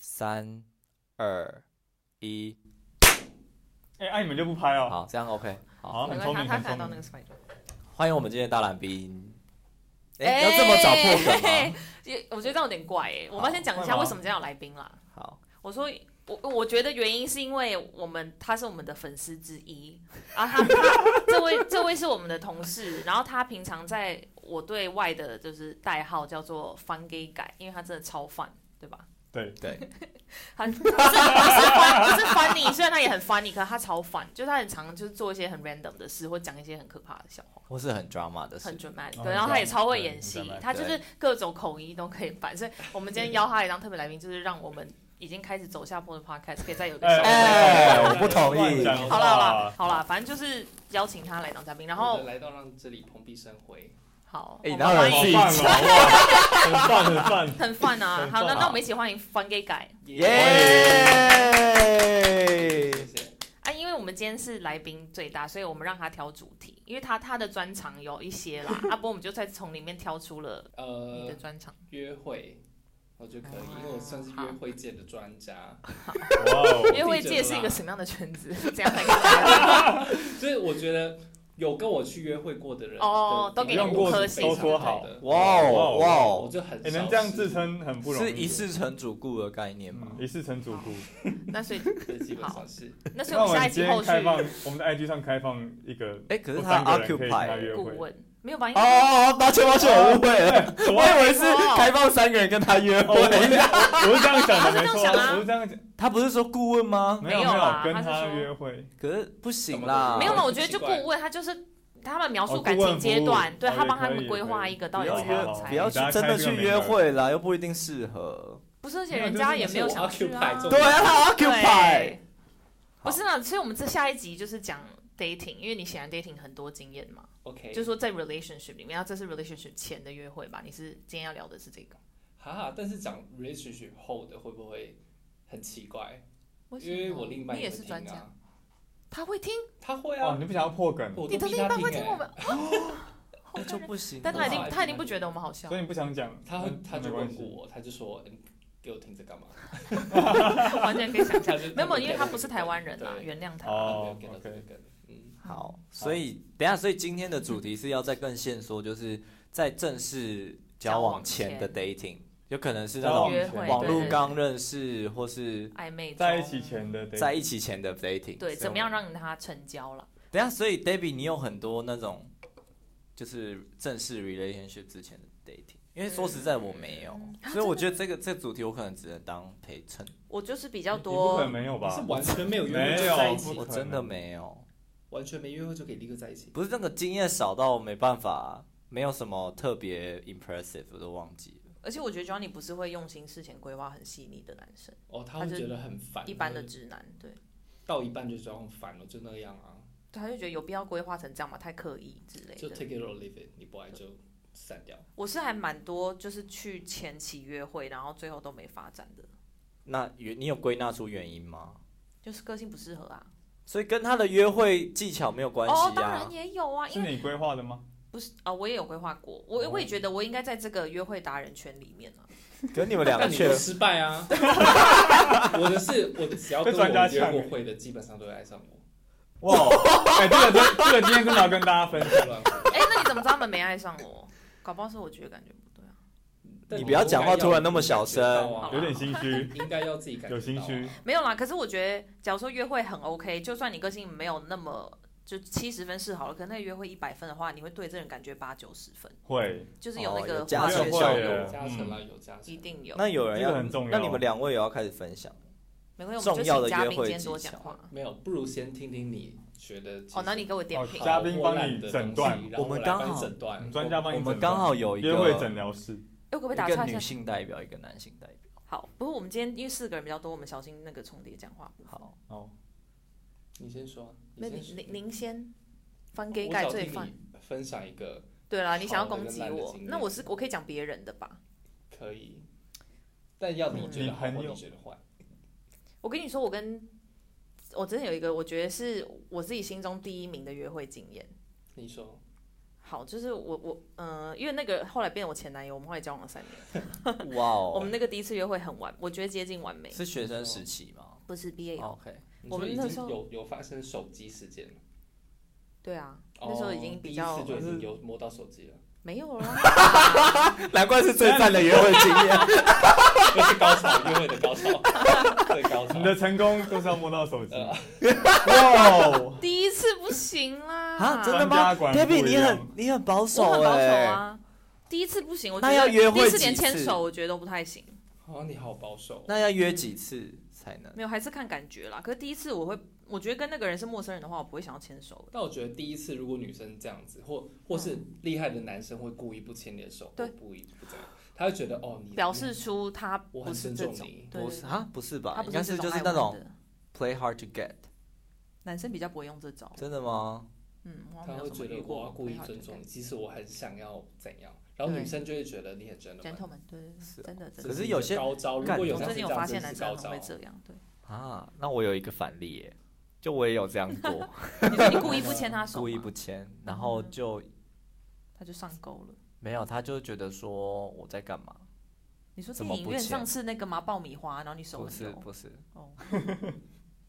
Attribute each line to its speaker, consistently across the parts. Speaker 1: 三二一，
Speaker 2: 哎、哎，你们就不拍哦？
Speaker 1: 好，这样 OK。好，
Speaker 2: 好，
Speaker 3: 没
Speaker 2: 很哦聪
Speaker 3: 关系，
Speaker 2: 明，
Speaker 3: 他
Speaker 2: 很
Speaker 3: 看
Speaker 2: 聪
Speaker 3: 得到那
Speaker 2: 明。
Speaker 3: 个 spider。
Speaker 1: 欢迎我们今天的大来宾。哎，要这么早破
Speaker 3: 哎
Speaker 1: 梗吗？
Speaker 3: 也 我觉得这样有点怪哎、我们要先讲一
Speaker 2: 哦会
Speaker 3: 下
Speaker 2: 吗
Speaker 3: 为什么今天有来宾啦。
Speaker 1: 好，
Speaker 3: 我说我我觉得原因是因为我们他是我们的粉丝之一啊，他他这位这位是我们的同事，然后他平常在我对外的就是代号叫做“翻 gay 改”，因为他真的超fan，对吧？
Speaker 2: 对，
Speaker 1: 对，
Speaker 3: 他不是不 是翻不是翻你，虽然他也很翻你，可是他超烦，就是他很常就是做一些很 random 的事，或讲一些很可怕的笑话，
Speaker 1: 或是很 drama 的事
Speaker 3: 很。
Speaker 2: 哦
Speaker 3: dramatic。对，然后他也超会
Speaker 2: 对
Speaker 3: 演戏
Speaker 2: 很 dramatic，
Speaker 3: 他就是各种口音都可以扮，所以我们今天邀他来当特别来宾，就是让我们已经开始走下坡的 podcast 可以再有一个小。
Speaker 1: 哎我不同意
Speaker 2: 乱讲话
Speaker 3: 好了好了，好了，反正就是邀请他来当嘉宾，然
Speaker 4: 我
Speaker 3: 后
Speaker 4: 的来到让这里蓬荜生辉。
Speaker 3: 好，
Speaker 1: 哎
Speaker 3: 我们
Speaker 1: 哪有
Speaker 3: 欢
Speaker 1: 人
Speaker 2: 好
Speaker 1: 自己
Speaker 3: 迎
Speaker 2: 棒哦，哇很棒很棒。
Speaker 3: 很 fun 啊，
Speaker 2: 很
Speaker 3: 好，那
Speaker 2: fun
Speaker 3: 那我们一起欢迎 Fun Gay 改
Speaker 1: 耶！
Speaker 4: 谢谢。
Speaker 3: 啊，因为我们今天是来宾最大，所以我们让他挑主题，因为他他的专长有一些啦，阿波我们就再从里面挑出了你
Speaker 4: 呃
Speaker 3: 的，专长，
Speaker 4: 约会，我觉得可以，因为我算是约会界的专家，
Speaker 2: 哇哦，
Speaker 3: 约会
Speaker 4: 记者
Speaker 3: 界是一
Speaker 4: 啦
Speaker 3: 个什么样的圈子？ 怎样来跟大家讲？
Speaker 4: 所以我觉得有跟我去约会过的人
Speaker 3: 哦
Speaker 4: 的
Speaker 3: 都给
Speaker 2: 你
Speaker 4: 用
Speaker 2: 五
Speaker 4: 过
Speaker 2: 颗
Speaker 4: 是
Speaker 2: 星
Speaker 4: 非常
Speaker 2: 都说好
Speaker 4: 好的。
Speaker 1: 哇哦哇
Speaker 4: 我
Speaker 1: 哦，
Speaker 4: 就很
Speaker 2: 你
Speaker 4: 少
Speaker 2: 哎能这样
Speaker 4: 是
Speaker 2: 自称很不容易，
Speaker 1: 是一世成主顾的概念吗
Speaker 2: 嗯，？一世成主顾。
Speaker 3: 那所以
Speaker 4: 对，基本上是
Speaker 3: 那所以
Speaker 2: 那
Speaker 3: 我
Speaker 2: 我
Speaker 3: 们下
Speaker 2: 们
Speaker 3: 一
Speaker 2: 今
Speaker 3: 期后
Speaker 2: 天开放
Speaker 3: 续
Speaker 2: 我们的 IG 上开放一个，
Speaker 1: 哎，可是
Speaker 2: 我
Speaker 1: 他
Speaker 2: 三个人可以跟他
Speaker 1: occupy
Speaker 2: 约
Speaker 3: 顾
Speaker 2: 会。
Speaker 3: 问没有吧？应
Speaker 1: 哦
Speaker 3: 该
Speaker 1: 哦，哦抱歉抱歉，我误会了，
Speaker 2: 什 么
Speaker 1: 我？以为是
Speaker 3: 哦
Speaker 1: 开放三个人跟他约
Speaker 2: 哦我
Speaker 1: 会。
Speaker 2: 是这样我是这样想的，没
Speaker 3: 他是这样想
Speaker 2: 错，
Speaker 3: 啊
Speaker 2: 我是这样讲，
Speaker 1: 他不是说顾问吗？
Speaker 2: 有
Speaker 3: 没有
Speaker 2: 没有
Speaker 3: 啦
Speaker 2: 跟
Speaker 3: 他是
Speaker 2: 他
Speaker 3: 说
Speaker 2: 约会，
Speaker 1: 可是不行啦，
Speaker 3: 没有嘛？
Speaker 4: 哦
Speaker 3: 我觉得就
Speaker 4: 奇
Speaker 3: 顾
Speaker 4: 怪
Speaker 3: 问他就是他们描
Speaker 2: 哦
Speaker 3: 述
Speaker 2: 顾
Speaker 3: 感
Speaker 2: 问
Speaker 3: 情
Speaker 2: 服
Speaker 3: 阶
Speaker 2: 务
Speaker 3: 段，对
Speaker 2: 哦
Speaker 3: 他
Speaker 2: 也
Speaker 3: 帮他
Speaker 2: 可
Speaker 3: 们
Speaker 2: 以
Speaker 3: 规
Speaker 2: 也
Speaker 3: 划
Speaker 2: 可以
Speaker 3: 一个到
Speaker 1: 不
Speaker 3: 底
Speaker 1: 要
Speaker 3: 怎样
Speaker 1: 约
Speaker 2: 好，
Speaker 3: 才
Speaker 1: 不要去真的去约会啦，又不一定适合。
Speaker 3: 不是，而且
Speaker 2: 没有
Speaker 3: 人
Speaker 2: 就是
Speaker 3: 家
Speaker 2: 你
Speaker 3: 也
Speaker 2: 是
Speaker 3: 没有
Speaker 4: 我
Speaker 3: 想去啊
Speaker 4: occupy，做
Speaker 1: 对啊，他 occupy
Speaker 3: 对。不是啊，所以我们这下一集就是讲 dating，因为你显然 dating 很多经验嘛，
Speaker 4: OK
Speaker 3: 就。是说在 relationship 里面，要这是 relationship 前的约会吧？你是今天要聊的是这个？
Speaker 4: 哈哈，但是讲 relationship 后的会不会很奇怪？因为我另一半
Speaker 3: 你也
Speaker 4: 会
Speaker 3: 是
Speaker 4: 听
Speaker 3: 专家
Speaker 4: 啊，，
Speaker 3: 他会听，
Speaker 4: 他会
Speaker 2: 哦，
Speaker 4: 啊
Speaker 2: 你，不想要破梗，
Speaker 4: 我都
Speaker 3: 你的
Speaker 4: 逼
Speaker 3: 另一
Speaker 4: 他
Speaker 3: 半会
Speaker 4: 听
Speaker 3: 听
Speaker 4: 欸
Speaker 3: 我 们，哦
Speaker 1: 那就不行了。啊
Speaker 3: 但他已
Speaker 4: 我
Speaker 3: 经
Speaker 4: 怕
Speaker 3: 他已经不觉得我们好笑
Speaker 2: 所，以你不想讲，
Speaker 4: 他
Speaker 2: 嗯
Speaker 4: 会他就
Speaker 2: 没
Speaker 4: 问
Speaker 2: 关系
Speaker 4: 过我，他就说你给我听这干嘛？
Speaker 3: 完全可以想象。
Speaker 4: 他就
Speaker 3: 没有，因为他不是台湾人啊，
Speaker 4: 对
Speaker 3: 原谅他。
Speaker 2: 哦
Speaker 4: 哦，OK，嗯，
Speaker 1: 好，所以等一下，所以今天的主题是要再更限缩，就是在正式交往前的 dating，有可能是那
Speaker 2: 交往
Speaker 1: 种
Speaker 3: 约
Speaker 2: 前
Speaker 3: 会
Speaker 1: 网
Speaker 3: 对
Speaker 1: 络
Speaker 3: 对
Speaker 1: 刚认识或是
Speaker 3: 暧昧中
Speaker 2: 在一起前的
Speaker 1: 在一起前的 dating。
Speaker 3: 对，怎么样让他成交了？
Speaker 1: 等一下，所以 Debbie，你有很多那种就是正式 relationship 之前的 dating，因为说实在我没有，
Speaker 3: 嗯
Speaker 1: 所以我觉得这个这主题我可能只能当陪衬，
Speaker 3: 我就是比较
Speaker 2: 你不可
Speaker 3: 多
Speaker 2: 能没有
Speaker 4: 你是
Speaker 2: 吧？
Speaker 4: 完全没有约会
Speaker 2: 没
Speaker 4: 就
Speaker 2: 有
Speaker 4: 在一起
Speaker 2: 不
Speaker 1: 我
Speaker 2: 可能
Speaker 1: 真的没有，
Speaker 4: 完全没约会就可以立刻在一起。
Speaker 1: 不是那个经验少到没办法，没有什么特别 impressive，我都忘记了。
Speaker 3: 而且我觉得 Johnny 不是会用心事前规划很细腻的男生，
Speaker 4: 哦，他
Speaker 3: 他
Speaker 4: 会
Speaker 3: 就
Speaker 4: 觉得很烦，
Speaker 3: 一般的直男，对，
Speaker 4: 到一半就装烦了，就那样啊，
Speaker 3: 对他就觉得有必要规划成这样吗？太刻意之类
Speaker 4: 就
Speaker 3: 的。
Speaker 4: take it or leave it，你不爱就散掉。
Speaker 3: 我是还蛮多，就是去前期约会，然后最后都没发展的，
Speaker 1: 那原你有归纳出原因吗？
Speaker 3: 就是个性不适合啊。
Speaker 1: 所以跟他的约会技巧没有关
Speaker 3: 哦，
Speaker 1: 系
Speaker 3: 当
Speaker 1: 啊
Speaker 3: 然。也有啊，
Speaker 2: 是
Speaker 3: 因为
Speaker 2: 你规划的吗？
Speaker 3: 不是啊、我也有规划过，我我也觉得我应该在这个约会达人圈里面啊。
Speaker 1: 可是你们两个
Speaker 4: 但你
Speaker 1: 却
Speaker 4: 的失败啊！我的是，我只要跟
Speaker 2: 被专家
Speaker 4: 我约过
Speaker 2: 呛
Speaker 4: 会的，基本上都会爱上我。
Speaker 2: 哇，
Speaker 3: 哦
Speaker 2: 哎，这个真这个今天真的要跟大家分享。
Speaker 4: 乱说
Speaker 3: 哎、那你怎么知道他们没爱上我？搞不好是我觉得感觉不对啊。
Speaker 4: 但
Speaker 1: 你不要讲话突然那么小声
Speaker 4: 你
Speaker 2: 有点心虚，
Speaker 4: 应该要自己感觉到啊，
Speaker 2: 有心虚
Speaker 3: 没有啦，可是我觉得，假如说约会很 OK，就算你个性没有那么就七十分是好了，可能那个约会一百分的话，你会对这人感觉八九十分，
Speaker 2: 会，
Speaker 3: 就是有那
Speaker 1: 哦
Speaker 3: 个
Speaker 1: 有加
Speaker 3: 化
Speaker 1: 成
Speaker 3: 学
Speaker 1: 效
Speaker 3: 效
Speaker 1: 果
Speaker 3: 应，
Speaker 2: 对
Speaker 4: 有加成啦，有加成，
Speaker 3: 一定有。
Speaker 1: 那有人
Speaker 2: 这
Speaker 1: 要
Speaker 2: 个很重要
Speaker 1: 那你们两位也要开始分享。
Speaker 3: 没关系，我们就
Speaker 1: 重要的
Speaker 3: 请嘉
Speaker 1: 约
Speaker 3: 宾今
Speaker 1: 会
Speaker 3: 天多
Speaker 1: 技
Speaker 3: 讲
Speaker 1: 巧
Speaker 3: 话。
Speaker 4: 没有，不如先听听你觉得其实。
Speaker 3: 哦，那你给我点
Speaker 2: 哦
Speaker 3: 评。
Speaker 2: 嘉宾帮你诊断
Speaker 4: 好我懒得东西然后
Speaker 1: 我们
Speaker 4: 来帮
Speaker 1: 刚
Speaker 4: 你
Speaker 1: 好
Speaker 4: 诊
Speaker 3: 嗯
Speaker 4: 断，
Speaker 2: 专家帮你
Speaker 1: 我
Speaker 2: 诊断。
Speaker 1: 们刚好有一个
Speaker 2: 约会诊疗室，
Speaker 3: 哎，我可不可以打
Speaker 1: 一个
Speaker 3: 岔一
Speaker 1: 女
Speaker 3: 下？
Speaker 1: 性代表，一个男性代表。
Speaker 3: 好，不过我们今天因为四个人比较多，我们小心那个重叠讲话。
Speaker 1: 好，
Speaker 2: 哦，
Speaker 4: 你先说，
Speaker 3: 那
Speaker 4: 你
Speaker 3: 您
Speaker 4: 先
Speaker 3: 您
Speaker 4: 说
Speaker 3: 您先翻给
Speaker 4: 我
Speaker 3: 盖
Speaker 4: 想
Speaker 3: 最
Speaker 4: 听
Speaker 3: 翻。
Speaker 4: 你分享一个
Speaker 3: 对啦，你想要
Speaker 4: 好的
Speaker 3: 攻
Speaker 4: 跟
Speaker 3: 击
Speaker 4: 烂的
Speaker 3: 我
Speaker 4: 经，验
Speaker 3: 那我是我可以讲别人的吧？
Speaker 4: 可以，但要你觉得好
Speaker 2: 你
Speaker 4: 或
Speaker 2: 朋友
Speaker 4: 你觉得坏，
Speaker 3: 我跟你说，我跟我真的有一个，我觉得是我自己心中第一名的约会经验。
Speaker 4: 你说
Speaker 3: 好，就是我我嗯、呃因为那个后来变我前男友，我们后来交往了三年。
Speaker 1: 哇哦，
Speaker 3: 我们那个第一次约会很完，我觉得接近完美，
Speaker 1: 是哦学生时期吗
Speaker 3: 不是毕业以后。
Speaker 1: ？OK，
Speaker 4: 你
Speaker 3: 我
Speaker 4: 说
Speaker 3: 们
Speaker 4: 已
Speaker 3: 那
Speaker 4: 经
Speaker 3: 时候
Speaker 4: 有有发生手机事件了，
Speaker 3: 对啊，那时候已经比较嗯
Speaker 4: 哦第一次就已经有摸到手机了，
Speaker 3: 没有了。啊
Speaker 1: 难怪是最赞的约会经验。
Speaker 4: 这是高潮，约会的高潮， 对高潮
Speaker 2: 你。的成功都是要摸到手机。
Speaker 4: 呃
Speaker 2: 哇哦，
Speaker 3: 第一次不行啦，
Speaker 1: 啊，真
Speaker 2: 的
Speaker 1: 的吗
Speaker 2: 吗专家果然不一
Speaker 1: ？Debbie，
Speaker 2: 样
Speaker 1: 你很你很保守
Speaker 3: 我很保守
Speaker 1: 哎、
Speaker 3: 啊。第一次不行，我觉
Speaker 1: 那要
Speaker 3: 得
Speaker 1: 约会
Speaker 3: 第一次
Speaker 1: 几
Speaker 3: 连牵
Speaker 1: 次
Speaker 3: 手我觉得都不太行，
Speaker 4: 啊，你好保守哦。
Speaker 1: 那要约几次才能？
Speaker 3: 没有还是看感觉啦。可是第一次我会，我觉得跟那个人是陌生人的话，我不会想要牵手的。
Speaker 4: 但我觉得第一次如果女生这样子，或或是厉害的男生会故意不牵你的手，
Speaker 3: 嗯对
Speaker 4: 或故意不这样，他会觉得哦你
Speaker 3: 表示出他
Speaker 4: 我
Speaker 3: 不
Speaker 4: 很
Speaker 3: 是
Speaker 4: 尊
Speaker 3: 这
Speaker 4: 重
Speaker 3: 种，
Speaker 4: 你，
Speaker 3: 对
Speaker 1: 不是啊，不是吧
Speaker 3: 他？不
Speaker 1: 应该
Speaker 3: 是
Speaker 1: 是
Speaker 3: 这
Speaker 1: 就是
Speaker 3: 爱
Speaker 1: 那
Speaker 3: 玩
Speaker 1: 种
Speaker 3: 的
Speaker 1: play hard to get，
Speaker 3: 男生比较不会用这招。
Speaker 1: 真的吗？
Speaker 3: 嗯，我好
Speaker 4: 他
Speaker 3: 像没
Speaker 4: 会
Speaker 3: 有什
Speaker 4: 觉
Speaker 3: 么遇
Speaker 4: 得我要
Speaker 3: 过
Speaker 4: 故
Speaker 3: 非
Speaker 4: 意
Speaker 3: 好的
Speaker 4: 尊
Speaker 3: 感觉。
Speaker 4: 重你，其实我很想要怎样，然后
Speaker 3: 对
Speaker 4: 女生就会觉得你很 gentleman。
Speaker 3: gentleman，对对
Speaker 1: 是啊
Speaker 3: 对，真的真
Speaker 1: 可
Speaker 3: 的。
Speaker 1: 是有些
Speaker 4: 高招，如
Speaker 1: 干
Speaker 4: 果有
Speaker 3: 我
Speaker 4: 像
Speaker 3: 最
Speaker 4: 是
Speaker 3: 近
Speaker 4: 这
Speaker 3: 有
Speaker 4: 样
Speaker 3: 发
Speaker 4: 子
Speaker 3: 现
Speaker 4: 是
Speaker 3: 男
Speaker 4: 高
Speaker 3: 生很会
Speaker 4: 招，
Speaker 3: 这样，对。
Speaker 1: 啊，那我有一个反例耶，就我也有这样过，
Speaker 3: 你 说你故意不牵 他手吗，嗯
Speaker 1: 故意不签，然后就
Speaker 3: 他就上钩了。
Speaker 1: 没有，他就觉得说我在干嘛？
Speaker 3: 你说
Speaker 1: 怎
Speaker 3: 电
Speaker 1: 么
Speaker 3: 影
Speaker 1: 不
Speaker 3: 院
Speaker 1: 牵
Speaker 3: 上次那个嘛爆米花，然后你手
Speaker 1: 不
Speaker 3: 很
Speaker 1: 是
Speaker 3: 油。
Speaker 1: 不是，
Speaker 3: 哦，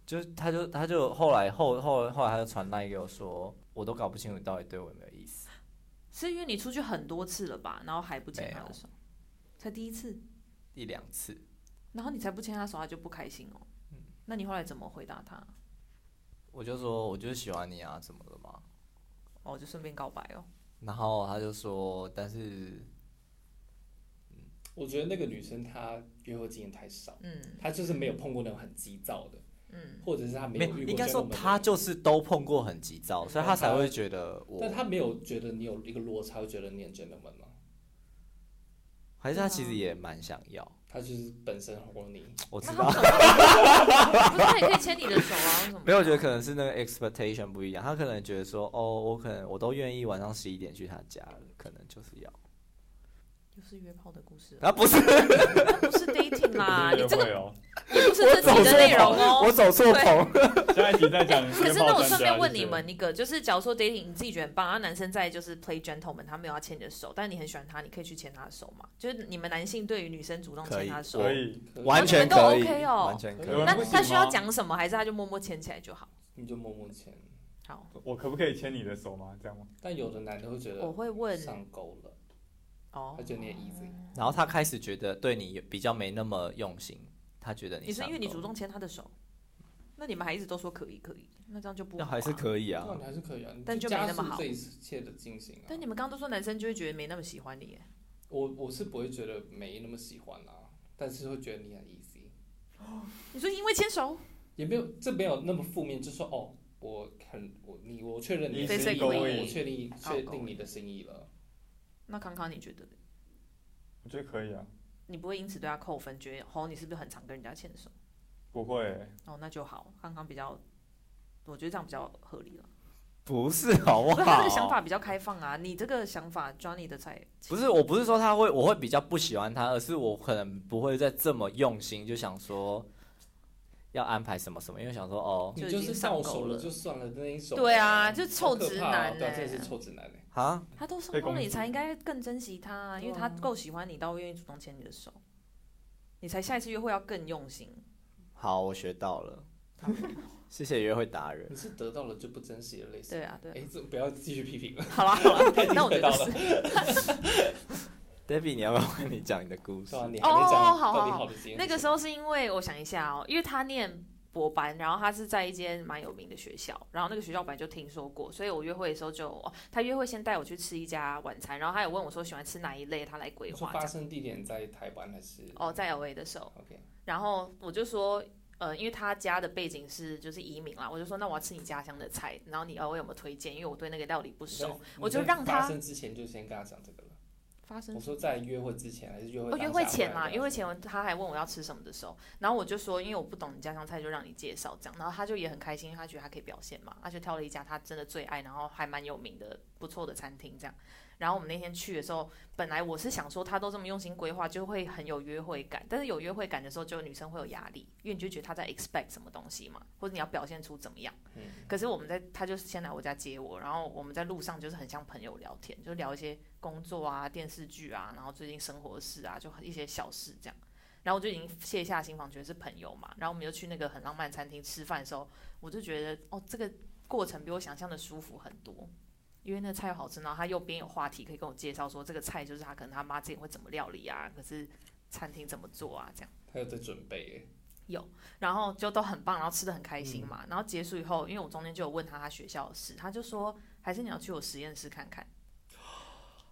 Speaker 1: 就是他就他就后来后后后来他就传来给我说，我都搞不清楚你到底对我有没有意思。
Speaker 3: 是因为你出去很多次了吧，然后还不牵他
Speaker 1: 没有
Speaker 3: 的手，才第一次，
Speaker 1: 一两次，
Speaker 3: 然后你才不牵他手，他就不开心哦。
Speaker 4: 嗯
Speaker 3: 那你后来怎么回答他？
Speaker 1: 我就说我就是喜欢你啊，怎么了嘛？
Speaker 3: 哦，就顺便告白哦。
Speaker 1: 然后他就说，但是
Speaker 4: 我觉得那个女生她约会经验太少，
Speaker 3: 嗯
Speaker 4: 她就是没有碰过那种很急躁的，
Speaker 3: 嗯，
Speaker 4: 或者是她没
Speaker 1: 没
Speaker 4: 有遇过
Speaker 1: 应该说
Speaker 4: gentleman 的
Speaker 1: 他就是都碰过很急躁，所以他才会觉得我
Speaker 4: 但，他没有觉得你有一个落差，会觉得你很 gentleman 吗？
Speaker 1: 还
Speaker 4: 啊
Speaker 1: 是他其实也蛮想要。
Speaker 4: 他就是本身活你，
Speaker 1: 我知
Speaker 3: 那
Speaker 1: 道
Speaker 3: 他，怎 么？不是，他也可以牵你的手啊，为什么？
Speaker 1: 没有，我觉得可能是那个 expectation 不一样，他可能觉得说，哦，我可能我都愿意晚上十一点去他家了，可能就是要。
Speaker 3: 又是约炮的故事哦，
Speaker 1: 啊，不是，
Speaker 3: 那 不是 dating 啦，啊你
Speaker 2: 约
Speaker 3: 这个
Speaker 2: 会哦。
Speaker 3: 也不是
Speaker 1: 我
Speaker 3: 这
Speaker 1: 走
Speaker 3: 集的内
Speaker 1: 错
Speaker 3: 容
Speaker 1: 棚，我
Speaker 3: 哦。
Speaker 1: 走错棚。
Speaker 2: 下一集再讲约炮专家。
Speaker 3: 可是那我顺便问
Speaker 2: 就
Speaker 3: 你
Speaker 2: 是
Speaker 3: 们一个，就是假如说 dating 你自己觉得很棒，然后男生在就是 play gentleman，他没有要牵你的手，但你很喜欢他，你可以去牵他的手嘛？就是你们男性对于女生主动
Speaker 1: 可
Speaker 3: 牵
Speaker 1: 以
Speaker 3: 他的手，
Speaker 2: 可以，
Speaker 4: 可是
Speaker 1: 完全可以，
Speaker 3: 哦你们都 OK 哦
Speaker 1: 完全可
Speaker 2: 我
Speaker 1: 以
Speaker 2: 们
Speaker 4: 啊
Speaker 3: 那。
Speaker 2: 不行
Speaker 3: 他需
Speaker 2: 吗
Speaker 3: 要讲什么，还是他就默默牵起来就好？
Speaker 4: 你就摸摸钱。
Speaker 3: 好，
Speaker 2: 我可不可以牵你的手吗？这样吗？
Speaker 4: 但有的男的
Speaker 2: 呃
Speaker 4: 会觉
Speaker 3: 我
Speaker 4: 得
Speaker 3: 会问
Speaker 4: 上钩了，
Speaker 3: 哦
Speaker 4: 他，觉得你很 easy。
Speaker 1: 然后他开始觉得对你比较没那么用心，他觉得
Speaker 3: 你是
Speaker 1: 上
Speaker 3: 因为你
Speaker 1: 钩
Speaker 3: 主动牵他的手，那你们还一直都说可以可以，那这样就不
Speaker 1: 那
Speaker 3: 好
Speaker 1: 还是
Speaker 3: 啊。
Speaker 1: 可以啊
Speaker 4: 那。你还是可以啊，你
Speaker 3: 但就没
Speaker 4: 加
Speaker 3: 那么
Speaker 4: 速
Speaker 3: 好
Speaker 4: 这一切的进行啊
Speaker 3: 但。你们刚刚都说男生就会觉得没那么喜欢你耶，
Speaker 4: 我我是不会觉得没那么喜欢啦、但是会觉得你很 easy，
Speaker 3: 你说因为牵手，
Speaker 4: 也没有这没有那么负面，就说哦，我很我你我确认你的
Speaker 2: Easy
Speaker 4: 心意
Speaker 2: going
Speaker 4: 了，我确定确
Speaker 3: Outgoing
Speaker 4: 定你的心意了。
Speaker 3: 那康康你觉得呢
Speaker 2: 我觉得可以啊，
Speaker 3: 你不会因此对他扣分，觉得哦你是不是很常跟人家牵手？
Speaker 2: 不会欸、
Speaker 3: 哦，那就好，康康比较，我觉得这样比较合理了。
Speaker 1: 不是好不
Speaker 3: 不是他的想
Speaker 1: 好？
Speaker 3: 法比较开放啊，你这个想法 Johnny 的才
Speaker 1: 不是，我不是说他会，我会比较不喜欢他，而是我可能不会再这么用心，就想说要安排什么什么，因为想说哦
Speaker 3: 就
Speaker 4: 你
Speaker 3: 已
Speaker 4: 就
Speaker 3: 经
Speaker 4: 是
Speaker 3: 上
Speaker 4: 到
Speaker 3: 钩
Speaker 4: 手了
Speaker 3: 了
Speaker 4: 就算了那一种。
Speaker 3: 对啊就
Speaker 4: 好
Speaker 3: 臭
Speaker 4: 可
Speaker 3: 直
Speaker 4: 怕哦
Speaker 3: 男
Speaker 4: 对啊，
Speaker 3: 欸
Speaker 4: 真的是臭直男欸
Speaker 1: 啊，
Speaker 3: 他都上
Speaker 2: 被
Speaker 3: 钩了，
Speaker 2: 攻
Speaker 3: 你
Speaker 2: 击
Speaker 3: 才应该更珍惜他啊，因为他够喜欢你到愿意主动牵你的手，你才下一次约会要更用心。
Speaker 1: 好，我学到了，谢谢约会达人
Speaker 4: 你。是得到了就不珍惜的类型。
Speaker 3: 对啊，对啊哦
Speaker 4: 哎，这不要继续批评了。
Speaker 3: 好啦好啦，那我觉得
Speaker 4: 得到了
Speaker 3: 是，
Speaker 1: Debbie，你要不要跟你讲你的故事
Speaker 4: 对？啊，你
Speaker 3: 哦
Speaker 4: 还没
Speaker 3: 好
Speaker 4: 讲
Speaker 3: 好
Speaker 4: 到底
Speaker 3: 好
Speaker 4: 好的经验。
Speaker 3: 那个时候是因为我想一下哦，因为他念博班，然后他是在一间蛮有名的学校，然后那个学校本来就听说过，所以我约会的时候就，哦、他约会先带我去吃一家晚餐，然后他有问我说喜欢吃哪一类，他来规
Speaker 4: 你说
Speaker 3: 划这
Speaker 4: 发
Speaker 3: 样。
Speaker 4: 生地点在台湾还是？
Speaker 3: 哦，在 LA 的时候，
Speaker 4: OK，
Speaker 3: 然后我就说，呃，因为他家的背景是就是移民啦，我就说那我要吃你家乡的菜，然后你 LA 有没有推荐？因为我对那个料理不
Speaker 4: 你在
Speaker 3: 熟，
Speaker 4: 你
Speaker 3: 我就
Speaker 4: 在
Speaker 3: 让
Speaker 4: 发
Speaker 3: 他
Speaker 4: 生之前就先跟他讲这个了。
Speaker 3: 发生
Speaker 4: 我说在约会之前还是约会
Speaker 3: 哦，
Speaker 4: 当下？
Speaker 3: 约会前
Speaker 4: 不
Speaker 3: 嘛，
Speaker 4: 然
Speaker 3: 约
Speaker 4: 跟
Speaker 3: 会
Speaker 4: 他
Speaker 3: 前他还问我要吃什么的时候，然后我就说，因为我不懂你家乡菜，就让你介绍这样。然后他就也很开心，因为他觉得他可以表现嘛，他就挑了一家他真的最爱，然后还蛮有名的不错的餐厅这样。然后我们那天去的时候，本来我是想说他都这么用心规划，就会很有约会感。但是有约会感的时候，就女生会有压力，因为你就觉得他在 expect 什么东西嘛，或者你要表现出怎么样。
Speaker 4: 嗯
Speaker 3: 可是我们在他就是先来我家接我，然后我们在路上就是很像朋友聊天，就聊一些工作啊、电视剧啊，然后最近生活的事啊，就一些小事这样。然后我就已经卸下心防，觉得是朋友嘛。然后我们就去那个很浪漫餐厅吃饭的时候，我就觉得哦，这个过程比我想象的舒服很多。因为那菜又好吃，然后他右边有话题可以跟我介绍说这个菜就是他可能他妈之前会怎么料理啊，可是餐厅怎么做啊这样，
Speaker 4: 他有在准备耶，
Speaker 3: 然后就都很棒，然后吃的很开心
Speaker 4: 嗯
Speaker 3: 嘛。然后结束以后，因为我中间就有问他他学校的事，他就说还是你要去我实验室看看。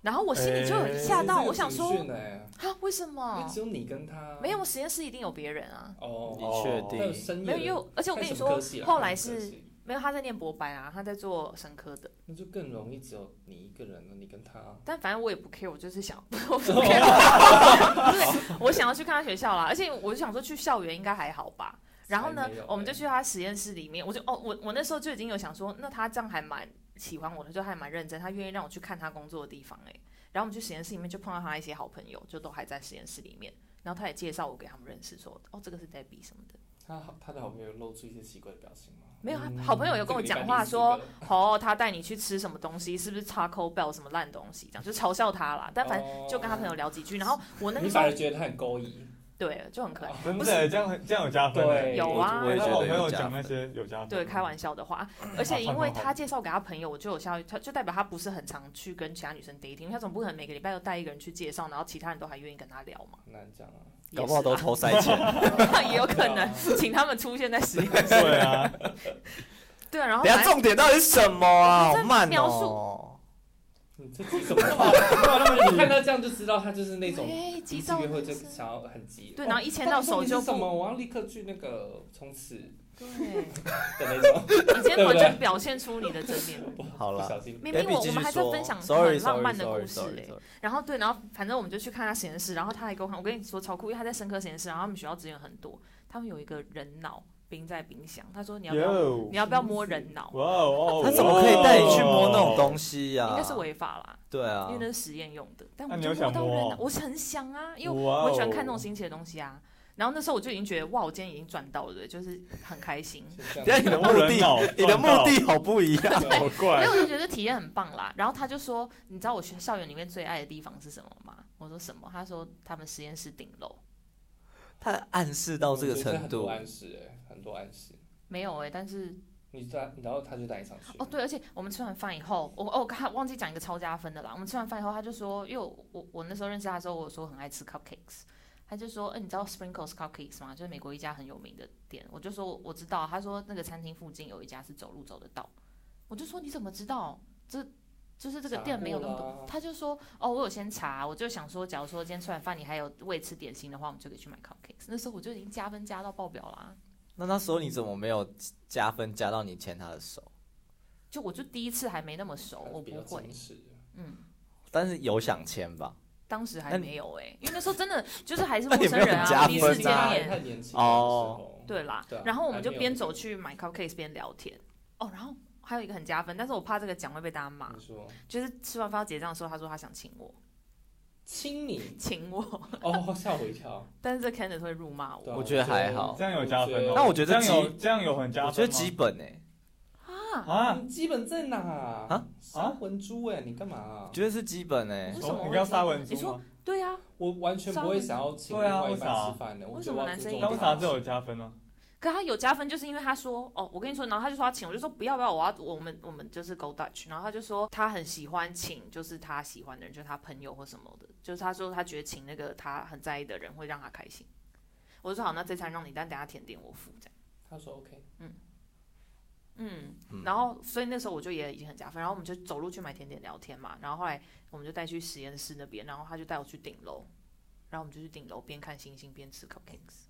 Speaker 3: 然后我心里就有吓到，
Speaker 4: 这个
Speaker 3: 我想说
Speaker 4: 警讯耶
Speaker 3: 啊为什
Speaker 4: 因哎为
Speaker 3: 么？
Speaker 4: 只有你跟他
Speaker 3: 没有，我实验室一定有别人啊。
Speaker 4: 哦，
Speaker 1: 你确
Speaker 4: 他有
Speaker 1: 定？
Speaker 4: 深夜
Speaker 3: 没有，因为我而且我
Speaker 4: 看
Speaker 3: 跟你
Speaker 4: 什么
Speaker 3: 说
Speaker 4: 科系，啊
Speaker 3: 后来
Speaker 4: 看什么科
Speaker 3: 是
Speaker 4: 系
Speaker 3: 没有他在念博班啊，他在做神科的。
Speaker 4: 那就更容易只有你一个人了，你跟他。
Speaker 3: 但反正我也不 care，我就是想， 我不 care，对，我想要去看他学校啦。而且我就想说去校园应该还好吧。然后呢
Speaker 4: 才没有，
Speaker 3: 我们就去他实验室里面，我就哦，我我那时候就已经有想说，那他这样还蛮喜欢我的，就还蛮认真，他愿意让我去看他工作的地方哎、然后我们去实验室里面就碰到他一些好朋友，就都还在实验室里面。然后他也介绍我给他们认识说，哦，这个是 Debbie 什么的。
Speaker 4: 他好，他的好朋友露出一些奇怪的表情吗？
Speaker 3: 没有，他好朋友有跟我讲话说，哦，他带你去吃什么东西，是不是 Taco Bell 什么烂东西，这样就嘲笑他啦。但反正就跟他朋友聊几句，然后我那
Speaker 4: 哦你
Speaker 3: 个时
Speaker 4: 反
Speaker 3: 候
Speaker 4: 而觉得他很勾引，
Speaker 3: 对就很可爱，
Speaker 2: 真的欸这样很这样有加分欸。
Speaker 4: 对
Speaker 3: 有啊
Speaker 1: 我也觉
Speaker 2: 那
Speaker 1: 得
Speaker 2: 我朋友
Speaker 1: 有加
Speaker 2: 讲
Speaker 1: 分
Speaker 2: 那些有加分。
Speaker 3: 对开玩笑 的话，而且因为他介绍给他朋友，我就有效，他就代表他不是很常去跟其他女生 dating，因为他总不可能每个礼拜都带一个人去介绍，然后其他人都还愿意跟他聊嘛，
Speaker 4: 很难讲啊。
Speaker 1: 搞不好都偷塞 钱。
Speaker 3: 也有可能
Speaker 1: 啊
Speaker 3: 请他们出现在实验室。
Speaker 2: 对啊，
Speaker 3: 对啊，然后
Speaker 1: 等一下
Speaker 3: 反正
Speaker 1: 重点到底是什么啊？
Speaker 3: 我
Speaker 1: 好
Speaker 3: 在
Speaker 1: 慢
Speaker 3: 描
Speaker 1: 哦。
Speaker 4: 你这是什么话？ 你看他这样就知道他就是那种
Speaker 3: 对啊
Speaker 4: 第
Speaker 3: 哎急
Speaker 4: 一次
Speaker 3: 躁
Speaker 4: 约会就
Speaker 3: 男生
Speaker 4: 想要很急。
Speaker 1: 哦
Speaker 4: 哦
Speaker 3: 对，然后一牵到手就
Speaker 4: 什 么？
Speaker 3: 不
Speaker 4: 我要立刻去那个冲刺的
Speaker 3: 对，
Speaker 4: 那种，
Speaker 3: 你今天完全表现出你的真面目。
Speaker 1: 好
Speaker 4: 不
Speaker 1: 了
Speaker 4: 小心。
Speaker 3: 明明
Speaker 1: Debbie
Speaker 3: 我
Speaker 1: 继
Speaker 3: 我
Speaker 1: 续
Speaker 3: 们还在
Speaker 1: 说
Speaker 3: 分享很
Speaker 1: Sorry，
Speaker 3: 浪
Speaker 1: sorry，
Speaker 3: 漫的故
Speaker 1: sorry，
Speaker 3: 事
Speaker 1: sorry，
Speaker 3: 哎
Speaker 1: sorry
Speaker 3: 然后对，然后反正我们就去看他实验室，然后他还给我看，我跟你说超酷，因为他在生科实验室，然后他们学校资源很多，他们有一个人脑冰在冰箱，他说你要不要
Speaker 2: 哟
Speaker 3: 你要不要摸人脑？
Speaker 2: 哇哦，
Speaker 1: 他怎么可以带你去摸那种
Speaker 2: 西？
Speaker 1: 东西呀、
Speaker 3: 应该是违法啦，
Speaker 1: 对啊
Speaker 3: 因为，那是实验用的。但
Speaker 2: 那
Speaker 3: 我
Speaker 2: 你
Speaker 3: 就
Speaker 2: 有想
Speaker 3: 摸到人
Speaker 2: 摸哦
Speaker 3: 脑，我是很想啊，因为
Speaker 2: 我
Speaker 3: 我很喜欢看那种新奇的东西啊。然后那时候我就已经觉得哇，我今天已经赚到了，就是很开心。
Speaker 4: 就这
Speaker 1: 等一
Speaker 4: 样
Speaker 1: 下你的目
Speaker 2: 人脑
Speaker 1: 的，你的目的好不一样。
Speaker 2: 哦好
Speaker 3: 没
Speaker 2: 怪
Speaker 3: 有，，我就觉得体验很棒啦。然后他就说，你知道我学校园里面最爱的地方是什么吗？我说什么？他说他们实验室顶楼。
Speaker 1: 他暗示到这个
Speaker 4: 我觉得
Speaker 1: 程
Speaker 4: 很多
Speaker 1: 度，
Speaker 4: 暗示哎，很多暗示。
Speaker 3: 没有哎、但是
Speaker 4: 你知道，然后他就带你上去。
Speaker 3: 哦对，而且我们吃完饭以后，我哦，我刚才忘记讲一个超加分的啦。我们吃完饭以后，他就说，因为我我我那时候认识他的时候，我有说很爱吃 cupcakes，他就说，哎、你知道 Sprinkles Cupcakes 吗？就是美国一家很有名的店。我就说我我知道，他说那个餐厅附近有一家是走路走得到。我就说你怎么知道？这就是这个
Speaker 4: 查
Speaker 3: 店没有那么
Speaker 4: 过
Speaker 3: 多
Speaker 4: 啦。
Speaker 3: 他就说哦，我有先查，我就想说，假如说今天吃完饭你还有为吃点心的话，我们就可以去买 cupcakes。那时候我就已经加分加到爆表啦、
Speaker 1: 那那时候你怎么没有加分加到你牵他的手？
Speaker 3: 就我就第一次还没那么熟，
Speaker 4: 他
Speaker 3: 我
Speaker 4: 比
Speaker 3: 不
Speaker 4: 较
Speaker 3: 会
Speaker 4: 矜，持。
Speaker 3: 嗯，
Speaker 1: 但是有想牵吧？
Speaker 3: 当时还
Speaker 1: 那你
Speaker 3: 没有哎、因为那时候真的就是还是
Speaker 1: 那
Speaker 3: 陌
Speaker 1: 你
Speaker 3: 生人
Speaker 1: 没有很加分
Speaker 3: 啊，第一
Speaker 1: 啊
Speaker 3: 次见面，
Speaker 4: 太年轻
Speaker 1: 哦
Speaker 4: 哦，
Speaker 3: 对啦
Speaker 4: 对啊
Speaker 3: 然后我们
Speaker 4: 还
Speaker 3: 就
Speaker 4: 没有
Speaker 3: 边
Speaker 4: 那
Speaker 3: 走
Speaker 4: 个
Speaker 3: 去买 cupcakes 边聊天哦，然后还有一个很加分，但是我怕这个奖会被大家骂
Speaker 1: 嗯
Speaker 4: 你，说
Speaker 3: 就是吃完饭要结账的时候，他说他想请我，
Speaker 4: 亲你
Speaker 3: 请
Speaker 1: 嗯
Speaker 3: 我，
Speaker 4: 哦，吓我一跳。
Speaker 3: 但是这 Kenneth 会辱骂我
Speaker 4: 对啊
Speaker 1: 我觉得还好
Speaker 2: 这样有加分哦。
Speaker 4: 啊
Speaker 1: 那我觉得
Speaker 2: 这
Speaker 1: 基
Speaker 2: 样有这样有很加分
Speaker 1: 我
Speaker 2: 吗。
Speaker 1: 觉得基本哎、
Speaker 3: 啊，
Speaker 2: 啊，
Speaker 4: 你基本在哪啊
Speaker 1: 啊？
Speaker 4: 杀魂珠哎，你干嘛啊
Speaker 1: 我？觉得是基本哎、
Speaker 3: 为什么
Speaker 2: 哦
Speaker 3: 会
Speaker 2: 你要杀文
Speaker 3: 你
Speaker 2: 珠
Speaker 3: 说
Speaker 2: 吗？
Speaker 3: 对啊，
Speaker 4: 我完全不会想要请另
Speaker 2: 对啊
Speaker 4: 外一
Speaker 2: 为啥
Speaker 4: 半吃饭的。
Speaker 3: 为
Speaker 4: 我
Speaker 3: 什
Speaker 4: 觉
Speaker 3: 么
Speaker 4: 得我要
Speaker 3: 男生
Speaker 4: 尊
Speaker 3: 也
Speaker 2: 那
Speaker 4: 重
Speaker 2: 为
Speaker 4: 他
Speaker 2: 啥这有加分呢？
Speaker 3: 可他有加分，就是因为他说哦，我跟你说，然后他就说他请，我就说不要不要，我要我们我们就是 go Dutch，然后他就说他很喜欢请，就是他喜欢的人，就是他朋友或什么的，就是他说他觉得请那个他很在意的人会让他开心。我就说好，那这餐让你，但等下甜点我付这样。
Speaker 4: 他说 OK，
Speaker 3: 嗯，
Speaker 1: 嗯
Speaker 3: 然后所以那时候我就也已经很加分，然后我们就走路去买甜点聊天嘛，然后后来我们就带去实验室那边，然后他就带我去顶楼，然后我们就去顶楼边看星星边吃 cupcakes，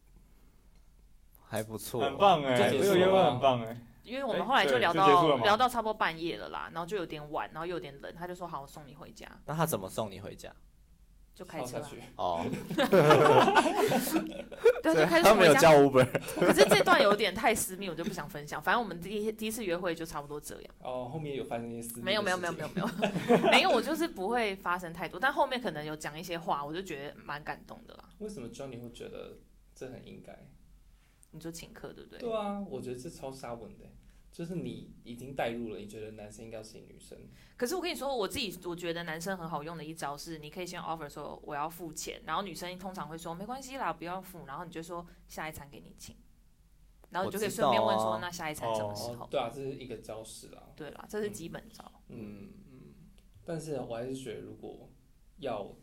Speaker 1: 还不错，啊
Speaker 2: 很棒哎，
Speaker 4: 这
Speaker 2: 这个
Speaker 4: 结束了吗
Speaker 2: 约会很棒哎。
Speaker 3: 因为我们
Speaker 2: 哎
Speaker 3: 后来就
Speaker 2: 对
Speaker 3: 聊
Speaker 2: 就结束
Speaker 3: 到
Speaker 2: 了吗
Speaker 3: 聊到差不多半夜了啦，然后就有点晚，然后又有点冷，他就说好，我送你回家。
Speaker 1: 那他怎么送你回家？
Speaker 3: 就开车
Speaker 4: 跳
Speaker 3: 啊
Speaker 4: 下，去，
Speaker 1: 哦，啊
Speaker 3: 对，就开车
Speaker 1: 他没有
Speaker 3: 回
Speaker 1: 叫
Speaker 3: 家。
Speaker 1: Uber，
Speaker 3: 可是这段有点太私密，我就不想分享。反正我们第一第一次约会就差不多这 样。
Speaker 4: 哦，后面有发生一些事，
Speaker 3: 没有没有没有没有没有没有，我就是不会发生太多，但后面可能有讲一些话，我就觉得蛮感动的啦。
Speaker 4: 为什么 Johnny 会觉得这很应该？
Speaker 3: 你说请客对不对？
Speaker 4: 对啊，我觉得这超杀文的，欸就是你已经带入了，你觉得男生应该要吸引女生，
Speaker 3: 可是我跟你说，我自己我觉得男生很好用的一招是，你可以先 offer 说我要付钱，然后女生通常会说没关系啦，不要付，然后你就说下一餐给你请，然后你就可以顺便问
Speaker 1: 我
Speaker 3: 说
Speaker 1: 知道啊
Speaker 3: 那下一餐什么时
Speaker 4: 哦
Speaker 3: 候，？
Speaker 4: 对啊，这是一个招式啦，
Speaker 3: 对啦，这是基本招。
Speaker 4: 嗯嗯，但是我还是觉得如果要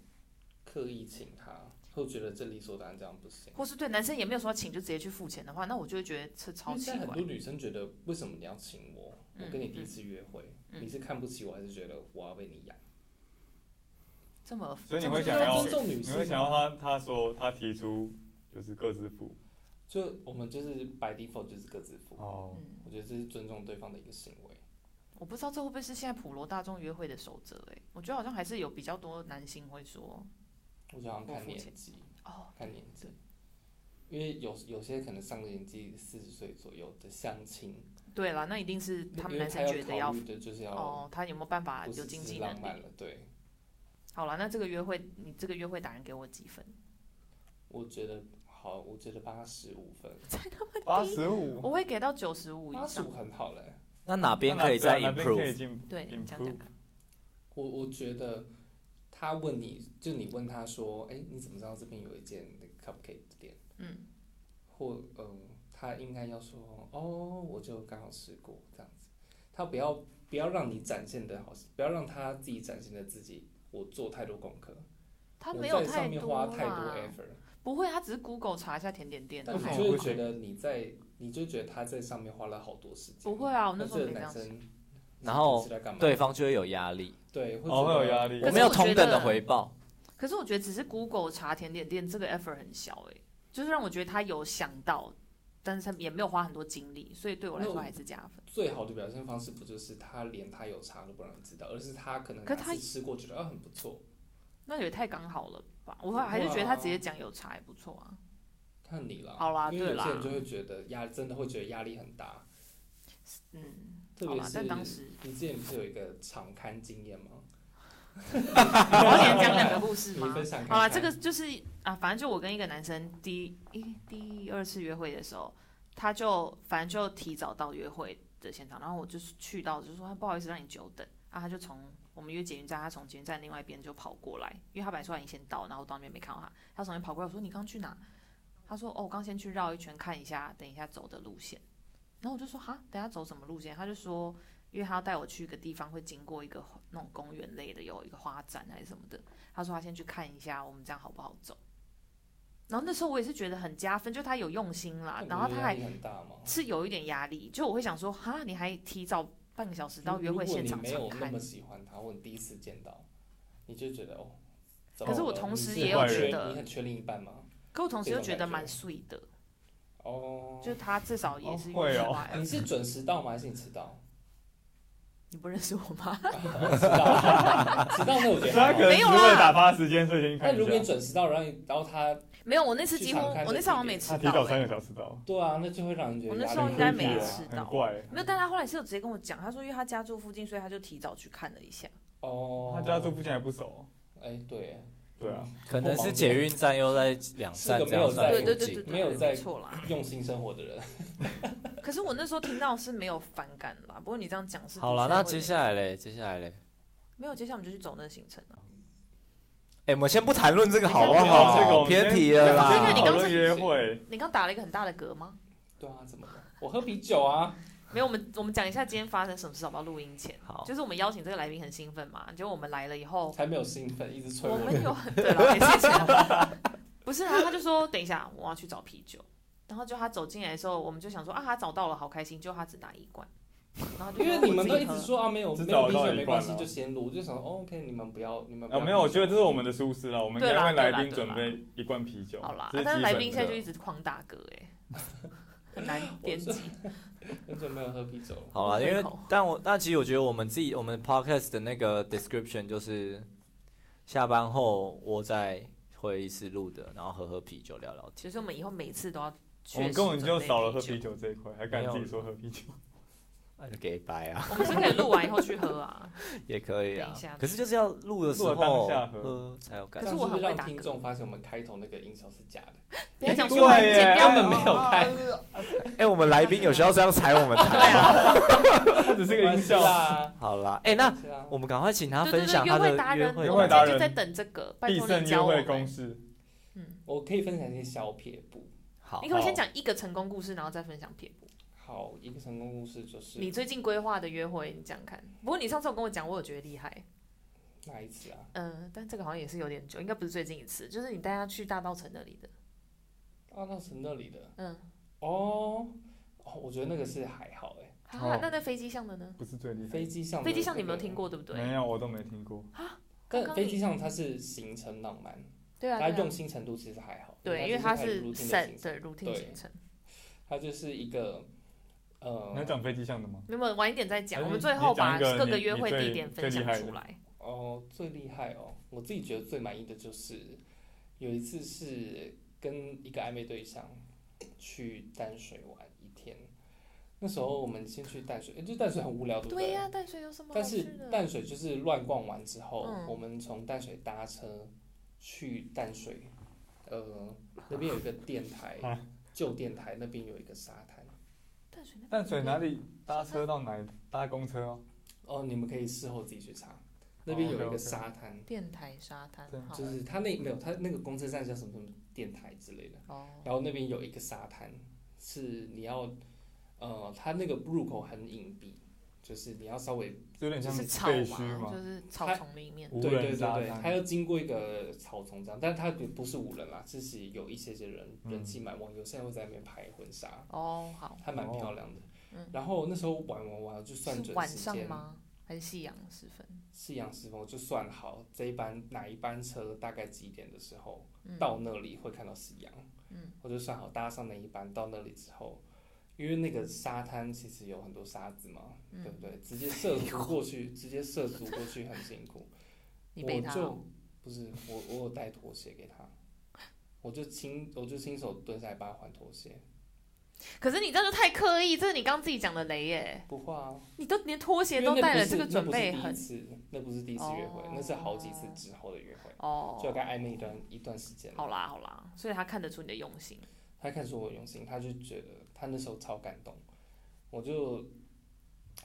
Speaker 4: 刻意请他，会觉得这理所当然，这样不行。
Speaker 3: 或是对男生也没有说请就直接去付钱的话，那我就会觉得这超
Speaker 4: 因为
Speaker 3: 奇
Speaker 4: 现在
Speaker 3: 怪
Speaker 4: 很。
Speaker 2: 嗯
Speaker 4: 多女生觉得，为什么你要请我？我跟你第一次约会，
Speaker 3: 嗯
Speaker 4: 你是看不起我，还是觉得我要被你养？
Speaker 3: 这么
Speaker 2: 所以你
Speaker 3: 这么
Speaker 2: 会想
Speaker 3: 这么
Speaker 2: 要
Speaker 4: 尊重女
Speaker 2: 你
Speaker 4: 生，
Speaker 2: 会想要他他说他提出就是各自付
Speaker 4: 就我们就是 by default 就是各自付，
Speaker 2: 哦，
Speaker 3: 嗯，
Speaker 4: 我觉得这是尊重对方的一个行为。
Speaker 3: 我不知道这会不会是现在普罗大众约会的守则哎、我觉得好像还是有比较多男性会说
Speaker 4: 我觉得好像
Speaker 3: 我
Speaker 4: 看
Speaker 3: 付
Speaker 4: 年
Speaker 3: 钱
Speaker 4: 纪，
Speaker 3: 哦，
Speaker 4: 看年纪，因为有有些可能上了年纪四十岁左右的相亲，
Speaker 3: 对啦，那一定是他们男生觉得
Speaker 4: 因为他要
Speaker 3: 要
Speaker 4: 考虑的就是要
Speaker 3: 哦，他有没有办法
Speaker 4: 不
Speaker 3: 有
Speaker 4: 是
Speaker 3: 经
Speaker 4: 只
Speaker 3: 济
Speaker 4: 是
Speaker 3: 能
Speaker 4: 浪
Speaker 3: 力？
Speaker 4: 漫了，对，
Speaker 3: 好了，那这个约会你这个约会打人给我几分？
Speaker 4: 我觉得好，我觉得八十五分，
Speaker 2: 八十五，
Speaker 3: 我会给到九十五
Speaker 4: 八
Speaker 3: 以
Speaker 4: 十
Speaker 3: 上
Speaker 4: 五。很好嘞。
Speaker 1: 那哪边可以再
Speaker 2: 那哪边可以
Speaker 1: improve？
Speaker 2: 进
Speaker 3: 对，你讲讲
Speaker 2: improve
Speaker 3: 看。
Speaker 4: 我我觉得他问你就你问他说，哎、你怎么知道这边有一间那个 cupcake 店？
Speaker 3: 嗯，
Speaker 4: 或嗯、呃他应该要说，哦，我就刚好吃过这样子。他不要不要让你展现的好，不要让他自己展现的自己，我做太多功课，
Speaker 3: 他
Speaker 4: 我
Speaker 3: 没有
Speaker 4: 在上
Speaker 3: 太
Speaker 4: 面
Speaker 3: 多
Speaker 4: 花太多
Speaker 3: 啦，
Speaker 4: effort。
Speaker 3: 不会，他只是 Google 查一下甜点店。
Speaker 4: 但
Speaker 2: 为什
Speaker 4: 你
Speaker 2: 么
Speaker 4: 就
Speaker 2: 会
Speaker 4: 会觉得你在，你就觉得他在上面花了好多时间。
Speaker 3: 不会啊，我
Speaker 4: 那
Speaker 3: 那时候
Speaker 4: 这个
Speaker 3: 没这
Speaker 4: 男
Speaker 3: 样想。
Speaker 4: 生，
Speaker 1: 然后
Speaker 4: 是在干嘛？
Speaker 1: 对方就会有压力，
Speaker 4: 对，会
Speaker 2: 哦
Speaker 4: 觉得
Speaker 2: 会有压力
Speaker 1: 我
Speaker 3: 可是
Speaker 1: 没有
Speaker 3: 我觉
Speaker 1: 同等的
Speaker 3: 得
Speaker 1: 回报，
Speaker 3: 可是我觉得只是 Google 查甜点店这个 effort 很小哎、就是让我觉得他有想到，但是他也没有花很多精力，所以对我来说
Speaker 4: 那我
Speaker 3: 还是加分。
Speaker 4: 最好的表现方式不就是他连他有查都不让你知道，而是他可能
Speaker 3: 可
Speaker 4: 哪
Speaker 3: 他
Speaker 4: 次吃过觉得啊很不错，
Speaker 3: 那也太刚好了吧？我
Speaker 4: 不会啊
Speaker 3: 还是觉得他直接讲有茶也不错啊。
Speaker 4: 看你啦。
Speaker 3: 好啦
Speaker 4: 因为
Speaker 3: 对
Speaker 4: 有
Speaker 3: 啦
Speaker 4: 些人就会觉得压真的会觉得压力很大，
Speaker 3: 嗯，
Speaker 4: 特
Speaker 3: 好
Speaker 4: 别
Speaker 3: 啦，
Speaker 4: 是
Speaker 3: 但当 时
Speaker 4: 你之前不是有一个场刊经验吗？
Speaker 3: 我想讲两个故事
Speaker 4: 你
Speaker 3: 吗？
Speaker 4: 分享看看。
Speaker 3: 好啦，这个就是啊，反正就我跟一个男生第一一第一二次约会的时候，他就反正就提早到约会的现场，然后我就是去到就说不好意思让你久等，啊，他就从我们约捷运站，他从捷运站另外一边就跑过来，因为他本来说他已经先到，然后我到那边没看到他，他从那边跑过来，我说你刚去哪？他说哦，我刚先去绕一圈看一下，等一下走的路线。然后我就说哈，等一下走什么路线？他就说，因为他要带我去一个地方，会经过一个那种公园类的，有一个花展还是什么的。他说他先去看一下，我们这样好不好走。然后那时候我也是觉得很加分，就他有用心
Speaker 4: 那
Speaker 3: 啦啊
Speaker 4: 你，
Speaker 3: 然后
Speaker 4: 觉
Speaker 3: 他
Speaker 4: 得
Speaker 3: 还
Speaker 4: 压力很大吗？
Speaker 3: 是有一点压力，就我会想说，哈，你还提早半个小时到约会现场
Speaker 4: 如果
Speaker 3: 敞
Speaker 4: 你没有那
Speaker 3: 开
Speaker 4: 么，喜欢他，或你第一次见到，你就觉得哦。糟
Speaker 3: 可是我
Speaker 4: 了
Speaker 3: 同
Speaker 4: 你
Speaker 3: 时
Speaker 4: 是
Speaker 2: 也有
Speaker 4: 很缺
Speaker 2: 觉
Speaker 3: 得
Speaker 4: 你很缺另一半吗？
Speaker 3: 可我同时又觉得
Speaker 4: 这种感
Speaker 3: 蛮
Speaker 4: 觉
Speaker 3: sweet 的，
Speaker 4: 哦，
Speaker 3: 就是他至少也是
Speaker 2: 哦会
Speaker 3: 有
Speaker 2: 哦
Speaker 3: 意外
Speaker 4: 你是准时到吗？还是你迟 到？
Speaker 3: 哎你不认识我吗？
Speaker 4: 迟到，迟到那我觉得
Speaker 2: 所以他
Speaker 4: 还
Speaker 2: 可
Speaker 4: 好
Speaker 2: 能
Speaker 3: 没
Speaker 2: 只是
Speaker 3: 有啦
Speaker 2: 为了打发时间，所以先
Speaker 4: 但
Speaker 2: 看
Speaker 4: 如果
Speaker 2: 一
Speaker 4: 你
Speaker 2: 下。
Speaker 4: 准时到，然后你然后他，
Speaker 3: 没有，我那次几乎
Speaker 4: 去敞开
Speaker 3: 我那次好像没迟
Speaker 2: 他提
Speaker 3: 到、
Speaker 2: 早三
Speaker 3: 欸，
Speaker 2: 个小时到，
Speaker 4: 对啊，那就会让人觉得
Speaker 3: 我哦那
Speaker 4: 压
Speaker 3: 时
Speaker 4: 力
Speaker 3: 候
Speaker 4: 很
Speaker 3: 应该
Speaker 4: 大
Speaker 2: 很
Speaker 3: 没迟到
Speaker 2: 怪。欸
Speaker 3: 没有，但他后来是有直接跟我讲，他说因为他家住附近，所以他就提早去看了一下。
Speaker 4: 哦。
Speaker 2: 他家住附近还不熟，
Speaker 4: 哎，对，
Speaker 2: 对啊，
Speaker 1: 可能是捷运站又在两站
Speaker 4: 是个
Speaker 1: 这
Speaker 4: 没有
Speaker 1: 样在
Speaker 4: 在
Speaker 3: 对
Speaker 1: 附
Speaker 3: 对对对
Speaker 1: 近，
Speaker 3: 对，
Speaker 4: 没有在
Speaker 3: 没错啦。
Speaker 4: 嗯用心生活的人，
Speaker 3: 可是我那时候听到是没有反感啦，不过你这样讲是
Speaker 1: 好了，
Speaker 3: 的确
Speaker 1: 那
Speaker 3: 会
Speaker 1: 接下来嘞，接下来嘞，
Speaker 3: 没有，接下来我们就去走那个行程了。
Speaker 1: 哎，我们先不谈论这个好不
Speaker 2: 没有这个我
Speaker 1: 好？
Speaker 2: 们先
Speaker 1: 偏题了
Speaker 3: 这个
Speaker 1: 啦
Speaker 3: 你。
Speaker 2: 讨
Speaker 3: 刚才
Speaker 2: 论约会，
Speaker 3: 你刚打了一个很大的嗝吗？
Speaker 4: 对啊，怎么了？我喝啤酒啊，
Speaker 3: 没有，我们我们讲一下今天发生什么事好不好？录音前，
Speaker 1: 好，
Speaker 3: 就是我们邀请这个来宾很兴奋嘛，结果我们来了以 后，
Speaker 4: 才没有兴奋，一直催
Speaker 3: 我
Speaker 4: 我。
Speaker 3: 们有对了，也是这样， 不是啊，他就说等一下我要去找啤酒，然后就他走进来的时候，我们就想说啊，他找到了，好开心，就他只拿一罐，然后就
Speaker 4: 因为
Speaker 3: 说
Speaker 4: 你们都
Speaker 3: 我自己
Speaker 4: 一
Speaker 3: 喝
Speaker 4: 直说啊，没 有
Speaker 2: 至
Speaker 4: 没
Speaker 2: 少
Speaker 4: 有啤
Speaker 2: 到
Speaker 4: 酒
Speaker 2: 一
Speaker 4: 没
Speaker 2: 半
Speaker 4: 关系，
Speaker 2: 了
Speaker 4: 就先录。我就想说哦，OK，你们不要，你们不
Speaker 2: 啊，
Speaker 4: 要
Speaker 2: 没有，我觉得这是
Speaker 4: 啤酒
Speaker 2: 我们的疏失了，我们应
Speaker 3: 对啦
Speaker 2: 该为
Speaker 3: 对
Speaker 2: 来
Speaker 3: 啦
Speaker 2: 宾
Speaker 3: 对
Speaker 2: 准
Speaker 3: 啦
Speaker 2: 备一罐啤酒。
Speaker 3: 好啦，
Speaker 2: 这
Speaker 3: 啊
Speaker 2: 是
Speaker 3: 但是
Speaker 2: 基
Speaker 3: 来
Speaker 2: 本
Speaker 3: 宾现在
Speaker 2: 的
Speaker 3: 就一直狂打嗝哎、 很难编辑，
Speaker 4: 很久没有喝啤酒了。
Speaker 1: 好了，因
Speaker 3: 胃
Speaker 1: 为
Speaker 3: 口
Speaker 1: 但我那其实我觉得我们自己我们 podcast 的那个 description 就是下班后窝在会议室录的，然后喝喝啤酒聊聊
Speaker 3: 其
Speaker 1: 天。
Speaker 3: 实我们以后每次都要
Speaker 2: 我
Speaker 3: 确
Speaker 2: 们
Speaker 3: 实
Speaker 2: 根本
Speaker 3: 准
Speaker 2: 就
Speaker 3: 备
Speaker 2: 少了喝
Speaker 3: 酒
Speaker 2: 啤，酒这一块，还敢自己说喝啤酒？
Speaker 1: 那就给白啊，
Speaker 3: 我们是可以录完以后去喝 啊。
Speaker 1: 也可以啊
Speaker 3: 等一下。
Speaker 1: 可是就是要录的时候哎
Speaker 2: 录了当下喝
Speaker 1: 喝才有感
Speaker 3: 可
Speaker 1: 觉
Speaker 3: 是。我很会
Speaker 4: 这样
Speaker 3: 打
Speaker 4: 让听
Speaker 3: 嗝
Speaker 4: 众发现我们开头那个音效是假的，
Speaker 3: 不要讲
Speaker 2: 对
Speaker 3: 出来，
Speaker 2: 耶
Speaker 3: 剪掉
Speaker 4: 根本没有开，
Speaker 1: 哎、我们来宾有需要这样踩我们台
Speaker 3: 啊
Speaker 1: 吗？
Speaker 2: 它只是个音效。
Speaker 4: 啦。
Speaker 1: 好啦，哎、那
Speaker 4: 是啊
Speaker 1: 我们赶快请他
Speaker 3: 对对
Speaker 1: 分
Speaker 3: 对，
Speaker 1: 享
Speaker 3: 约
Speaker 1: 他的
Speaker 3: 会达人，
Speaker 2: 约
Speaker 3: 我
Speaker 2: 会
Speaker 3: 们
Speaker 2: 达
Speaker 3: 在
Speaker 2: 人
Speaker 3: 就在等这个，拜
Speaker 2: 必
Speaker 3: 托
Speaker 2: 胜
Speaker 3: 你
Speaker 2: 约
Speaker 3: 教我
Speaker 2: 会公
Speaker 3: 们。欸
Speaker 2: 式，
Speaker 3: 嗯，
Speaker 4: 我可以分享一些小撇步。
Speaker 1: 好
Speaker 3: 你，可不可以先讲一个成功故事，然后再分享撇步？
Speaker 4: 好，一个成功故事就是
Speaker 3: 你最近规划的约会，你讲讲看。不过你上次有跟我讲，我有觉得厉害。
Speaker 4: 哪一次啊？
Speaker 3: 嗯，但这个好像也是有点久，应该不是最近一次，就是你带他去大稻城那里的。
Speaker 4: 大稻城哦那里的
Speaker 3: 嗯，
Speaker 4: 哦哦，我觉得那个是还好哎、
Speaker 2: 哦
Speaker 3: 啊，那在飞机上的呢？
Speaker 2: 不是最厉害
Speaker 4: 飞
Speaker 2: 的。
Speaker 4: 机上的
Speaker 3: 飞机上
Speaker 4: 那
Speaker 3: 你没有
Speaker 4: 个
Speaker 3: 听？过，对不
Speaker 2: 没
Speaker 3: 对？
Speaker 2: 有，我都没听过。
Speaker 3: 刚
Speaker 4: 但
Speaker 3: 刚
Speaker 4: 飞
Speaker 3: 你
Speaker 4: 机上它是行程浪漫，
Speaker 3: 对啊，
Speaker 4: 它
Speaker 3: 对
Speaker 4: 用
Speaker 3: 啊
Speaker 4: 心程度其实还好。
Speaker 3: 对，因为它是
Speaker 4: 就是很 routine 的行
Speaker 3: set
Speaker 4: 程，
Speaker 3: 的 routine
Speaker 4: 对
Speaker 3: 行程。
Speaker 4: 它就是一个
Speaker 1: 哦
Speaker 4: 呃
Speaker 2: 你要讲飞机上的吗？
Speaker 3: 没有，晚一点再讲。
Speaker 2: 还是
Speaker 3: 我们最后把
Speaker 2: 你讲一个
Speaker 3: 各个
Speaker 2: 你
Speaker 3: 约会
Speaker 2: 你最
Speaker 3: 地点
Speaker 2: 最
Speaker 3: 分享
Speaker 2: 厉害的
Speaker 3: 出来。
Speaker 4: 哦，最厉害哦！我自己觉得最满意的就是有一次是跟一个暧昧对象去淡水玩一天，那时候我们先去淡水，诶就淡水很无聊，对不
Speaker 3: 对
Speaker 4: 对？
Speaker 3: 呀，淡水有什么好
Speaker 4: 但
Speaker 3: 去
Speaker 4: 是
Speaker 3: 的？
Speaker 4: 淡水就是乱逛完之后，
Speaker 3: 嗯
Speaker 4: 我们从淡水搭车去淡水，呃，那边有一个电台，
Speaker 2: 啊
Speaker 4: 旧电台那边有一个沙滩。
Speaker 3: 淡水那
Speaker 2: 淡水哪里搭车到哪里？搭公车哦。
Speaker 4: 哦，你们可以事后自己去查，那边有一个
Speaker 2: OK，OK
Speaker 4: 沙滩，
Speaker 3: 电台沙滩
Speaker 2: 对，
Speaker 3: 好
Speaker 4: 就是它那没有它那个公车站叫什么什么电台之类的。
Speaker 3: 哦，
Speaker 4: 然后那边有一个沙滩，是你要，呃，它那个入口很隐蔽，就是你要稍微，
Speaker 2: 有点像
Speaker 3: 是草
Speaker 2: 废墟
Speaker 3: 嘛，
Speaker 2: 嘛
Speaker 3: 就，是草
Speaker 4: 它
Speaker 3: 丛里面。
Speaker 2: 无
Speaker 4: 对对
Speaker 2: 人
Speaker 4: 对
Speaker 2: 沙
Speaker 4: 对，它
Speaker 2: 滩。
Speaker 4: 要经过一个草丛这样，但它不不是无人啦，就是有一些些人人气蛮旺，有些人会在那边拍婚纱，
Speaker 3: 哦，好，
Speaker 4: 还蛮
Speaker 2: 嗯哦
Speaker 4: 漂亮的。
Speaker 3: 嗯
Speaker 4: 然后那时候玩玩玩，就算
Speaker 3: 是
Speaker 4: 准
Speaker 3: 晚
Speaker 4: 时
Speaker 3: 上
Speaker 4: 间，
Speaker 3: 吗？还是夕阳时分？
Speaker 4: 夕阳时分，我就算好这一班哪一班车大概几点的时候、
Speaker 3: 嗯
Speaker 4: 到那里会看到夕阳，
Speaker 3: 嗯，
Speaker 4: 我就算好搭上那一班到那里之后，因为那个沙滩其实有很多沙子嘛，
Speaker 3: 嗯
Speaker 4: 对不对？直接涉足过去，直接涉足过去很辛苦。
Speaker 3: 你背
Speaker 4: 我
Speaker 3: 他
Speaker 4: 就
Speaker 3: 哦，
Speaker 4: 不是我，我有带拖鞋给他，我就亲我就亲手蹲下来帮他还拖鞋，
Speaker 3: 可是你这样就太刻意，这是你刚刚自己讲的雷耶！
Speaker 4: 不会啊，
Speaker 3: 你都连拖鞋
Speaker 4: 因为
Speaker 3: 都
Speaker 4: 那
Speaker 3: 带
Speaker 4: 不
Speaker 3: 了，
Speaker 4: 是
Speaker 3: 这个准备
Speaker 4: 那不是
Speaker 3: 很
Speaker 4: 第一次，那不是第一次约会，
Speaker 3: 哦
Speaker 4: 那是好几次之后的约会，就
Speaker 3: 哦。
Speaker 4: 跟暧昧一段一段时间了。
Speaker 3: 好啦好啦，所以他看得出你的用心。
Speaker 4: 他看出我用心，他就觉得他那时候超感动，我就，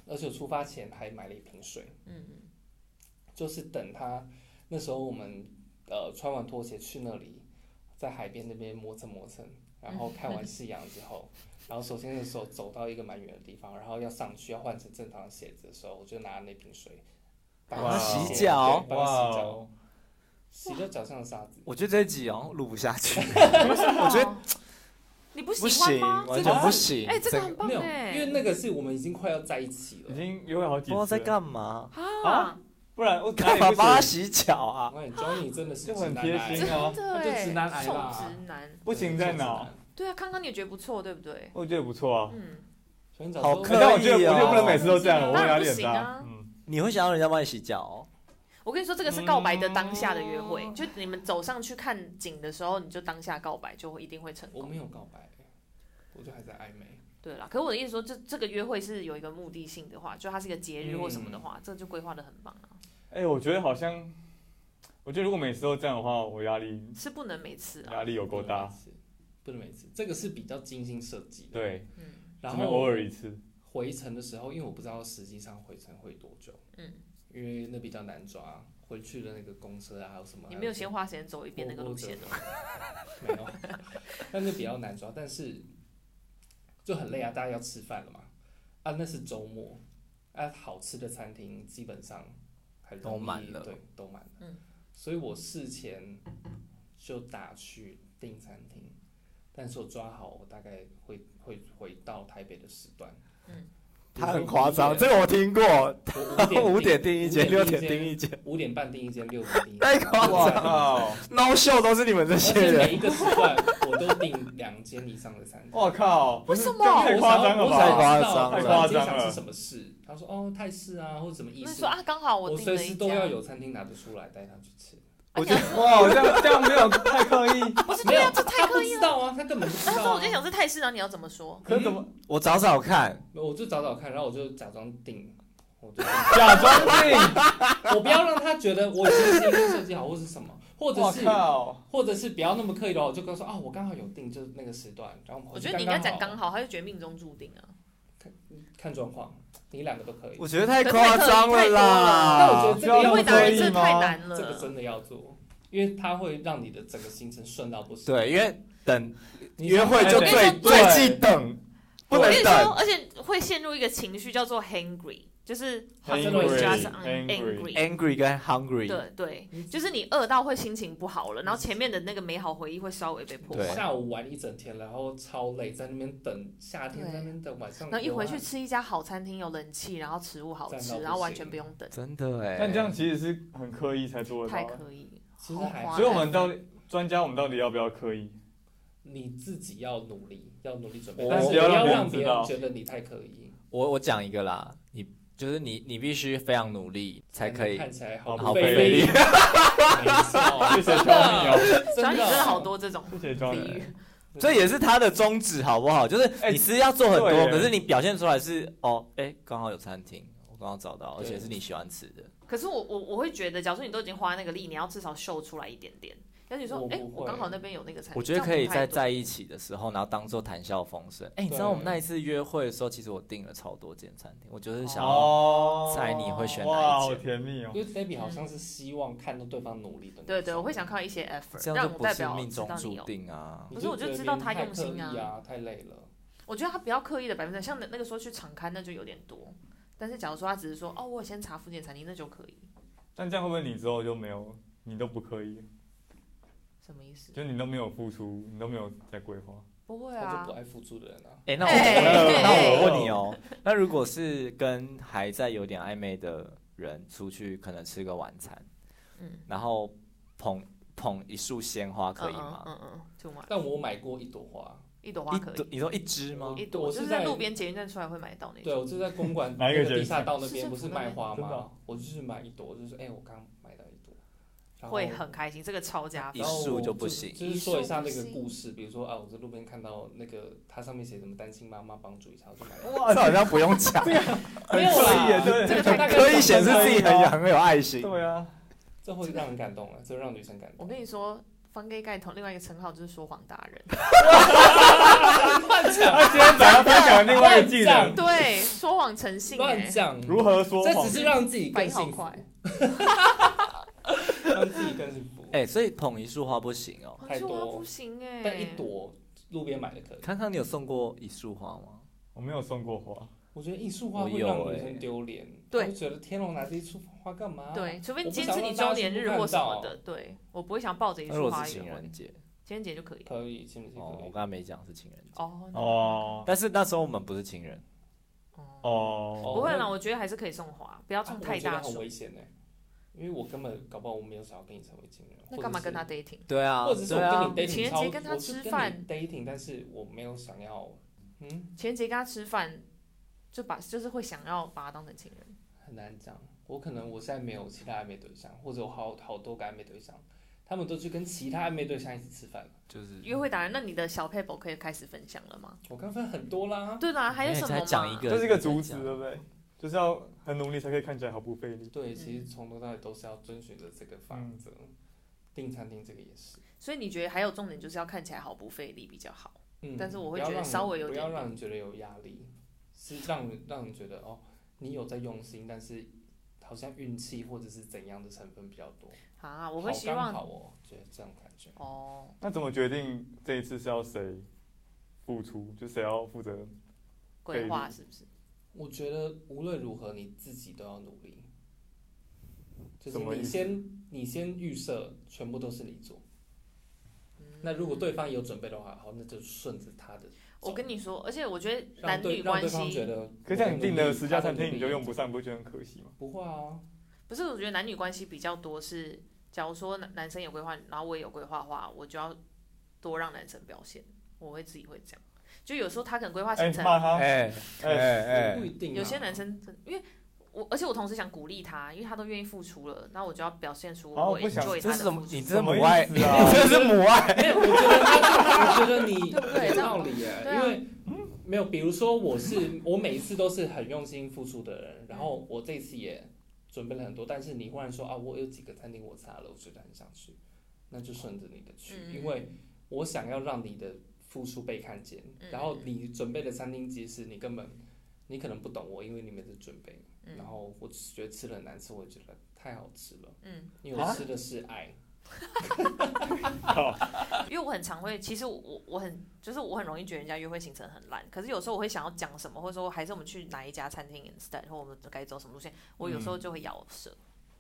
Speaker 4: 而且我出发前还买了一瓶水，
Speaker 3: 嗯嗯，
Speaker 4: 就是等他那时候我们呃穿完拖鞋去那里，在海边那边磨蹭磨蹭，然后看完夕阳之后，然后首先的时候走到一个蛮远的地方，然后要上去要换成正常的鞋子的时候，我就拿那瓶水帮
Speaker 2: 哇哦
Speaker 4: 他洗
Speaker 1: 洗脚
Speaker 4: 对帮
Speaker 2: 哇
Speaker 4: 他洗脚，
Speaker 2: 哦，
Speaker 4: 洗掉脚上的沙子。
Speaker 1: 我觉得这一集好像录不下 去，
Speaker 3: 我
Speaker 1: 觉
Speaker 3: 得你不
Speaker 1: 不
Speaker 3: 喜欢
Speaker 1: 行，
Speaker 3: 吗？
Speaker 1: 完
Speaker 4: 这
Speaker 1: 全
Speaker 4: 个
Speaker 1: 不行。
Speaker 3: 哎，这个很棒
Speaker 4: 没有，
Speaker 3: 哎，
Speaker 4: 因为那个是我们已经快要在一起
Speaker 2: 哦已
Speaker 4: 了，
Speaker 2: 经约会好几
Speaker 1: 不知道
Speaker 2: 次
Speaker 1: 在
Speaker 2: 了，
Speaker 1: 干 嘛，
Speaker 3: 啊
Speaker 2: 啊，不然我哪
Speaker 1: 干
Speaker 3: 哎
Speaker 2: 里
Speaker 1: 嘛
Speaker 2: 不
Speaker 1: 帮他
Speaker 2: 行？
Speaker 1: 洗脚啊
Speaker 4: 我？感觉 Johnny 真的是
Speaker 2: 就很
Speaker 4: 直男
Speaker 2: 贴
Speaker 4: 癌
Speaker 2: 心哦，
Speaker 3: 对，
Speaker 4: 就直男癌
Speaker 3: 臭
Speaker 4: 啦
Speaker 3: 直男。
Speaker 2: 不行在
Speaker 4: 就是直
Speaker 2: 哪
Speaker 4: 男？
Speaker 3: 对啊，康康你也觉得不错，对不对？
Speaker 2: 我觉得不错啊。
Speaker 3: 嗯，
Speaker 4: 所以你早
Speaker 1: 好
Speaker 4: 说
Speaker 1: 可
Speaker 2: 但我觉得
Speaker 1: 以哦
Speaker 2: 我就不能每次都这样，我
Speaker 3: 当
Speaker 2: 会
Speaker 3: 然
Speaker 2: 压
Speaker 3: 不
Speaker 2: 力很
Speaker 3: 行啊
Speaker 2: 大。嗯，
Speaker 1: 你会想要人家帮你洗脚、哦？
Speaker 3: 我跟你说，这个是告白的当下的约会，就你们走上去看景的时候，你就当下告白，就会一定会成
Speaker 4: 我
Speaker 3: 功
Speaker 4: 没。有告白，我就还在暧昧。
Speaker 3: 对啦，可是我的意思说，这这个约会是有一个目的性的话，就它是一个节日或什么的话，这就规划的很棒啊，
Speaker 2: 哎，我觉得好像，我觉得如果每次都这样的话，我压力
Speaker 3: 是不能每次啊。
Speaker 2: 压力有够大。，
Speaker 4: 不能每次，这个是比较精心设计的。，
Speaker 2: 对，
Speaker 3: 嗯
Speaker 4: 然
Speaker 2: 只能偶
Speaker 4: 后
Speaker 2: 尔一次。
Speaker 4: 回程的时候，因为我不知道实际上回程会多久，
Speaker 3: 嗯，
Speaker 4: 因为那比较难抓。回去的那个公车啊，还有什么？
Speaker 3: 你没有先花时间走一
Speaker 4: 一
Speaker 3: 遍那个路线的，
Speaker 4: 没有，但是比较难抓，但是就很累啊，大家要吃饭了嘛。啊，那是周末，啊，好吃的餐厅基本上很容易
Speaker 1: 都满了
Speaker 4: 对，都满了。
Speaker 3: 嗯，
Speaker 4: 所以我事前就打去订餐厅，但是我抓好我大概会会回到台北的时段。
Speaker 3: 嗯，
Speaker 1: 他很夸张，这
Speaker 4: 个
Speaker 1: 个我听过。
Speaker 4: 我
Speaker 1: 五
Speaker 4: 五
Speaker 1: 点
Speaker 4: 点
Speaker 1: 订一间，六点订一间，
Speaker 4: 五点半订一间，六点订一间，
Speaker 1: 太夸张
Speaker 4: 就这样
Speaker 2: 靠！
Speaker 1: ，no show 都是你们这
Speaker 4: 而
Speaker 1: 些
Speaker 4: 且每
Speaker 1: 人。
Speaker 4: 一个时段我都订两间以上的餐厅。
Speaker 2: 我靠！
Speaker 3: 为什么
Speaker 2: 这样太夸张了
Speaker 4: 我
Speaker 2: 吧？
Speaker 1: 太夸
Speaker 4: 想
Speaker 1: 张了
Speaker 4: 我想知道
Speaker 2: 太夸张了
Speaker 4: 今天想吃什么事？他说哦，泰式啊，或者什么意
Speaker 3: 那
Speaker 4: 式
Speaker 3: 说。啊，刚好
Speaker 4: 我
Speaker 3: 订
Speaker 4: 随
Speaker 3: 了一
Speaker 4: 时都要
Speaker 3: 家，
Speaker 4: 有餐厅拿得出来带他去吃。
Speaker 1: 我觉得
Speaker 2: 哇，这样这样没有太刻意，
Speaker 3: 不是
Speaker 4: 没
Speaker 3: 对
Speaker 4: 有
Speaker 3: 啊，这
Speaker 4: 他
Speaker 3: 太
Speaker 4: 不
Speaker 3: 刻意
Speaker 4: 知
Speaker 3: 了。
Speaker 4: 道啊，他根本不知道、
Speaker 3: 他
Speaker 4: 啊。
Speaker 3: 说我今天想吃泰式，然后你要怎么说？
Speaker 2: 可是怎么
Speaker 1: 我找找看，
Speaker 4: 我就找找看，然后我就假装定，我就
Speaker 2: 假装定？
Speaker 4: 我不要让他觉得我已经精心设计好或是什么，或者
Speaker 2: 我
Speaker 4: 是
Speaker 2: 靠，
Speaker 4: 或者是不要那么刻意的话，我就跟他说啊，我刚好有定，就是那个时段，然后我们
Speaker 3: 我觉得你应该讲
Speaker 4: 刚
Speaker 3: 刚好，他就觉得命中注定啊。
Speaker 4: 看状况，你两个都可以，
Speaker 1: 我觉得太夸张了啦。
Speaker 4: 但我觉得这
Speaker 2: 需
Speaker 4: 个
Speaker 2: 要
Speaker 4: 要
Speaker 2: 那
Speaker 3: 会
Speaker 2: 么
Speaker 3: 答
Speaker 2: 刻
Speaker 3: 人
Speaker 2: 意
Speaker 3: 真的太
Speaker 2: 吗？
Speaker 3: 难
Speaker 4: 这个
Speaker 3: 了。
Speaker 4: 真的要做，因为它会让你的整个行程顺到不行。
Speaker 1: 对，因为等
Speaker 4: 你
Speaker 1: 约会就
Speaker 2: 对
Speaker 1: 最
Speaker 2: 对
Speaker 1: 最忌等，不
Speaker 3: 我
Speaker 1: 能
Speaker 3: 跟你说，
Speaker 1: 等。
Speaker 3: 而且会陷入一个情绪叫做 hangry，就是好像
Speaker 4: Hangry，
Speaker 3: just um,
Speaker 2: hangry
Speaker 3: angry。
Speaker 1: angry 跟 hungry，
Speaker 3: 对对，就是你饿到会心情不好了，然后前面的那个美好回忆会稍微被破
Speaker 1: 对
Speaker 3: 坏。
Speaker 4: 下午玩一整天，然后超累，在那边等夏天，
Speaker 3: 对
Speaker 4: 在那边等晚上，啊
Speaker 3: 然后一回去吃一家好餐厅，有冷气，然后食物好
Speaker 4: 赞到
Speaker 3: 吃，
Speaker 4: 不
Speaker 3: 然后完
Speaker 4: 行
Speaker 3: 全不用等，
Speaker 1: 真的哎。
Speaker 2: 但这样其实是很刻意才做得
Speaker 3: 太
Speaker 2: 到的。
Speaker 3: 可以了。
Speaker 4: 其实还
Speaker 3: 好
Speaker 4: 好
Speaker 2: 所以我们到底专家，我们到底要不要刻意？
Speaker 4: 你自己要努力，要努力准备，
Speaker 1: 我
Speaker 4: 但是
Speaker 1: 我
Speaker 4: 不
Speaker 2: 不要
Speaker 4: 要
Speaker 2: 让
Speaker 4: 让
Speaker 2: 别人
Speaker 4: 别
Speaker 2: 知道
Speaker 4: 人觉得你太刻 意，
Speaker 1: 我我讲一个啦，你就是你你必须非常努力才可
Speaker 4: 能
Speaker 1: 以。
Speaker 4: 看起来好
Speaker 1: 好
Speaker 4: 费
Speaker 1: 费力
Speaker 4: 力。没
Speaker 2: 哦
Speaker 4: 错，
Speaker 2: 谢谢 Johnny 哦，
Speaker 4: 啊
Speaker 3: 小李真的好，多这种
Speaker 2: 谢谢
Speaker 3: 比
Speaker 2: Johnny。
Speaker 3: 喻，
Speaker 1: 这也是他的宗旨，好不好？就是
Speaker 2: 哎
Speaker 1: 你是要做很多，
Speaker 2: 对耶
Speaker 1: 可是你表现出来是哦，哎，刚好有餐厅，我刚好找到，而
Speaker 4: 对
Speaker 1: 且是你喜欢吃的。
Speaker 3: 可是我我我会觉得，假如说你都已经花那个力，你要至少秀出来一点点。要是你说
Speaker 4: 我，不
Speaker 3: 哎、
Speaker 4: 会
Speaker 3: 我刚好那边有那个餐厅，
Speaker 1: 我觉得可以在
Speaker 3: 在
Speaker 1: 在一起的时候，然后当做谈笑风生。哎，你知道
Speaker 4: 对
Speaker 1: 我们那一次约会的时候，其实我订了超多间餐厅，我就是想要
Speaker 2: 哦
Speaker 1: 猜你会选哪一间
Speaker 2: 哇，好甜蜜哦
Speaker 4: 因！为 Debbie 好像是希望看到对方努力
Speaker 3: 嗯
Speaker 4: 的。
Speaker 3: 对对，我会想。看到一些 effort，
Speaker 1: 这样
Speaker 3: 让
Speaker 1: 就
Speaker 3: 我
Speaker 1: 不
Speaker 3: 代
Speaker 1: 是
Speaker 3: 表
Speaker 1: 命
Speaker 3: 知
Speaker 1: 中
Speaker 3: 道你
Speaker 1: 注
Speaker 3: 有。
Speaker 1: 定啊。
Speaker 4: 你
Speaker 3: 不是我就
Speaker 4: 觉得
Speaker 3: 知道
Speaker 4: 别人
Speaker 3: 他
Speaker 4: 太
Speaker 3: 用心啊
Speaker 4: 刻意啊，太累了。
Speaker 3: 我觉得他不要刻意的百分之百，像那那个时候去场刊那就有点多。但是假如说他只是说，哦，我有先查附近的餐厅，那就可以。
Speaker 2: 但这样会不会你之后就没有，你都不刻意，
Speaker 3: 什么意思？
Speaker 2: 就你都没有付出，你都没有在规划？
Speaker 3: 不会
Speaker 4: 他
Speaker 3: 啊
Speaker 4: 就不，爱付出的人啊。
Speaker 1: 哎、那 我、
Speaker 3: 哎
Speaker 1: 那我问你哦，那如果是跟还在有点暧昧的人出去，可能吃个晚餐，
Speaker 3: 嗯，
Speaker 1: 然后捧捧一束鲜花可以
Speaker 3: 嗯
Speaker 1: 吗？
Speaker 3: 嗯嗯嗯，就买
Speaker 4: 但我买过一朵花，
Speaker 3: 一朵花
Speaker 1: 一
Speaker 3: 可
Speaker 1: 朵
Speaker 3: 以，
Speaker 1: 你说一支吗？
Speaker 3: 一
Speaker 4: 我
Speaker 3: 朵就是是在
Speaker 4: 在
Speaker 3: 路边捷运站出来会买到那
Speaker 4: 对
Speaker 3: 种。
Speaker 4: 我就在公馆
Speaker 2: 哪一个
Speaker 4: 那
Speaker 2: 学
Speaker 4: 地下道那
Speaker 3: 是
Speaker 4: 边不是
Speaker 3: 政府那
Speaker 4: 卖
Speaker 3: 边
Speaker 4: 花
Speaker 2: 真的
Speaker 4: 吗
Speaker 2: 哦？
Speaker 4: 我就是买一朵，我就是哎、我刚买到一朵，然后
Speaker 3: 会很开心，这个超加
Speaker 1: 一
Speaker 3: 分
Speaker 4: 然。后
Speaker 1: 束
Speaker 4: 我
Speaker 1: 就
Speaker 4: 就
Speaker 1: 不行
Speaker 4: 就是
Speaker 3: 一束
Speaker 4: 说一下
Speaker 3: 不
Speaker 4: 那个
Speaker 3: 行
Speaker 4: 故事，比如说啊，我在路边看到那个它上面写什么单亲妈妈帮助一下，我就买了。
Speaker 1: 这好像不用讲，
Speaker 2: 很
Speaker 4: 没有
Speaker 2: 刻
Speaker 4: 啦
Speaker 2: 意耶，对
Speaker 4: 这个
Speaker 3: 啊太
Speaker 4: 大概
Speaker 1: 可以显示自己很有
Speaker 2: 啊
Speaker 1: 很有爱心。
Speaker 2: 对啊，
Speaker 4: 这会让人感动了，这会让女生感
Speaker 3: 我
Speaker 4: 动。
Speaker 3: 跟你说，方盖盖同另外一个称号就是说谎达人。
Speaker 4: 乱讲，
Speaker 2: 他今天早上分享另外一个技能
Speaker 4: 乱，
Speaker 3: 对，说谎成性、
Speaker 4: 乱
Speaker 3: 欸，
Speaker 4: 讲，
Speaker 2: 如何说
Speaker 4: 这
Speaker 2: 谎
Speaker 4: 只。是让自己
Speaker 3: 反
Speaker 4: 更
Speaker 3: 应好
Speaker 4: 幸福，
Speaker 3: 快。
Speaker 4: 让自己更幸福。
Speaker 1: 哎、所以捧一束花不行哦。
Speaker 4: 太多
Speaker 3: 可是我不行哎、
Speaker 4: 但一朵路边买的可以，
Speaker 1: 康康，你有送过一束花吗？
Speaker 2: 我没有送过花，
Speaker 4: 我觉得艺术花
Speaker 1: 我
Speaker 4: 会
Speaker 1: 有
Speaker 4: 让
Speaker 1: 哎
Speaker 4: 女生丢脸，
Speaker 3: 对
Speaker 4: 会觉得天龙拿这一束花干嘛？
Speaker 3: 对，除非你
Speaker 4: 我不
Speaker 3: 今天
Speaker 4: 想
Speaker 3: 是你
Speaker 4: 让大家
Speaker 3: 周年
Speaker 4: 全部
Speaker 3: 日
Speaker 4: 看
Speaker 3: 或什么
Speaker 4: 到
Speaker 3: 的，对我不会想抱着一
Speaker 1: 那如
Speaker 3: 束
Speaker 1: 果
Speaker 3: 花
Speaker 1: 是
Speaker 3: 约
Speaker 1: 情
Speaker 3: 会。
Speaker 1: 人节，
Speaker 3: 情人节就可以。
Speaker 4: 可以，情人节
Speaker 1: 哦，
Speaker 4: 可
Speaker 1: 我
Speaker 4: 以。
Speaker 1: 刚才没讲是情人节，
Speaker 3: 哦
Speaker 2: 哦
Speaker 1: 但是那时候我们不是情人，
Speaker 3: 哦，
Speaker 2: 哦，
Speaker 3: 不会啦，我觉得还是可以送花，不要
Speaker 4: 啊
Speaker 3: 送
Speaker 4: 我
Speaker 3: 太
Speaker 4: 觉得
Speaker 3: 大
Speaker 4: 很
Speaker 3: 束。
Speaker 4: 危险呢，因为我根本搞不好我没有想要跟你成为情人，
Speaker 3: 那干嘛跟他
Speaker 4: 或者
Speaker 3: dating？
Speaker 1: 对啊，
Speaker 4: 是？或者是
Speaker 1: 对啊
Speaker 4: 我，跟你 dating，
Speaker 3: 情人
Speaker 4: 超
Speaker 3: 节跟他
Speaker 4: 我是
Speaker 3: 吃
Speaker 4: 你
Speaker 3: 饭
Speaker 4: dating，但是我没有想要，嗯，
Speaker 3: 情人节跟他吃饭，就把就是会想要把他当成情人。
Speaker 4: 很难讲。我可能我现在没有其他暧昧对象，或者我好好多个暧昧对象，他们都去跟其他暧昧对象一起吃饭了。
Speaker 1: 就是
Speaker 3: 约会达人，那你的小 paper 可以开始分享了吗？
Speaker 4: 我刚分很多啦，
Speaker 3: 对啦，还有什么
Speaker 1: 才
Speaker 3: 嘛？
Speaker 1: 讲一个，
Speaker 2: 这是一个主旨，对不对？就是要很努力才可以看起来毫不费力。
Speaker 4: 对，其实从头到尾都是要遵循着这个法则。订餐厅这个也是，
Speaker 3: 所以你觉得还有重点就是要看起来毫不费力比较好。
Speaker 4: 嗯，
Speaker 3: 但是我会
Speaker 4: 不要
Speaker 3: 觉得
Speaker 4: 让人
Speaker 3: 稍微有
Speaker 4: 不
Speaker 3: 点
Speaker 4: 要让人觉得有压力，是让人让人觉得哦，你有在用心，但是好像运气或者是怎样的成分比较多。
Speaker 3: 啊，我会
Speaker 4: 好
Speaker 3: 希
Speaker 4: 刚
Speaker 3: 望
Speaker 4: 好哦，觉得这种感觉。
Speaker 3: 哦，
Speaker 2: 那怎么决定这一次是要谁付出，就谁要负责？
Speaker 3: 规划是不是？
Speaker 4: 我觉得无论如何你自己都要努力，就是
Speaker 2: 什么意
Speaker 4: 你
Speaker 2: 思
Speaker 4: 先你先预设全部都是你做。
Speaker 3: 嗯
Speaker 4: 那如果对方有准备的话，好，那就顺着他的走。
Speaker 3: 我跟你说，而且我觉得
Speaker 4: 让
Speaker 3: 男
Speaker 4: 对
Speaker 3: 女
Speaker 4: 让
Speaker 3: 关
Speaker 4: 对方觉
Speaker 3: 系
Speaker 4: 得，
Speaker 2: 可是像你订的十
Speaker 4: 私
Speaker 2: 家餐厅，你就用不上，你不会觉得很可惜吗？
Speaker 4: 不会啊，
Speaker 3: 不是，我觉得男女关系比较多是，假如说男男生有规划，然后我也有规划的话，我就要多让男生表现，我会自己会这样。就有时候他可能规划
Speaker 2: 哎
Speaker 3: 行，程，
Speaker 2: 骂他！
Speaker 1: 哎
Speaker 2: 哎
Speaker 1: 哎
Speaker 4: 不一定啊、
Speaker 3: 有些男生真因为。我而且我同时想鼓励他，因为他都愿意付出了，那我就要表现出
Speaker 4: 哦
Speaker 2: 好
Speaker 3: 我
Speaker 2: 不想
Speaker 3: enjoy
Speaker 1: 这
Speaker 3: 他
Speaker 1: 是
Speaker 3: 的
Speaker 1: 什么
Speaker 3: 付？出
Speaker 1: 你。
Speaker 2: 这
Speaker 1: 这
Speaker 2: 是
Speaker 1: 母
Speaker 2: 母
Speaker 1: 爱，
Speaker 2: 爱
Speaker 1: 你
Speaker 2: 什么意思 啊
Speaker 1: 这是母爱。
Speaker 4: 没有，我觉得他，我觉得你
Speaker 3: 对不对
Speaker 4: 有道理
Speaker 3: 对
Speaker 4: 耶，
Speaker 3: 啊
Speaker 4: 因为嗯没有，比如说我是我每一次都是很用心付出的人，然后我这一次也准备了很多，但是你忽然说啊，我有几个餐厅我查了，我觉得很想去，那就顺着你的去，
Speaker 3: 嗯
Speaker 4: 因为我想要让你的付出被看见，
Speaker 3: 嗯
Speaker 4: 然后你准备的餐厅，即使你根本你可能不懂我，因为你没在准备，
Speaker 3: 嗯
Speaker 4: 然后我只觉得吃的很难吃，我觉得太好吃了，
Speaker 3: 嗯，
Speaker 4: 因为我吃的是爱，
Speaker 3: 因为我很常会，其实我我很就是我很容易觉得人家约会行程很烂，可是有时候我会想要讲什么，或者说还是我们去哪一家餐厅 instead，或我们该走什么路线，我有时候就会咬舌，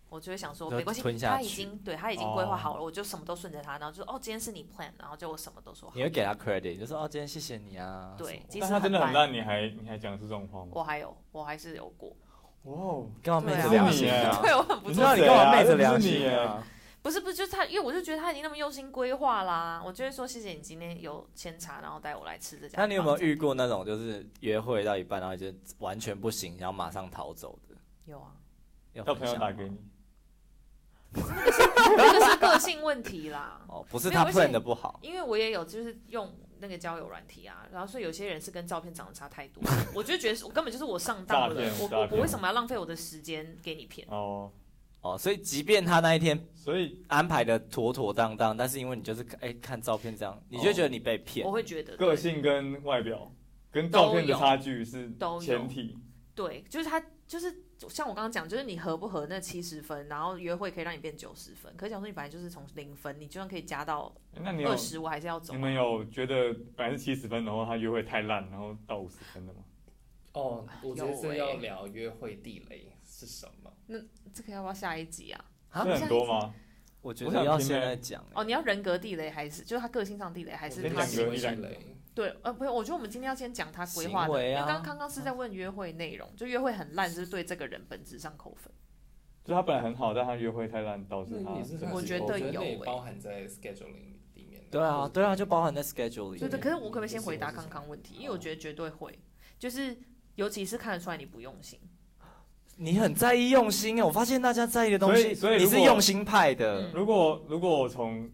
Speaker 3: 我就会想说
Speaker 1: 然后
Speaker 3: 没关系
Speaker 1: 嗯吞，下
Speaker 3: 他已
Speaker 1: 去哦
Speaker 3: 经对他已经规划好了，我就什么都顺着他，然后就哦今天是你 plan，然后就我什么都说好
Speaker 1: 你，会给他 credit，你就说哦，今天谢谢你啊。
Speaker 3: 对，，即使
Speaker 2: 但他真的很
Speaker 3: 烂，
Speaker 2: 烂，你还你还讲出这种话吗？
Speaker 3: 我还有我还是有过，
Speaker 2: 哇哦，
Speaker 1: 干嘛昧着
Speaker 3: 对啊
Speaker 1: 良心啊？
Speaker 3: 对我很不
Speaker 1: 你
Speaker 3: 错
Speaker 1: 知。道你干嘛昧着良心啊？
Speaker 3: 不是不是，就是他，因为我就觉得他已经那么用心规划啦，我就会说谢谢你今天有沏茶，然后带我来吃这家。
Speaker 1: 那你有没有？遇过那种就是约会到一半，然后就完全不行，然后马上逃走的？
Speaker 3: 有啊，
Speaker 1: 要
Speaker 2: 叫朋友
Speaker 1: 分享
Speaker 2: 打
Speaker 1: 吗
Speaker 2: 给你，
Speaker 3: 这个是个性问题啦，
Speaker 1: 哦，不是
Speaker 3: 没有
Speaker 1: 他
Speaker 3: 而且
Speaker 1: plan 的不好，
Speaker 3: 因为我也有就是用那个交友软体啊，然后所以有些人是跟照片长得差 太多，我就觉得我根本就是我上当了
Speaker 2: 诈骗，
Speaker 3: 我
Speaker 2: 诈
Speaker 3: 我
Speaker 2: 骗
Speaker 3: 我为什么要浪费我的时间给你骗？
Speaker 2: 哦，
Speaker 1: 哦，所以即便他那一天
Speaker 2: 所以
Speaker 1: 安排的妥妥当当，但是因为你就是哎、看照片这样，你就觉得你被骗。
Speaker 3: 我会觉得
Speaker 2: 个
Speaker 3: 对
Speaker 2: 性跟外表跟照片的差距是
Speaker 3: 都有
Speaker 2: 前提，
Speaker 3: 对，就是他就是像我刚刚讲，就是你合不合那七十分，然后约会可以让你变九十分，可是想说你本来就是从零分，你就算可以加到
Speaker 2: 诶哎那你有嗯
Speaker 3: 二十，我还是要走啊
Speaker 2: 你。们有觉得本来是七十分，然后他约会太烂，然后到五十分的吗？
Speaker 4: 哦，我觉得
Speaker 3: 有
Speaker 4: 这
Speaker 3: 欸
Speaker 4: 要聊约会地雷是什么。
Speaker 3: 这个要不要下一集啊？
Speaker 1: 啊
Speaker 2: 是很多吗？
Speaker 1: 我觉
Speaker 2: 我
Speaker 1: 得
Speaker 2: 想
Speaker 1: 要
Speaker 2: 听
Speaker 1: 现
Speaker 2: 欸
Speaker 1: 在讲、
Speaker 3: 哦，你要人格地雷还是就是他个性上地雷，还
Speaker 4: 我
Speaker 3: 是
Speaker 4: 觉得
Speaker 3: 他
Speaker 2: 两个
Speaker 4: 行为
Speaker 2: 一两个
Speaker 4: 地雷
Speaker 3: 对呃不是？我觉得我们今天要先讲他规划
Speaker 1: 行
Speaker 3: 的，
Speaker 1: 为
Speaker 3: 因
Speaker 1: 啊
Speaker 3: 为刚刚刚是在问约会内容，就约会很烂，就是对这个人本质上扣分。
Speaker 2: 就他本来很好，但他约会太烂，导致
Speaker 4: 那
Speaker 2: 他
Speaker 4: 也是
Speaker 2: 整体
Speaker 4: 很
Speaker 3: 我觉得
Speaker 2: 扣
Speaker 4: 我
Speaker 2: 分
Speaker 3: 有
Speaker 4: 那也
Speaker 3: 欸
Speaker 4: 包含在 scheduling 里面。
Speaker 1: 对啊，对啊，就包含在 schedule 里
Speaker 3: 对
Speaker 1: 面。
Speaker 3: 对，可是我可不可以先回答
Speaker 4: 是是是
Speaker 3: 刚刚问题？因为我觉得绝对会，就是尤其是看得出来你不用心。
Speaker 1: 你很在意用心啊，我发现大家在意的东西，
Speaker 2: 所以所以
Speaker 1: 你
Speaker 2: 如
Speaker 1: 是
Speaker 2: 果
Speaker 1: 用心派的
Speaker 3: 嗯。
Speaker 2: 如果如果我从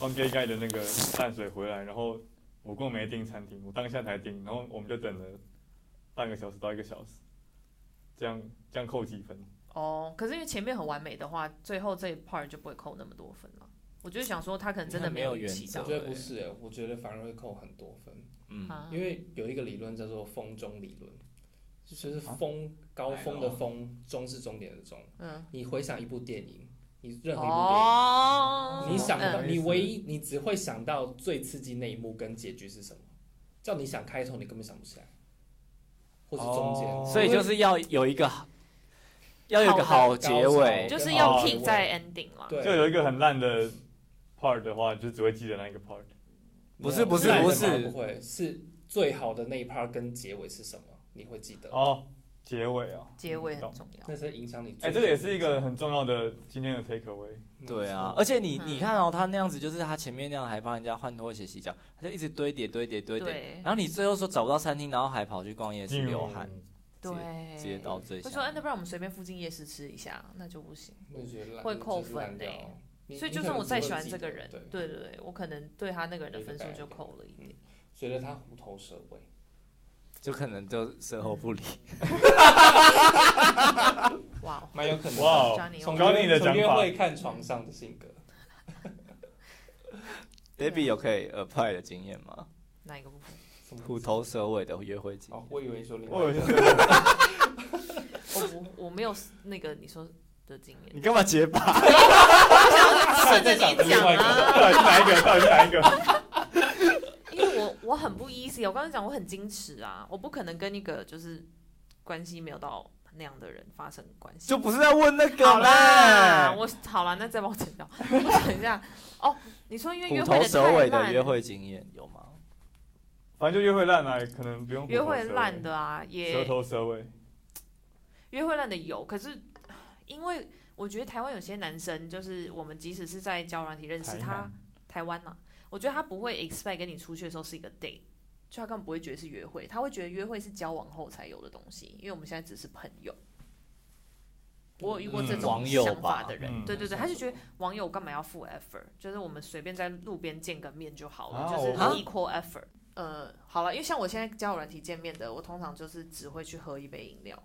Speaker 2: On Gay Guy 的那个淡水回来，然后我根本没订餐厅，我当下才订，然后我们就等了半个小时到一个小时，这样这样扣几分？
Speaker 3: 哦，可是因为前面很完美的话，最后这一 part 就不会扣那么多分了。我就是想说，他可能真的没有
Speaker 1: 你很没有
Speaker 3: 运气
Speaker 1: 原则
Speaker 3: 到
Speaker 4: 我。觉得不是、欸，我觉得反而会扣很多分，
Speaker 1: 嗯，
Speaker 3: 啊
Speaker 4: 因为有一个理论叫做风中理论，就是风高
Speaker 3: 哎
Speaker 4: 峰的风，中是终点的终。
Speaker 3: 嗯，
Speaker 4: 你回想一部电影，你任何一部电影。
Speaker 3: 哦，
Speaker 4: 你想到，
Speaker 2: 嗯
Speaker 4: 你唯一你只会想到最刺激那一幕跟结局是什么，叫你想开头，你根本想不起来，或是中间。
Speaker 2: 哦
Speaker 1: 所以就是要有一个要有一个
Speaker 3: 好
Speaker 1: 好
Speaker 4: 的
Speaker 1: 结
Speaker 3: 嗯
Speaker 1: 尾。
Speaker 3: 就是要
Speaker 2: 哦
Speaker 3: keep 在 ending 啦。
Speaker 4: 对，
Speaker 2: 就有一个很烂的 part 的话，就只会记得那一个 part。
Speaker 1: 不是
Speaker 4: 没有
Speaker 1: 不是
Speaker 4: 烂的
Speaker 1: 不
Speaker 4: 话
Speaker 1: 是
Speaker 4: 不会是最好的那一 part 跟结尾是什么，你会记得，
Speaker 2: 哦，结尾啊，
Speaker 3: 结尾很重要。
Speaker 4: 那是影响你最。
Speaker 2: 哎、这个也是一个很重要的今天的 take away。
Speaker 4: 没错
Speaker 1: 对啊，而且你
Speaker 3: 嗯
Speaker 1: 你看哦，他那样子就是他前面那样还帮人家换拖鞋洗脚，他就一直堆叠堆叠堆叠，
Speaker 3: 对
Speaker 1: 然后你最后说找不到餐厅，然后还跑去逛夜市
Speaker 2: 嗯
Speaker 1: 流汗，
Speaker 3: 对，
Speaker 1: 直接到最
Speaker 3: 会说，
Speaker 1: 下
Speaker 3: 哎，。那不然我们随便附近夜市吃一下，那就不行。
Speaker 4: 我就觉得烂
Speaker 3: 会扣分
Speaker 4: 的
Speaker 3: 欸。所以就算我再喜欢这个人，
Speaker 4: 对，
Speaker 3: 对对对，我可能对他那个人的分数就扣了一点。
Speaker 4: 觉得他虎头蛇尾。
Speaker 1: 就可能就售后不理。
Speaker 3: 哇哦，
Speaker 4: 蛮有可能的。
Speaker 2: 哇哦，
Speaker 3: Johnny，
Speaker 4: 从
Speaker 2: 高
Speaker 4: 约
Speaker 2: 你的
Speaker 4: 从
Speaker 2: 讲
Speaker 4: 约
Speaker 2: 法，
Speaker 4: 会看床上的性格，
Speaker 3: 对
Speaker 1: Baby 有可以 apply 的经验吗？
Speaker 3: 哪一个部分？
Speaker 4: 什么
Speaker 1: 虎头蛇尾的约会经
Speaker 4: 哦
Speaker 1: 验，，
Speaker 4: 我以为说另
Speaker 2: 我
Speaker 4: 外
Speaker 2: 有
Speaker 4: 一个
Speaker 2: 些时候
Speaker 3: 我哦我我没有那个你说的经验，
Speaker 1: 你干嘛结巴？
Speaker 3: 顺着你讲 啊，
Speaker 2: 到底是哪一个？到底是哪一个？
Speaker 3: 因为我我很不 easy，我刚才啊讲我很矜持啊，我不可能跟一个就是关系没有到那样的人发生关系。
Speaker 1: 就不是在问那个
Speaker 3: 好啦，
Speaker 1: 啦。
Speaker 3: 我好啦，那再帮我剪掉。我等一下哦，你说因为约
Speaker 1: 虎
Speaker 3: 会
Speaker 1: 头
Speaker 3: 的
Speaker 1: 蛇尾
Speaker 3: 太
Speaker 1: 的
Speaker 3: 烂，
Speaker 1: 约会经验有吗？
Speaker 2: 反正就约会烂啊，可能不用虎头
Speaker 3: 约会
Speaker 2: 蛇尾
Speaker 3: 烂的啊，
Speaker 2: 舌
Speaker 3: 也
Speaker 2: 头蛇尾。
Speaker 3: 约会烂的有，可是因为我觉得台湾有些男生，就是我们即使是在交友软体认识
Speaker 2: 台
Speaker 3: 他
Speaker 2: 南，
Speaker 3: 台湾嘛，我觉得他不会 expect 跟你出去的时候是一个 date，就他根本不会觉得是约会，他会觉得约会是交往后才有的东西，因为我们现在只是朋友。我有遇过这
Speaker 2: 嗯
Speaker 3: 种
Speaker 5: 网友
Speaker 3: 想法
Speaker 5: 吧
Speaker 3: 的人，
Speaker 2: 嗯
Speaker 3: 对对对，他就觉得网友干嘛要付 effort？就是我们随便在路边见个面就好了，
Speaker 2: 啊
Speaker 3: 就是
Speaker 2: 我
Speaker 3: equal effort。呃，好了，因为像我现在交友软体见面的，我通常就是只会去喝一杯饮料，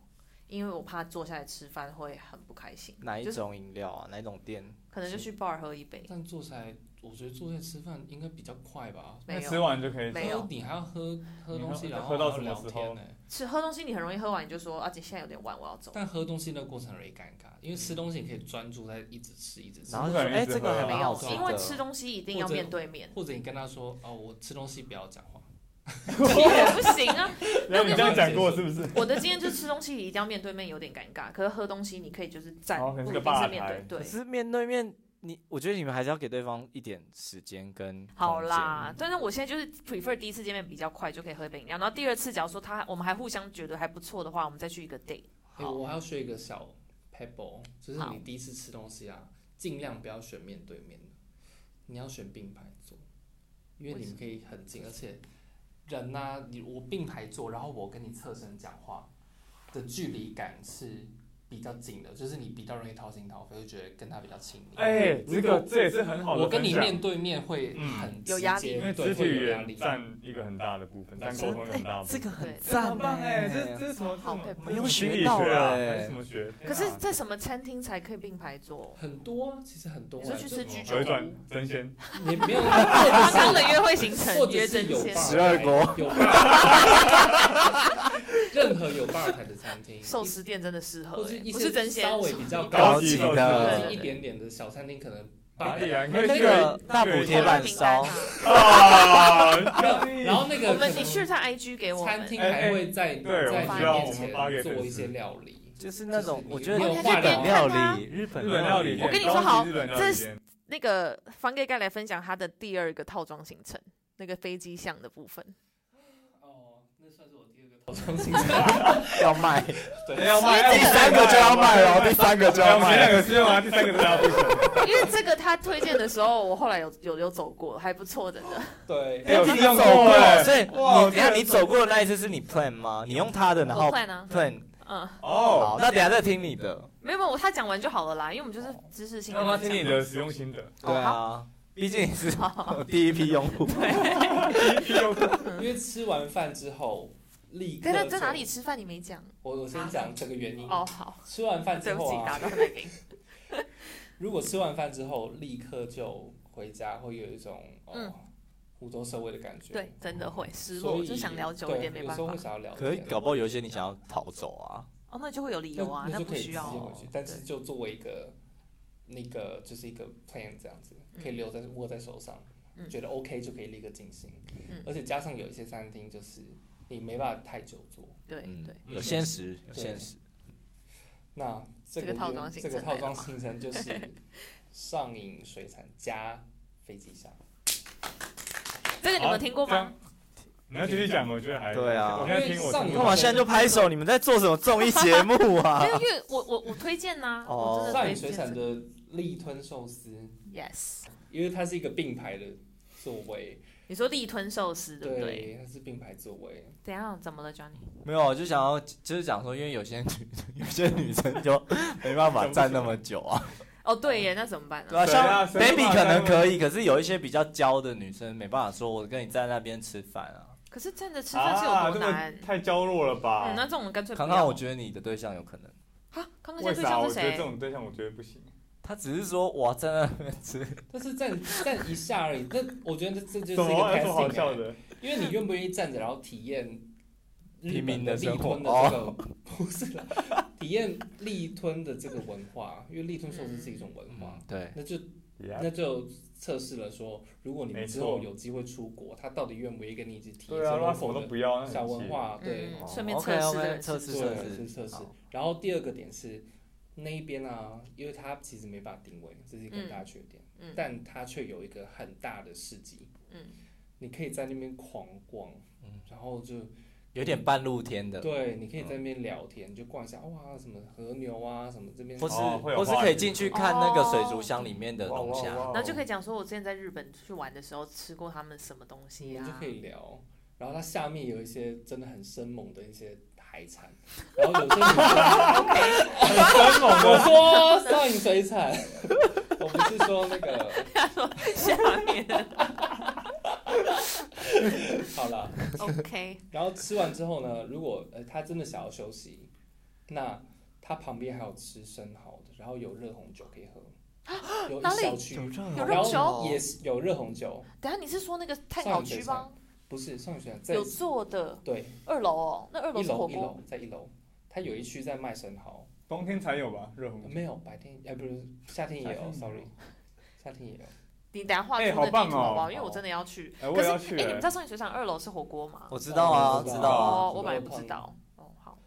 Speaker 3: 因为我怕坐下来吃饭会很不开心，
Speaker 1: 哪一
Speaker 3: 就是
Speaker 1: 种饮料啊？哪一种店？
Speaker 3: 可能就去 bar 喝一杯，
Speaker 4: 但坐下来，我觉得坐下来吃饭应该比较快吧。
Speaker 3: 没
Speaker 2: 吃
Speaker 3: 有
Speaker 2: 完就可以
Speaker 3: 没有
Speaker 4: 喝你还要喝喝
Speaker 2: 你
Speaker 4: 东
Speaker 2: 喝
Speaker 4: 西，然后
Speaker 2: 喝到
Speaker 4: 还
Speaker 2: 什么
Speaker 4: 要聊
Speaker 2: 时
Speaker 4: 天欸
Speaker 2: 候
Speaker 4: 呢、
Speaker 3: 吃喝东西你很容易喝完你就说啊，姐现在有点晚，我要走。
Speaker 4: 但喝东西那个过程很尴尬，因为吃东西你可以专注在一直吃一直吃
Speaker 1: 然，后
Speaker 2: 不
Speaker 1: 就说，
Speaker 2: 敢一
Speaker 1: 哎，
Speaker 2: 直
Speaker 1: 这个
Speaker 2: 喝
Speaker 1: 还
Speaker 2: 啊
Speaker 1: 蛮
Speaker 3: 没
Speaker 1: 好
Speaker 3: 有
Speaker 1: 吃，的。
Speaker 3: 因为吃东西一定要
Speaker 4: 或者
Speaker 3: 面对面，
Speaker 4: 或者你跟他说哦，我吃东西不要讲话，
Speaker 3: 也不行 啊。
Speaker 2: 然哎后你这样讲过是不是？
Speaker 3: 我的经验就是吃东西一定要面对面，有点尴尬。可是喝东西你可以就是站，
Speaker 2: 哦可
Speaker 3: 不
Speaker 2: 能是
Speaker 3: 一
Speaker 2: 个
Speaker 3: 定是
Speaker 2: 吧
Speaker 3: 面
Speaker 2: 台
Speaker 3: 对
Speaker 1: 可
Speaker 3: 对。
Speaker 1: 是面对面，你我觉得你们还是要给对方一点时间跟空
Speaker 3: 好
Speaker 1: 间
Speaker 3: 啦，，但是我现在就是 prefer 第一次见面比较快就可以喝一杯饮料，然后第二次假如说他我们还互相觉得还不错的话，我们再去一个 date。
Speaker 4: 哎、
Speaker 3: 好
Speaker 4: 我还要学一个小 pebble，就是
Speaker 3: 好
Speaker 4: 你第一次吃东西啊，尽量不要选面对面的，你要选并排坐，因为
Speaker 3: 为
Speaker 4: 你
Speaker 3: 什
Speaker 4: 们可以很近，而且人呐、你我并排坐，然后我跟你侧身讲话的距离感是比较近的，就是你比较容易掏心掏肺，会觉得跟他比较亲密。
Speaker 2: 哎，这个这也是很好的
Speaker 4: 我跟你
Speaker 2: 分享
Speaker 4: 面对面会
Speaker 2: 嗯
Speaker 4: 很
Speaker 3: 有
Speaker 4: 直
Speaker 3: 压
Speaker 4: 接
Speaker 3: 力
Speaker 2: 因为
Speaker 4: 对
Speaker 2: 肢体
Speaker 4: 会
Speaker 2: 语
Speaker 4: 有压力
Speaker 2: 言。占一个很大的部分，占沟通一个很大的部
Speaker 1: 哎这
Speaker 2: 分。
Speaker 1: 个很
Speaker 3: 对
Speaker 1: 赞
Speaker 2: 很棒哎，这
Speaker 1: 欸
Speaker 2: 这是什么？
Speaker 3: 好佩服
Speaker 2: 这是什么
Speaker 1: 我
Speaker 2: 心理
Speaker 1: 学到
Speaker 2: 学啊
Speaker 1: 了欸
Speaker 2: 还是什么学？啊
Speaker 3: 可是，在什么餐厅才可以并排坐？
Speaker 4: 很多啊，其实很多啊。
Speaker 3: 你说去吃居酒
Speaker 2: 回转真仙，
Speaker 4: 你没 有，
Speaker 3: 刚刚的约会行
Speaker 4: 啊或
Speaker 3: 程
Speaker 4: 者
Speaker 3: 约
Speaker 4: 是
Speaker 3: 真
Speaker 4: 有
Speaker 3: 仙，
Speaker 4: 吧
Speaker 1: 12国
Speaker 4: 有吧 任何有吧台的餐厅，
Speaker 3: 寿司店真的适合
Speaker 4: 或是
Speaker 3: 欸、
Speaker 4: 一
Speaker 3: 不是真
Speaker 4: 些
Speaker 3: 仙，
Speaker 4: 稍微比较
Speaker 2: 高
Speaker 4: 级
Speaker 2: 级
Speaker 1: 的
Speaker 4: 或
Speaker 3: 对
Speaker 4: 是一点点的小餐厅，可能
Speaker 2: 巴
Speaker 4: 八
Speaker 2: 里兰可以
Speaker 1: 那
Speaker 2: 去啊
Speaker 1: 个大补铁板烧，
Speaker 2: 啊！
Speaker 4: 然后那个
Speaker 3: 我们你
Speaker 4: 去
Speaker 3: 去他 IG 给我
Speaker 4: 餐
Speaker 3: 们，
Speaker 4: 厅还会在你
Speaker 2: 哎对
Speaker 4: 在
Speaker 3: 我
Speaker 4: 你
Speaker 3: 知道
Speaker 4: 面
Speaker 2: 我们发给粉
Speaker 4: 前
Speaker 2: 丝
Speaker 4: 做一些料理，
Speaker 1: 就是那种
Speaker 4: 就是
Speaker 1: 我觉得
Speaker 4: 你
Speaker 1: 日
Speaker 4: 有画
Speaker 1: 本
Speaker 4: 的
Speaker 1: 料
Speaker 3: 看啊
Speaker 1: 理，日本
Speaker 2: 日本料理店，
Speaker 3: 我跟你说好
Speaker 2: 高级日本料理
Speaker 3: 这
Speaker 2: 店
Speaker 3: 是那个方盖盖来分享他的第二个套装行程，那个飞机项的部分。
Speaker 4: 哦，那算是我第二个套 装行程。
Speaker 1: 要卖，
Speaker 2: 哎要卖
Speaker 3: 因为这个
Speaker 2: 要卖
Speaker 1: 哎
Speaker 2: 要卖
Speaker 1: 三个就
Speaker 2: 我们前两个是吗？第三个是要不行。
Speaker 3: 因为这个他推荐的时候，我后来有有有走过，还不错，真的。
Speaker 4: 对，
Speaker 2: 哎有
Speaker 1: 你
Speaker 2: 这样
Speaker 1: 走
Speaker 2: 过
Speaker 1: 过，
Speaker 2: 哎
Speaker 1: 所以
Speaker 2: 哇
Speaker 1: 你等一下你走过的那一次是你 plan 吗？你用他的，然
Speaker 3: 我
Speaker 1: 后
Speaker 3: 快呢，
Speaker 1: plan
Speaker 3: 嗯，
Speaker 2: 哦，
Speaker 1: 好，那等一下再听你的，
Speaker 3: 没有没有，他讲完就好了啦，因为我们就是
Speaker 4: 哦
Speaker 3: 知识性的
Speaker 2: 让他听你
Speaker 3: 分
Speaker 2: 的使用心得。
Speaker 1: 对啊，毕竟你是 第一批用户，
Speaker 4: 因为吃完饭之后立刻
Speaker 3: 享。可是
Speaker 4: 就
Speaker 3: 在哪里？吃饭你没讲
Speaker 4: 我我先讲这个原因。
Speaker 3: 哦，好，
Speaker 4: 吃完饭之
Speaker 3: 对不
Speaker 4: 后
Speaker 3: 起，
Speaker 4: 啊
Speaker 3: 打，断来给 你。
Speaker 4: 如果吃完饭之后立刻就回家，会有一种哦、
Speaker 3: 嗯
Speaker 4: 虎头蛇尾的感觉。
Speaker 3: 对，真的会失
Speaker 4: 所
Speaker 3: 落，
Speaker 4: 以
Speaker 3: 就想聊久
Speaker 4: 对
Speaker 3: 一点，没
Speaker 4: 有
Speaker 3: 办
Speaker 4: 时
Speaker 3: 法
Speaker 4: 候会。想要聊
Speaker 1: 可以
Speaker 4: 天，
Speaker 1: 搞不好有一些你想要逃走啊，
Speaker 3: 哦，那就会有理
Speaker 4: 那
Speaker 3: 由啊，
Speaker 4: 那
Speaker 3: 那
Speaker 4: 就
Speaker 3: 不
Speaker 4: 可以
Speaker 3: 需
Speaker 4: 直接
Speaker 3: 要啊。
Speaker 4: 回去，但是就作为一个那个就是一个 plan 这样子，可以留在握在手上，
Speaker 3: 嗯
Speaker 4: 觉得 OK 就可以立刻进行。
Speaker 3: 嗯
Speaker 4: 而且加上有一些餐厅就是你没办法太久坐，
Speaker 3: 对
Speaker 1: 嗯
Speaker 3: 对，，
Speaker 1: 有限时，有
Speaker 4: 对
Speaker 1: 限时，
Speaker 4: 那这
Speaker 3: 这
Speaker 4: 个
Speaker 3: 个套
Speaker 4: 约
Speaker 3: 装行
Speaker 4: 这个
Speaker 3: 程
Speaker 4: 套
Speaker 3: 来了
Speaker 4: 装
Speaker 3: 吗
Speaker 4: 行程就是上影水产加飞机上。
Speaker 3: 这个你们听过吗？
Speaker 2: 你要继续讲，我觉得还
Speaker 1: 对啊
Speaker 2: 我现在听我
Speaker 4: 因为
Speaker 1: 干
Speaker 2: 听
Speaker 1: 嘛
Speaker 4: 上
Speaker 1: 现在就拍手？你们在做什么综艺节目啊
Speaker 3: 没？有，因为我我我推荐呐，
Speaker 1: 哦
Speaker 3: 我真的
Speaker 4: 上
Speaker 3: 推
Speaker 4: 影水产
Speaker 3: 荐。
Speaker 4: 的立吞寿司，
Speaker 3: Yes，
Speaker 4: 因为它是一个并排的座位，
Speaker 3: 你说立吞寿司对不对？
Speaker 4: 它是并排座位。
Speaker 3: 等一下怎么了，Johnny？
Speaker 1: 没有，我就想要就是讲说，因为有些女 有些女生就没办法站那么久啊，
Speaker 3: 哦，对耶，那怎么办
Speaker 1: 对啊，
Speaker 3: 呢？
Speaker 2: 谁啊
Speaker 1: 像
Speaker 2: 谁没
Speaker 1: baby
Speaker 2: 办
Speaker 1: 可
Speaker 2: 法站那
Speaker 1: 能
Speaker 2: 么
Speaker 1: 可以，可是有一些比较娇的女生没办法说，我跟你在那边吃饭啊。
Speaker 3: 可是站着吃饭是
Speaker 2: 啊，
Speaker 3: 有
Speaker 2: 这
Speaker 3: 多
Speaker 2: 个
Speaker 3: 难？
Speaker 2: 太娇弱了吧
Speaker 4: 啊
Speaker 3: 嗯，？那这种干脆不
Speaker 1: 康
Speaker 3: 要。
Speaker 1: 康，我觉得你的对象有可能，
Speaker 3: 哈，康康现
Speaker 2: 为
Speaker 3: 在对
Speaker 2: 啥？
Speaker 3: 象
Speaker 2: 我
Speaker 3: 是
Speaker 2: 觉得这
Speaker 3: 谁？
Speaker 2: 种对象我觉得不行。
Speaker 1: 他只是说我要在那边吃，
Speaker 4: 但是站站一下而已，这我觉得这这就是一
Speaker 2: 怎
Speaker 4: 个
Speaker 2: 么要说好
Speaker 4: casting，
Speaker 2: 笑
Speaker 4: 欸、
Speaker 2: 的？
Speaker 4: 因为你愿不愿意站着，然后体验日
Speaker 1: 平民
Speaker 4: 本
Speaker 1: 的
Speaker 4: 立
Speaker 1: 生活
Speaker 4: 吞的这个 不是啦，体验立吞的这个文化，因为立吞寿司是一种文化，
Speaker 1: 对，
Speaker 4: 那就
Speaker 2: Yeah
Speaker 4: 那就测试了说，如果你们
Speaker 2: 没
Speaker 4: 之
Speaker 2: 错
Speaker 4: 后有机会出国，他到底愿不愿意跟你一起体验
Speaker 2: 对啊，
Speaker 4: 生
Speaker 2: 如果
Speaker 4: 活
Speaker 2: 什么都
Speaker 4: 过
Speaker 2: 不要，那
Speaker 4: 的
Speaker 2: 很
Speaker 4: 小文
Speaker 2: 奇
Speaker 4: 化？对，
Speaker 3: 嗯，顺便
Speaker 1: 哦
Speaker 3: 测试的
Speaker 1: OK，OK，
Speaker 3: 人
Speaker 1: 测
Speaker 3: 是
Speaker 1: 试
Speaker 4: 对，
Speaker 1: 测
Speaker 4: 是
Speaker 1: 试
Speaker 4: 测试
Speaker 1: 好。
Speaker 4: 然后第二个点是那一边啊，因为它其实没办法定位，这是一个很大的缺点，
Speaker 3: 嗯嗯
Speaker 4: 但它却有一个很大的市集，
Speaker 3: 嗯，
Speaker 4: 你可以在那边狂逛，
Speaker 1: 嗯
Speaker 4: 然后就
Speaker 1: 有点半露天的，
Speaker 4: 对，你可以
Speaker 2: 嗯
Speaker 4: 在那边聊天，就逛一下，哇，什么和牛啊，什么这边
Speaker 1: 或是
Speaker 2: 哦会有
Speaker 1: 或是
Speaker 2: 花
Speaker 1: 可以
Speaker 2: 园
Speaker 1: 进去看那个水族箱里面的
Speaker 2: 哇
Speaker 1: 龙
Speaker 2: 哇
Speaker 1: 虾。
Speaker 2: 哇
Speaker 3: 然后就可以讲说，我之前在日本去玩的时候吃过他们什么东
Speaker 4: 你
Speaker 3: 西
Speaker 4: 们就
Speaker 3: 啊
Speaker 4: 可？以聊。然后它下面有一些真的很生猛的一些海产，然后有些女生，
Speaker 2: 很生猛
Speaker 4: 我
Speaker 2: 的，
Speaker 4: 说少饮水产，我不是说那个，
Speaker 3: 他说 下面
Speaker 4: 好了，
Speaker 3: OK，
Speaker 4: 然后吃完之后呢，如果呃他真的想要休息，那他旁边还有吃生蚝的，然后有热红酒可以喝，有一
Speaker 3: 啊哪里
Speaker 4: 小区，
Speaker 3: 有
Speaker 4: 然
Speaker 3: 热
Speaker 4: 后
Speaker 3: 酒
Speaker 4: 也是有热红酒，
Speaker 3: 等一下你是说那个炭烤区吗？
Speaker 4: 不是少饮水产在
Speaker 3: 有做的
Speaker 4: 对
Speaker 3: 二楼哦，那二楼
Speaker 4: 一
Speaker 3: 是火
Speaker 4: 楼一
Speaker 3: 锅
Speaker 4: 楼在一楼，他有一区在卖生蚝。
Speaker 2: 冬天才有吧？热红酒。
Speaker 4: 没有，白天哎，不是夏天也
Speaker 2: 夏
Speaker 4: 有
Speaker 2: 天
Speaker 4: ，sorry，
Speaker 2: 有
Speaker 4: 夏天也有。
Speaker 3: 你等一下画出
Speaker 2: 哎
Speaker 3: 那
Speaker 2: 好
Speaker 3: 地图
Speaker 2: 棒哦
Speaker 3: 好不好？因为
Speaker 4: 好
Speaker 3: 我真的要去。
Speaker 2: 哎，
Speaker 3: 可
Speaker 2: 我也
Speaker 3: 是
Speaker 2: 要
Speaker 3: 哎
Speaker 2: 去，
Speaker 3: 你们
Speaker 2: 哎
Speaker 3: 在上水产二楼是火锅吗？
Speaker 1: 我知道啊，
Speaker 4: 我知
Speaker 1: 知
Speaker 4: 道
Speaker 1: 道啊，
Speaker 3: 哦，我本来不知道。哦，好。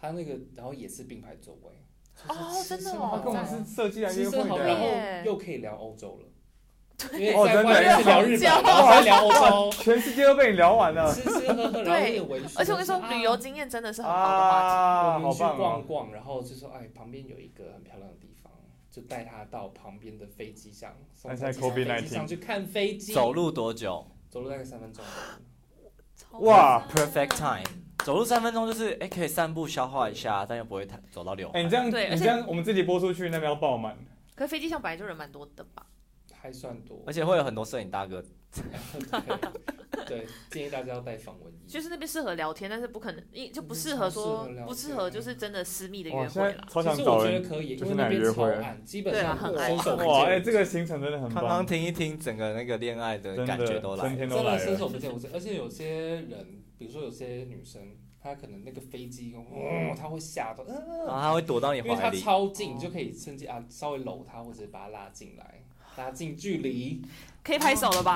Speaker 4: 他那个然后也是并排座位，
Speaker 3: 哦，真的
Speaker 2: 他
Speaker 3: 哦
Speaker 2: 跟我。们
Speaker 3: 赞
Speaker 2: 是设计来
Speaker 4: 其
Speaker 2: 约
Speaker 4: 实
Speaker 2: 会
Speaker 4: 好，
Speaker 2: 的
Speaker 4: 然
Speaker 2: 啊。
Speaker 4: 后又可以聊欧洲了，因为
Speaker 2: 哦
Speaker 4: 在
Speaker 2: 真的
Speaker 4: 外面是聊日本，
Speaker 3: 耶
Speaker 4: 然后在聊欧洲，
Speaker 2: 全世界都被你聊完了
Speaker 4: 吃吃喝喝，然后也微醺。
Speaker 3: 而且我跟你说
Speaker 4: 就，是
Speaker 3: 旅游，经验真的是很好的话题。
Speaker 4: 啊
Speaker 2: 啊！
Speaker 4: 我们
Speaker 2: 好
Speaker 4: 去
Speaker 2: 棒
Speaker 4: 逛
Speaker 2: 哦！
Speaker 4: 逛，然后就说哎，旁边有一个很漂亮的地方，就带他到旁边的飞机上，送
Speaker 2: 但是在
Speaker 4: 他去上飞
Speaker 2: COVID-19
Speaker 4: 机上去看飞机，
Speaker 1: 啊走路多久
Speaker 4: 走路大概三分钟。
Speaker 2: 哎
Speaker 3: 超
Speaker 2: 哇
Speaker 3: 赞
Speaker 1: ？Perfect time。走路三分钟就是，哎、可以散步消化一下，但又不会太走到流汗。
Speaker 2: 哎，你这样，
Speaker 3: 对而且
Speaker 2: 你这样，我们自己播出去，那边要爆满。
Speaker 3: 可是飞机上本来就人蛮多的吧？
Speaker 4: 还算多
Speaker 1: 而，且会有很多摄影大哥，
Speaker 4: 对 对，建议大家要带防蚊衣。
Speaker 3: 就是那边适合聊天，但是不可能，一就不适合说
Speaker 4: 嗯超适合聊天
Speaker 3: 不适合就是真的私密的约
Speaker 2: 哇，现
Speaker 3: 会
Speaker 2: 在
Speaker 3: 啦。
Speaker 2: 超
Speaker 4: 其
Speaker 2: 想
Speaker 4: 实
Speaker 2: 找
Speaker 4: 我觉得
Speaker 2: 人。
Speaker 4: 可以，因
Speaker 2: 就是
Speaker 4: 为那
Speaker 2: 那里
Speaker 4: 边
Speaker 2: 约
Speaker 4: 超
Speaker 2: 会
Speaker 4: 暗，基本上
Speaker 3: 对啊很
Speaker 4: 伸手
Speaker 3: 暗
Speaker 4: 不
Speaker 2: 哇，
Speaker 4: 见
Speaker 2: 哎，
Speaker 4: 五
Speaker 2: 这个行程真的很
Speaker 1: 刚刚
Speaker 2: 棒，
Speaker 1: 听一听，整个那个恋爱的
Speaker 2: 真
Speaker 1: 感觉
Speaker 2: 的
Speaker 1: 都来
Speaker 2: 春
Speaker 1: 了。
Speaker 2: 天都
Speaker 4: 真的
Speaker 2: 来
Speaker 4: 伸
Speaker 2: 了。
Speaker 4: 手不见五指。而且有些人，比如说有些女生，她可能那个飞机，哦，她会吓到，
Speaker 1: 然后
Speaker 4: 呃，
Speaker 1: 他会躲到嗯你
Speaker 4: 因为
Speaker 1: 怀
Speaker 4: 她
Speaker 1: 里，哦
Speaker 4: 超近，你就可以趁机啊稍微搂她，或者把她拉进来，拉近距离，
Speaker 3: 可以拍手了吧？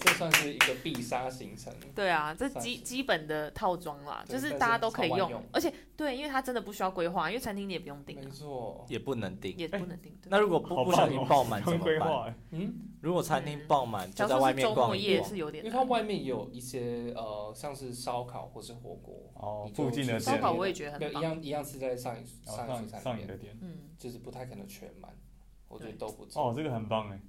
Speaker 4: 这算是一个必杀 行程。
Speaker 3: 对啊，这
Speaker 4: 算
Speaker 3: 基
Speaker 4: 是
Speaker 3: 基本的套装啦，
Speaker 4: 对
Speaker 3: 就是
Speaker 4: 但是
Speaker 3: 大家都可以
Speaker 4: 超万
Speaker 3: 用
Speaker 4: 用，
Speaker 3: 而且对，因为它真的不需要规划，因为餐厅你也不用订
Speaker 4: 没
Speaker 3: 啊，
Speaker 4: 错，
Speaker 1: 也不能定。
Speaker 3: 也不能订。对
Speaker 1: 那如果不
Speaker 2: 好
Speaker 1: 不
Speaker 2: 棒
Speaker 1: 小心
Speaker 2: 哦
Speaker 1: 爆满怎
Speaker 2: 很
Speaker 1: 么
Speaker 2: 规
Speaker 1: 办？
Speaker 2: 划，哎
Speaker 4: 嗯，
Speaker 1: 如果餐厅爆满，就
Speaker 3: 假如
Speaker 1: 在
Speaker 3: 说
Speaker 1: 外
Speaker 3: 是
Speaker 1: 面
Speaker 3: 周末
Speaker 1: 逛一
Speaker 3: 夜
Speaker 1: 逛。
Speaker 3: 是有点
Speaker 4: 因为它
Speaker 3: 难，
Speaker 4: 外面也有一些呃，像是烧烤或是火锅，
Speaker 2: 哦
Speaker 4: 你，就
Speaker 2: 附近的
Speaker 4: 去
Speaker 3: 烧
Speaker 2: 店，
Speaker 3: 烤我也觉得
Speaker 4: 没
Speaker 3: 很
Speaker 4: 有一
Speaker 3: 棒。
Speaker 4: 样一样是在上一
Speaker 2: 哦
Speaker 4: 上一
Speaker 2: 上
Speaker 4: 水
Speaker 2: 上
Speaker 4: 产
Speaker 2: 你
Speaker 4: 里
Speaker 2: 的
Speaker 4: 面，
Speaker 2: 店。
Speaker 3: 嗯，
Speaker 4: 就是不太可能全满，我觉得
Speaker 3: 对
Speaker 4: 都不错。
Speaker 2: 哦，这个很棒哎，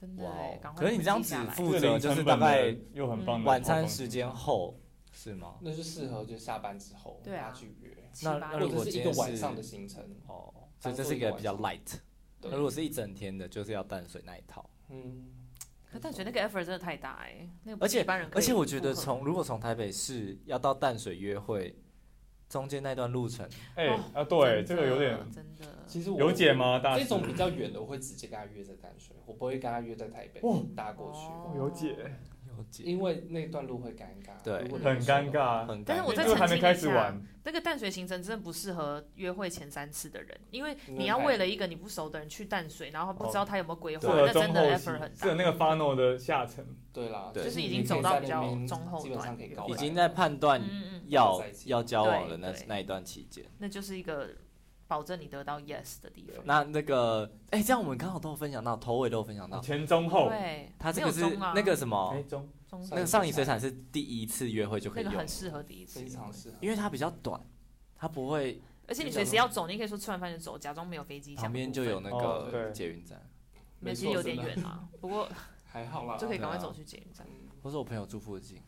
Speaker 3: 真的
Speaker 1: 哇
Speaker 3: 欸
Speaker 1: 哦，
Speaker 3: 赶快
Speaker 1: 可是你这样
Speaker 3: 记下
Speaker 1: 子
Speaker 3: 来
Speaker 1: 负
Speaker 2: 这个
Speaker 1: 责
Speaker 2: 零
Speaker 1: 就是
Speaker 2: 成
Speaker 1: 大
Speaker 2: 本
Speaker 1: 概
Speaker 2: 的又很棒的
Speaker 1: 晚
Speaker 2: 活
Speaker 1: 餐
Speaker 2: 动
Speaker 1: 时间后是吗？
Speaker 4: 那就适合就下班之后
Speaker 3: 对啊
Speaker 4: 大家去约，
Speaker 3: 七
Speaker 1: 那
Speaker 3: 八
Speaker 1: 那
Speaker 4: 或
Speaker 1: 如果
Speaker 4: 者是一
Speaker 1: 今
Speaker 4: 个
Speaker 1: 天
Speaker 4: 晚
Speaker 1: 是
Speaker 4: 上的行程。
Speaker 1: 哦，所
Speaker 4: 当
Speaker 1: 以这
Speaker 4: 做
Speaker 1: 是一
Speaker 4: 一个
Speaker 1: 个
Speaker 4: 晚
Speaker 1: 比较
Speaker 4: 上
Speaker 1: light。
Speaker 4: 对
Speaker 1: 那如果是一整天的，就是要淡水那一套。
Speaker 4: 嗯，
Speaker 3: 可但觉得那个 effort 真的太大哎，那个不
Speaker 1: 而
Speaker 3: 是
Speaker 1: 且
Speaker 3: 一般人可以
Speaker 1: 而且我觉得
Speaker 3: 负荷
Speaker 1: 从如果从台北市要到淡水约会，中间那段路程，
Speaker 2: 哎
Speaker 3: 哦
Speaker 2: 啊，对，这
Speaker 3: 真的哦
Speaker 2: 个有点
Speaker 3: 真的
Speaker 4: 其实我
Speaker 2: 有解？吗？大
Speaker 4: 这
Speaker 2: 师
Speaker 4: 种比较远的，我会直接跟他约在淡水，我不会跟他约在台北
Speaker 2: 哇
Speaker 4: 搭过
Speaker 3: 哦
Speaker 4: 去，
Speaker 2: 哦有解，
Speaker 1: 有几
Speaker 4: 因为那段路会尴尬。
Speaker 1: 对
Speaker 4: 如果
Speaker 2: 很尴尬。
Speaker 1: 很
Speaker 3: 但是
Speaker 1: 尴
Speaker 3: 我
Speaker 1: 尬
Speaker 3: 再
Speaker 2: 因为还
Speaker 3: 澄
Speaker 2: 没
Speaker 3: 清
Speaker 2: 开
Speaker 3: 一
Speaker 2: 始
Speaker 3: 下
Speaker 2: 玩，
Speaker 3: 那个淡水行程真的不适合约会前三次的人，因为
Speaker 4: 嗯
Speaker 3: 你要为了一个你不熟的人去淡水，然后不知道他有没有规
Speaker 2: 这
Speaker 3: 划，
Speaker 2: 个
Speaker 3: 那
Speaker 2: 哦中
Speaker 3: 真的
Speaker 2: 后
Speaker 3: effort 很
Speaker 2: 期，
Speaker 3: 大
Speaker 2: 这。那个 Fano 的下层，
Speaker 4: 对啦，
Speaker 1: 对
Speaker 3: 就是已
Speaker 4: 你
Speaker 3: 经
Speaker 4: 可以
Speaker 3: 走到
Speaker 4: 在
Speaker 3: 比
Speaker 4: 那
Speaker 3: 较
Speaker 4: 边
Speaker 3: 中后
Speaker 4: 基本
Speaker 3: 段
Speaker 4: 上可以
Speaker 3: 了
Speaker 4: 告白
Speaker 1: 已
Speaker 4: 了
Speaker 1: 经在判断
Speaker 3: 嗯嗯，
Speaker 1: 要
Speaker 4: 在一起
Speaker 1: 要交往的那
Speaker 3: 对对
Speaker 1: 那一段期间。
Speaker 3: 那就是一个保证你得到 yes 的地方。
Speaker 1: 那那个，哎，这样我们刚好都有分享到，头尾都有分享到。
Speaker 2: 前中后，
Speaker 3: 对，
Speaker 1: 他这
Speaker 3: 没
Speaker 1: 个
Speaker 3: 有
Speaker 1: 是
Speaker 3: 中啊
Speaker 1: 那个什么
Speaker 2: 哎，中，
Speaker 3: 中
Speaker 1: 那个上瘾水产是第一次约会就可
Speaker 3: 那
Speaker 1: 以
Speaker 3: 个
Speaker 1: 用
Speaker 3: 很，适合第一次
Speaker 4: 非，常适合。
Speaker 1: 因为它比较短，它不会
Speaker 3: 而且你随时要走，你可以说吃完饭就走，假装没有飞机响的部分。
Speaker 1: 旁边就有那
Speaker 2: 哦
Speaker 1: 个
Speaker 2: 对
Speaker 1: 捷运站。
Speaker 3: 那
Speaker 4: 没
Speaker 3: 其实
Speaker 4: 错，
Speaker 3: 有点
Speaker 4: 真的
Speaker 3: 远啊，不过
Speaker 4: 还 好啦。
Speaker 3: 就可以赶快
Speaker 1: 对啊
Speaker 3: 走去捷运站。
Speaker 1: 或是我朋友住附近，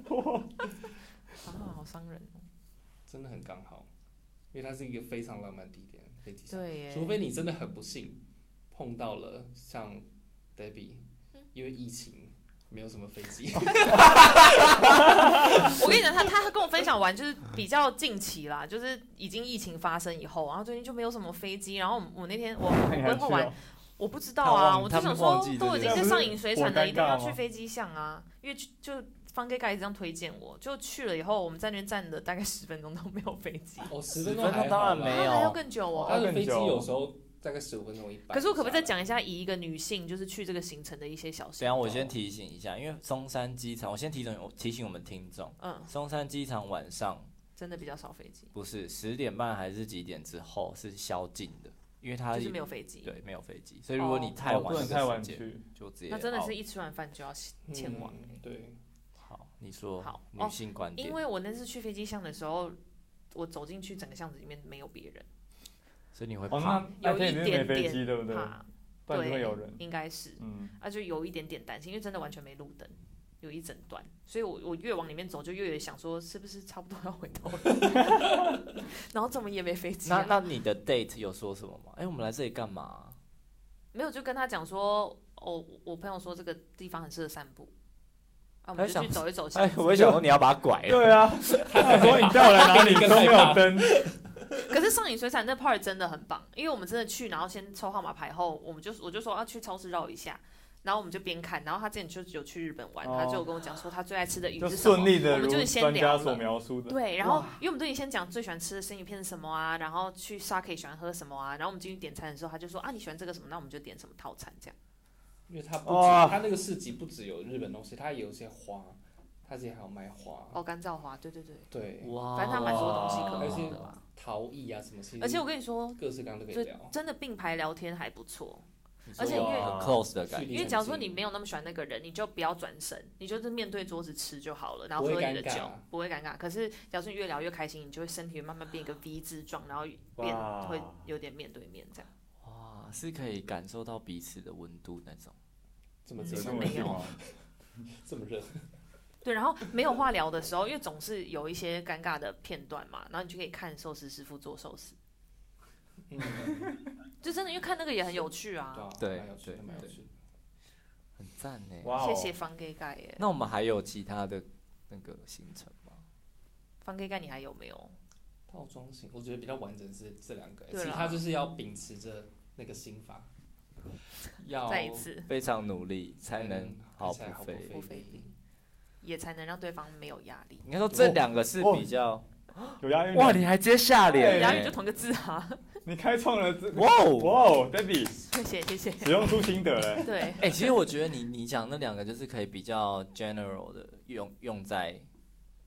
Speaker 3: 啊，好伤人哦。
Speaker 4: 真的很刚好，因为它是一个非常浪漫的地点，飞机上。
Speaker 3: 对耶，
Speaker 4: 除非你真的很不幸碰到了像 Debbie，
Speaker 3: 嗯
Speaker 4: 因为疫情没有什么飞机，
Speaker 1: 哦
Speaker 3: 我跟你讲，他他他跟我分享完就是比较近期啦，就是已经疫情发生以后，然后最近就没有什么飞机，然后我那天我
Speaker 2: 那你还
Speaker 3: 我规
Speaker 2: 去
Speaker 3: 划完
Speaker 2: 哦，？
Speaker 3: 我不知道啊，
Speaker 1: 他忘
Speaker 3: 我就想
Speaker 1: 他们
Speaker 3: 说
Speaker 1: 忘记
Speaker 3: 都已经是上瘾水产
Speaker 2: 这
Speaker 3: 了，
Speaker 2: 样
Speaker 3: 一定要
Speaker 2: 不是
Speaker 1: 哦
Speaker 3: 去飞机巷啊，因为就就方哥盖一直这样推荐我，就去了以后，我们在那边站了大概十分钟都没有飞机，
Speaker 4: 哦，十
Speaker 1: 分
Speaker 4: 分
Speaker 1: 钟
Speaker 4: 钟还
Speaker 1: 当
Speaker 4: 好
Speaker 1: 然
Speaker 4: 啦
Speaker 1: 没有
Speaker 3: 啊还要更久
Speaker 4: 它
Speaker 3: 哦。
Speaker 4: 的飞机有时候大概十五分钟一班。
Speaker 3: 可是我可不可以再？讲一下，以一个女性就是去这个行程的一些小事
Speaker 1: 等一？啊下我先提醒一下，因为松山机场，我先提醒我提醒我们听众，
Speaker 3: 嗯，
Speaker 1: 松山机场晚上
Speaker 3: 真的比较少飞机，
Speaker 1: 不是十点半还是几点之后是宵禁的，因为它
Speaker 3: 就是没有飞机，
Speaker 1: 对没有飞机，所以如果你
Speaker 3: 哦
Speaker 1: 太
Speaker 2: 不
Speaker 1: 晚
Speaker 2: 能
Speaker 1: 这
Speaker 2: 太
Speaker 1: 个
Speaker 2: 晚
Speaker 1: 时间
Speaker 2: 去，
Speaker 1: 就直接哦
Speaker 3: 那真的
Speaker 1: out
Speaker 3: 是一吃完饭就要
Speaker 1: 嗯
Speaker 3: 前往。
Speaker 4: 对，
Speaker 1: 好，你说
Speaker 3: 好
Speaker 1: 女
Speaker 3: 哦
Speaker 1: 性观点
Speaker 3: 因，为我那次去飞机巷的时候，我走进去整个巷子里面没有别人，
Speaker 1: 所以你会
Speaker 2: 哦，
Speaker 1: 怕
Speaker 2: 那那天你
Speaker 3: 有
Speaker 2: 是没
Speaker 3: 一点
Speaker 2: 飞机
Speaker 3: 点
Speaker 2: 对不对？
Speaker 3: 怕，
Speaker 2: 不然就
Speaker 3: 对
Speaker 2: 会有人，
Speaker 3: 应该是
Speaker 2: 嗯，
Speaker 3: 啊，就有一点点担心，因为真的完全没路灯，有一整段，所以我我越往里面走就越想说是不是差不多要回头了， 然后怎么也没飞机、
Speaker 1: 那
Speaker 3: 啊，
Speaker 1: 那你的 date 有说什么吗？哎、我们来这里干嘛啊、
Speaker 3: 没有就跟他讲说哦，我我朋友说这个地方很适合散步，啊，我
Speaker 1: 哎
Speaker 3: 们就
Speaker 1: 想
Speaker 3: 去走一走。
Speaker 1: 哎、我也想说你要把它拐了。
Speaker 2: 对啊，他说你带我来哪里都没有 灯，
Speaker 3: 可是上影水产那 part 真的很棒，因为我们真的去，然后先抽号码牌后，我们就我就说要去超市绕一下，然后我们就边看，然后他之前就有去日本玩，
Speaker 2: 哦
Speaker 3: 他就有跟我讲说他最爱吃的鱼
Speaker 2: 就是
Speaker 3: 什么，
Speaker 2: 顺利的
Speaker 3: 我们
Speaker 2: 如
Speaker 3: 就是先
Speaker 2: 专
Speaker 3: 聊
Speaker 2: 家所
Speaker 3: 了。
Speaker 2: 描述的。
Speaker 3: 对，然后
Speaker 1: 哇
Speaker 3: 因为我们都已经先讲最喜欢吃的生鱼片是什么啊，然后去 sake 喜欢喝什么啊，然后我们进去点餐的时候，他就说啊你喜欢这个什么，那我们就点什么套餐这样。
Speaker 4: 因为它不止
Speaker 2: 哇
Speaker 4: 它那个市集不只有日本东西，它也有一些花，它自己还有卖
Speaker 2: 嗯
Speaker 4: 花，
Speaker 3: 哦，干燥花，对对对，
Speaker 4: 对，
Speaker 2: 哦
Speaker 1: 哇
Speaker 3: 反正他蛮多东西可
Speaker 4: 而
Speaker 3: 以
Speaker 4: 且
Speaker 3: 的啦。
Speaker 4: 陶艺啊什么，其实
Speaker 3: 而且我跟你说，
Speaker 4: 各式各样都可以
Speaker 3: 就
Speaker 4: 聊。
Speaker 3: 真的并排聊天还不错，而
Speaker 4: 且因为
Speaker 1: 很 close 的感
Speaker 4: 距
Speaker 1: 觉，
Speaker 4: 离
Speaker 3: 因为
Speaker 4: 很
Speaker 3: 假如说
Speaker 4: 近
Speaker 3: 你没有那么喜欢那个人，你就不要转身，你就是面对桌子吃就好了，然后
Speaker 4: 不
Speaker 3: 喝
Speaker 4: 会
Speaker 3: 你的
Speaker 4: 尴尬
Speaker 3: 酒，不会尴尬。可是假如说你越聊越开心，你就会身体慢慢变一个 V 字状，然后变
Speaker 2: 哇
Speaker 3: 会有点面对面这样。
Speaker 1: 哇，是可以感受到彼此的温度那种。
Speaker 4: 这
Speaker 3: 嗯
Speaker 4: 么热
Speaker 2: 有
Speaker 3: 是
Speaker 2: 这
Speaker 4: 这
Speaker 2: 么
Speaker 4: 么
Speaker 3: 没
Speaker 2: 久
Speaker 3: 有
Speaker 2: 吗？
Speaker 4: 这么 热，
Speaker 3: 对，然后没有话聊的时候，因为总是有一些尴尬的片段嘛，然后你就可以看寿司师傅做寿司，
Speaker 4: 嗯，对
Speaker 3: 就真的因为看那个也很有趣啊。
Speaker 4: 啊，
Speaker 1: 对
Speaker 4: 蛮有趣
Speaker 1: 对
Speaker 4: 的，蛮有
Speaker 1: 对
Speaker 4: 趣的。
Speaker 1: 很赞呢。
Speaker 2: 哇
Speaker 3: 谢
Speaker 2: 哦，
Speaker 3: 谢方 gay 盖耶，
Speaker 1: 那我们还有其他的那个行程吗？
Speaker 3: 方 gay 盖你还有没有？
Speaker 4: 套装型，我觉得比较完整是这两个，
Speaker 3: 对
Speaker 4: 其
Speaker 3: 啦
Speaker 4: 他就是要秉持着那个心法，要
Speaker 3: 再一次
Speaker 1: 非常努力才
Speaker 4: 才
Speaker 1: 能
Speaker 4: 能
Speaker 1: 好
Speaker 4: 才
Speaker 1: 不
Speaker 4: 毫不
Speaker 1: 飞。
Speaker 3: 不菲比，也才能让对方没有压力。
Speaker 1: 应该说这两个是比较
Speaker 2: 有押韵的。
Speaker 1: 哇，你还接下
Speaker 2: 对
Speaker 1: 联
Speaker 3: 然后你就
Speaker 1: 欸，
Speaker 3: 同个字啊，
Speaker 2: 你开创了这
Speaker 1: 哇哦！
Speaker 2: 哇哦，Daddy
Speaker 3: 谢谢谢谢，
Speaker 2: 使用出心得了。
Speaker 3: 对。
Speaker 1: 哎，其实我觉得你你讲那两个就是可以比较 general 的用用在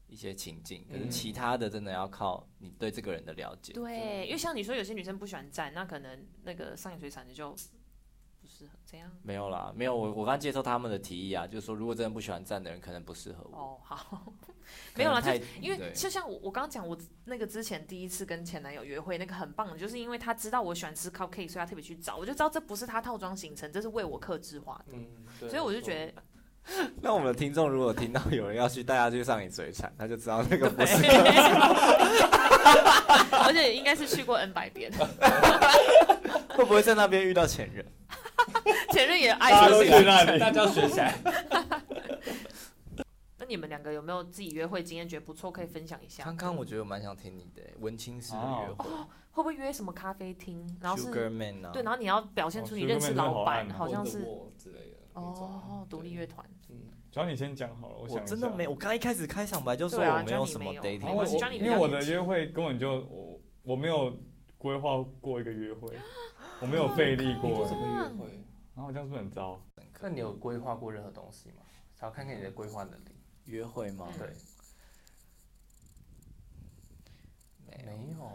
Speaker 1: 一些情境，可是
Speaker 4: 嗯
Speaker 1: 其他的真的要靠你对这个人的了解。
Speaker 3: 对，因为像你说，有些女生不喜欢站，那可能那个上瘾水产的就不适合这样。
Speaker 1: 没有啦，没有我我刚接受他们的提议啊，就是说如果真的不喜欢站的人，可能不适合我。
Speaker 3: 哦，好，
Speaker 1: 可
Speaker 3: 没有
Speaker 1: 能
Speaker 3: 啦，就
Speaker 1: 太
Speaker 3: 是因为
Speaker 1: 对
Speaker 3: 就像我我刚刚讲，我那个之前第一次跟前男友约会，那个很棒的，就是因为他知道我喜欢吃 cupcake，所以他特别去找，我就知道这不是他套装行程，这是为我克制化的，
Speaker 4: 嗯，
Speaker 3: 所以我就觉得
Speaker 1: 那我们的听众如果听到有人要去带他去上瘾水产，他就知道那个不是。
Speaker 3: 对，而且应该是去过 N 百遍，
Speaker 1: 会不会在那边遇到前任？
Speaker 3: 前任也爱
Speaker 2: 大家都
Speaker 3: 吃
Speaker 2: 去
Speaker 3: 这个。
Speaker 2: 那
Speaker 4: 啊得大
Speaker 2: 里，
Speaker 4: 家要学起来。
Speaker 3: 那你们两个有没有自己约会经验觉得不错，可以分享一下？
Speaker 1: 康康，我觉得我蛮想听你的欸文青式的约会、
Speaker 3: 会不会约什么咖啡厅，哦然后是
Speaker 1: Sugar Man 啊，
Speaker 3: 对，然后你要表现
Speaker 2: 哦
Speaker 3: 出你
Speaker 2: 是
Speaker 3: 认
Speaker 2: 根
Speaker 3: 识
Speaker 2: 本是
Speaker 3: 老
Speaker 2: 好
Speaker 3: 板，
Speaker 2: 汉啊
Speaker 3: 好像
Speaker 4: Wonder
Speaker 3: 是
Speaker 4: Wall 之类的那种啊
Speaker 3: 哦，独立乐，团。
Speaker 4: 对嗯，
Speaker 2: 主要你先讲好了，我
Speaker 1: 我
Speaker 2: 想一
Speaker 1: 真的
Speaker 2: 下
Speaker 1: 没，我刚一开始开场白就说
Speaker 3: 对啊
Speaker 1: 我没有
Speaker 3: Johnny
Speaker 1: 什么
Speaker 3: 没有
Speaker 2: 然
Speaker 1: dating，
Speaker 2: 后
Speaker 3: 我
Speaker 2: 我
Speaker 1: 的
Speaker 3: 是
Speaker 1: 经
Speaker 3: 觉
Speaker 1: 验、
Speaker 3: 得你比
Speaker 2: 因
Speaker 3: 较
Speaker 2: 为我的
Speaker 3: 年轻
Speaker 2: 约会根本就我我没有规划过一个约 会，我没有费力
Speaker 4: 你
Speaker 2: 过
Speaker 4: 就，怎么约会？
Speaker 2: 然后这样是不是很糟？
Speaker 4: 那你有规划过任何东西吗？想要看看你的规划能力。
Speaker 1: 约会吗？
Speaker 3: 对
Speaker 1: 没有
Speaker 4: 没有，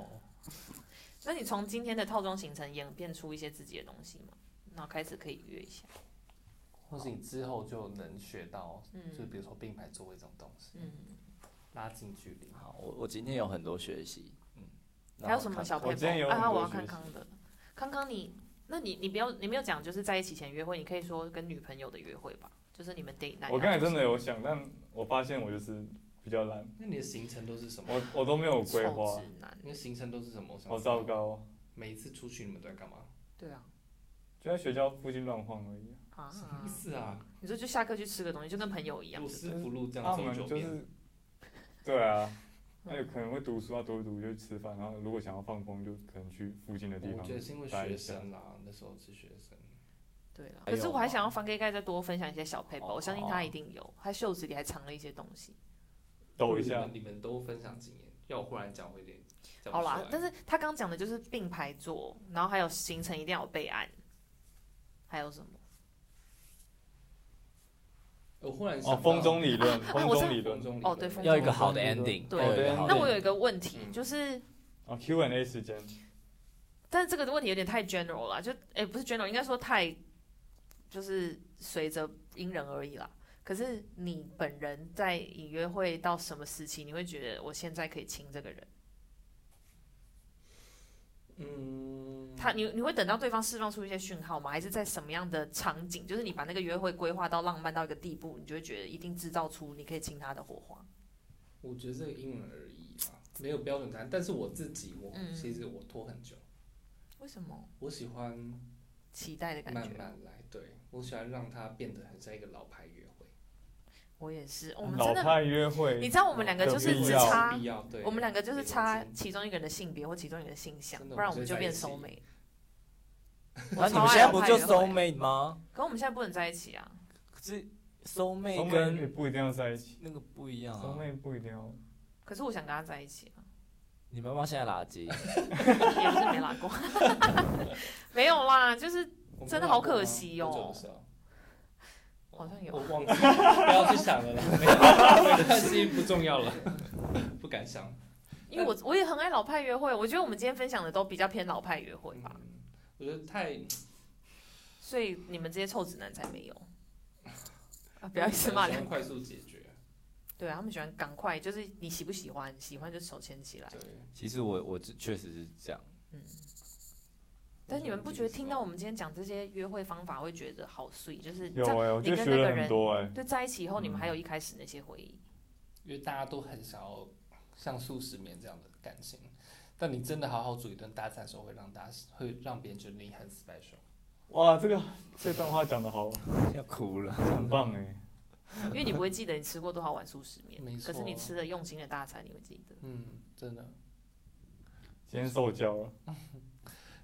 Speaker 3: 那你从今天的套装行程演变出一些自己的东西吗？然后开始可以约一下。
Speaker 4: 或是你之后就能学到，
Speaker 3: 嗯
Speaker 4: 就是比如说并排座位这种东西，
Speaker 3: 嗯，
Speaker 4: 拉近距离。
Speaker 1: 好，我我今天有很多学习，嗯，
Speaker 3: 还有什么小
Speaker 2: 我
Speaker 3: 配
Speaker 2: 今天
Speaker 3: 包？
Speaker 2: 有很
Speaker 3: 啊，
Speaker 2: 多
Speaker 3: 我要
Speaker 2: 学
Speaker 3: 看
Speaker 2: 习
Speaker 3: 康的。康康你，那你你不要你没有讲就是在一起前约会，你可以说跟女朋友的约会吧，哎就是你们 date 啊 night。
Speaker 2: 我刚才真的有想，但我发现我就是比较懒，
Speaker 4: 那你的行程都是什么？
Speaker 2: 我我都没有规
Speaker 3: 臭
Speaker 2: 划
Speaker 3: 直，男，
Speaker 4: 你的行程都是什么？我想
Speaker 2: 好
Speaker 4: 知道
Speaker 2: 糟。糕，哦
Speaker 4: 每一次出去你们都在干嘛？
Speaker 3: 对啊
Speaker 2: 就在学校附近乱晃而已。
Speaker 3: 啊
Speaker 4: 什，么意思啊？
Speaker 3: 你说就下课去吃个东西，就跟朋友一样
Speaker 4: 不。
Speaker 2: 就
Speaker 4: 是
Speaker 2: 是
Speaker 4: 不录这样
Speaker 2: 啊他
Speaker 4: 走
Speaker 2: 们
Speaker 4: 九
Speaker 2: 就
Speaker 4: 遍。
Speaker 2: 是，对啊，
Speaker 3: 嗯
Speaker 2: 那有可能会读书啊，读一读就去吃饭，然后如果想要放风，就可能去附近的地
Speaker 4: 我
Speaker 2: 方
Speaker 4: 觉得是因为
Speaker 2: 待一
Speaker 4: 学
Speaker 2: 下。
Speaker 4: 生啦，那时候是学生。
Speaker 3: 对了，
Speaker 1: 还有
Speaker 3: 可是我还想要方 gay 盖再多分享一些小配包，
Speaker 1: 哎哦
Speaker 3: 我相信他一定有，他袖子里还藏了一些东西。
Speaker 2: 抖一
Speaker 4: 你
Speaker 2: 下
Speaker 4: 们，你们都分享经验，要我忽然讲，我有点讲不
Speaker 3: 好
Speaker 4: 出来。
Speaker 1: 啊
Speaker 3: 啦，但是他刚讲的就是并排坐，然后还有行程一定要有备案，还有什么？
Speaker 4: 我忽然想
Speaker 2: 哦，
Speaker 4: 到
Speaker 2: 风中理论，
Speaker 3: 啊
Speaker 2: 风
Speaker 3: 我真
Speaker 2: 中
Speaker 3: 的
Speaker 2: 理论
Speaker 4: 风，中理
Speaker 3: 哦
Speaker 4: 论
Speaker 3: 对风
Speaker 1: 要一个好的 ending，
Speaker 3: 对
Speaker 1: 要一个
Speaker 2: 哦
Speaker 1: 好的
Speaker 3: 那
Speaker 1: ending
Speaker 3: 我有一个问题，
Speaker 4: 嗯
Speaker 3: 就是，
Speaker 2: 啊，Q&A 时间，
Speaker 3: 但是这个问题有点太 general 了，就哎、不是 general，应该说太，就是随着因人而异啦。可是你本人在隐约会到什么时期，你会觉得我现在可以亲这个人？
Speaker 4: 嗯，
Speaker 3: 他你你会等到对方释放出一些讯号吗？还是在什么样的场景？就是你把那个约会规划到浪漫到一个地步，你就会觉得一定制造出你可以亲他的火花。
Speaker 4: 我觉得这个因人而异吧，没有标准答案。但是我自己，我
Speaker 3: 嗯
Speaker 4: 其实我拖很久，
Speaker 3: 为什么？
Speaker 4: 我喜欢
Speaker 3: 期待的感觉。
Speaker 4: 慢慢来，对我喜欢让它变得很像一个老牌约会，
Speaker 3: 我也是，我们
Speaker 2: 老
Speaker 3: 真的，
Speaker 2: 派约会，
Speaker 3: 你知道我们两个就是
Speaker 2: 有
Speaker 3: 只
Speaker 2: 必要
Speaker 3: 差
Speaker 4: 有必要对，
Speaker 3: 我们两个就是差
Speaker 4: 有必要
Speaker 3: 其中一个人的性别或其中一个人的性向
Speaker 4: 真，的
Speaker 3: 不然
Speaker 4: 我
Speaker 3: 我
Speaker 4: 们
Speaker 3: 们就
Speaker 4: 直接
Speaker 3: 变
Speaker 4: 在一起
Speaker 3: 熟 妹。
Speaker 1: 那
Speaker 3: 我
Speaker 1: 啊你们
Speaker 3: 超爱
Speaker 1: 现在不
Speaker 3: 派
Speaker 1: 就
Speaker 3: 约会
Speaker 1: soul mate 吗？
Speaker 3: 可我们现在不能在一起啊！
Speaker 1: 可是 soul
Speaker 2: 兄
Speaker 1: mate
Speaker 2: 妹也
Speaker 1: 跟
Speaker 2: 不一定要在一起，
Speaker 1: 那个不一样
Speaker 2: 兄
Speaker 1: 啊。
Speaker 2: 妹不一定要。
Speaker 3: 可是我想跟他在一起啊，
Speaker 1: 你们要不要现在垃圾？
Speaker 3: 也不是没拉过， 没有啦，就是
Speaker 4: 我们
Speaker 3: 真的
Speaker 4: 有
Speaker 3: 好
Speaker 4: 聊过
Speaker 3: 可
Speaker 4: 吗
Speaker 3: 惜
Speaker 4: 多久
Speaker 3: 哦
Speaker 4: 的时候
Speaker 3: 好像有啊
Speaker 4: 我忘记，不要去 想了啦，没关系，不重要了， 不敢想。
Speaker 3: 因为我我也很爱老派约会，我觉得我们今天分享的都比较偏老派约会吧，
Speaker 4: 嗯，我觉得太
Speaker 3: 所以你们这些臭直男才没 有。啊，不要一直骂
Speaker 4: 喜欢
Speaker 3: 人。
Speaker 4: 快速解决。
Speaker 3: 对啊，他们喜欢赶快，就是你喜不喜欢，喜欢就手牵起来。嗯
Speaker 4: 对，
Speaker 1: 其实我我确实是这样，
Speaker 3: 但是你们不觉得听到我们今天讲这些约会方法，会觉得好碎？就是
Speaker 2: 有
Speaker 3: 在
Speaker 4: 啊
Speaker 2: 哎、我
Speaker 3: 你
Speaker 2: 觉得
Speaker 3: 跟
Speaker 2: 学了
Speaker 3: 那个人
Speaker 2: 很多哎、
Speaker 3: 对在一起以后，你
Speaker 1: 嗯
Speaker 3: 们还有一开始那些回忆。
Speaker 4: 因为大家都很想要像素食棉这样的感情，但你真的好好煮一顿大餐的时候，会让大家会让别人觉得你很 special。
Speaker 2: 哇，这个这段话讲的好，
Speaker 1: 要哭了。
Speaker 2: 很棒哎、
Speaker 3: 因为你不会记得你吃过多少碗素食面
Speaker 4: 没，
Speaker 3: 可是你
Speaker 4: 错
Speaker 3: 吃了用心的大餐，你会记得。
Speaker 4: 嗯，真的。
Speaker 2: 今天受教了。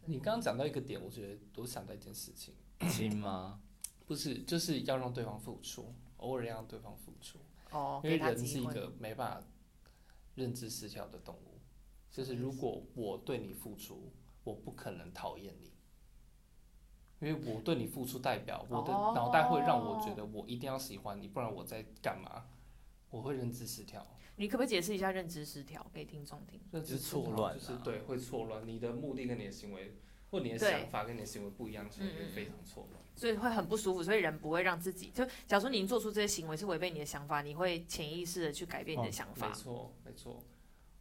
Speaker 4: 你刚刚讲到一个点，我觉得我想到一件事情，
Speaker 1: 亲吗？
Speaker 4: 不是就是要让对方付出，偶尔要让对方付出，
Speaker 3: 哦，
Speaker 4: 因
Speaker 3: 给
Speaker 4: 为
Speaker 3: 他
Speaker 4: 人是
Speaker 3: 机
Speaker 4: 一
Speaker 3: 会。
Speaker 4: 个没办法认知失调的动物，
Speaker 3: 嗯
Speaker 4: 就是如果我对你付出，我不可能讨厌你，因为我对你付出代表我的
Speaker 3: 哦
Speaker 4: 脑袋会让我觉得我一定要喜欢你，不然我在干嘛？我会认知失调，
Speaker 3: 你可不可以解释一下认知失调给听众听？
Speaker 4: 认
Speaker 1: 就
Speaker 4: 知
Speaker 1: 是
Speaker 4: 失
Speaker 1: 错
Speaker 4: 调
Speaker 1: 乱
Speaker 4: 就是
Speaker 1: 啊
Speaker 4: 对会错乱，你的目的跟你的行为或你的
Speaker 3: 对
Speaker 4: 想法跟你的行为不一样，所以
Speaker 3: 嗯嗯
Speaker 4: 会
Speaker 3: 嗯
Speaker 4: 非常错乱。
Speaker 3: 所以会很不舒服，所以人不会让自己就，假如说你做出这些行为是违背你的想法，你会潜意识的去改变你的想法
Speaker 4: 哦没。错，没错，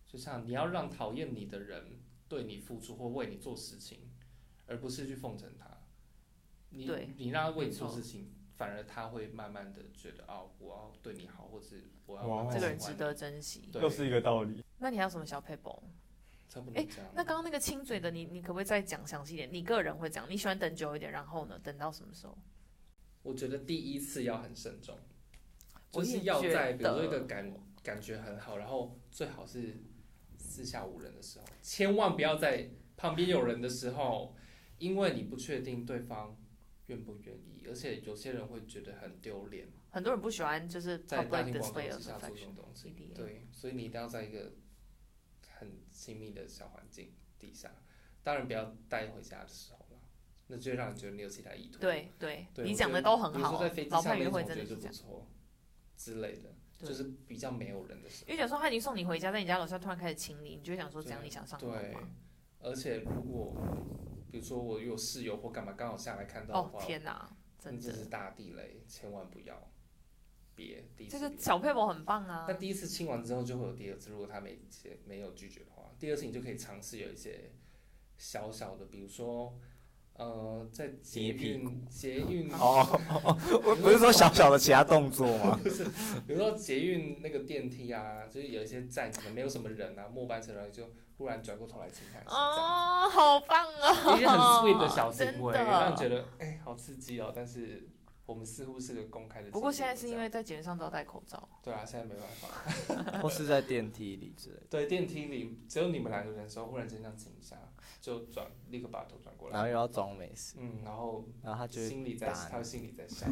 Speaker 4: 就像你要让讨厌你的人对你付出或为你做事情，而不是去奉承他。你
Speaker 3: 对
Speaker 4: 你让他为你做
Speaker 3: 没错
Speaker 4: 事情，反而他会慢慢的觉得哦，我要对你好，或是我要
Speaker 2: 哇
Speaker 4: 慢慢
Speaker 3: 这个
Speaker 4: 喜
Speaker 3: 人
Speaker 4: 欢
Speaker 3: 值
Speaker 4: 你
Speaker 3: 得珍惜。
Speaker 4: 对
Speaker 2: 又是一个道理。
Speaker 3: 那你还有什么小 paper？
Speaker 4: 差不
Speaker 3: 诶
Speaker 4: 多这样。
Speaker 3: 那刚刚那个亲嘴的你，你可不可以再讲详细一点？你个人会讲，你喜欢等久一点，然后呢，等到什么时候？
Speaker 4: 我觉得第一次要很慎重，
Speaker 3: 我
Speaker 4: 就是
Speaker 3: 也
Speaker 4: 要
Speaker 3: 觉
Speaker 4: 在比如说一
Speaker 3: 得
Speaker 4: 个感感觉很好，然后最好是四下无人的时候，千万不要在旁边有人的时候，因为你不确定对方愿不愿意，而且有些人会觉得很丢脸，
Speaker 3: 很多人不喜欢就是
Speaker 4: 在大
Speaker 3: public
Speaker 4: 庭广众
Speaker 3: display
Speaker 4: 之
Speaker 3: of
Speaker 4: 下做这
Speaker 3: affection
Speaker 4: 种。东西
Speaker 3: PDA。
Speaker 4: 对，所以你一定要在一个很亲密的小环境底下，当然不要带回家的时候啦，那就会让人觉得你有其他意图。
Speaker 3: 对对，
Speaker 4: 对
Speaker 3: 你
Speaker 4: 我
Speaker 3: 讲
Speaker 4: 觉
Speaker 3: 的
Speaker 4: 得
Speaker 3: 都很
Speaker 4: 比如
Speaker 3: 好
Speaker 4: 说在飞，机
Speaker 3: 老
Speaker 4: 上
Speaker 3: 派约
Speaker 4: 面，我
Speaker 3: 会
Speaker 4: 觉
Speaker 3: 真
Speaker 4: 得
Speaker 3: 的是这
Speaker 4: 就不
Speaker 3: 样。
Speaker 4: 错之类的，
Speaker 3: 对
Speaker 4: 就是比较没有人的时
Speaker 3: 因为假如说他已经送你回家，在你家楼下突然开始亲你，你就会想说
Speaker 4: 候。
Speaker 3: 怎样你想上楼
Speaker 4: 对
Speaker 3: 吗？，
Speaker 4: 而且如果比如说我有室友或干嘛刚好下来看到的
Speaker 3: 哦
Speaker 4: 话，
Speaker 3: 天哪，
Speaker 4: 那
Speaker 3: 真
Speaker 4: 这是
Speaker 3: 的，
Speaker 4: 大地雷，千万不要，别第一次
Speaker 3: 这个
Speaker 4: 别
Speaker 3: 小配博很棒啊
Speaker 4: 那！第一次亲完之后就会有第二次，如果他没接没有拒绝的话，第二次你就可以尝试有一些小小的，比如说，呃，在捷
Speaker 1: 捏屁
Speaker 4: 运捷运
Speaker 1: 哦，我不是说小小的其他动作吗？
Speaker 4: 比如说捷运那个电梯啊，就是有一些站可能没有什么人啊，末班车，然后就忽然转过头来亲他一下，
Speaker 3: 哦，好棒哦！
Speaker 4: 这样一些很 sweet 的小行为，
Speaker 3: 真的
Speaker 4: 让你觉得哎、好刺激哦。但是我们似乎是个公开的经 历，
Speaker 3: 不过现在是因
Speaker 4: 这样
Speaker 3: 为在节目上都要戴口 罩，
Speaker 4: 对啊，现在没办法，
Speaker 1: 或是在电梯里之类的，
Speaker 4: 对电梯里只有你们两个人的时候，忽然间这样亲一下，就转立刻把头转过
Speaker 1: 然后
Speaker 4: 来，
Speaker 1: 又要装没事，
Speaker 4: 嗯，然后
Speaker 1: 然后他就会
Speaker 4: 心里在
Speaker 1: 打你
Speaker 4: 他心里在笑，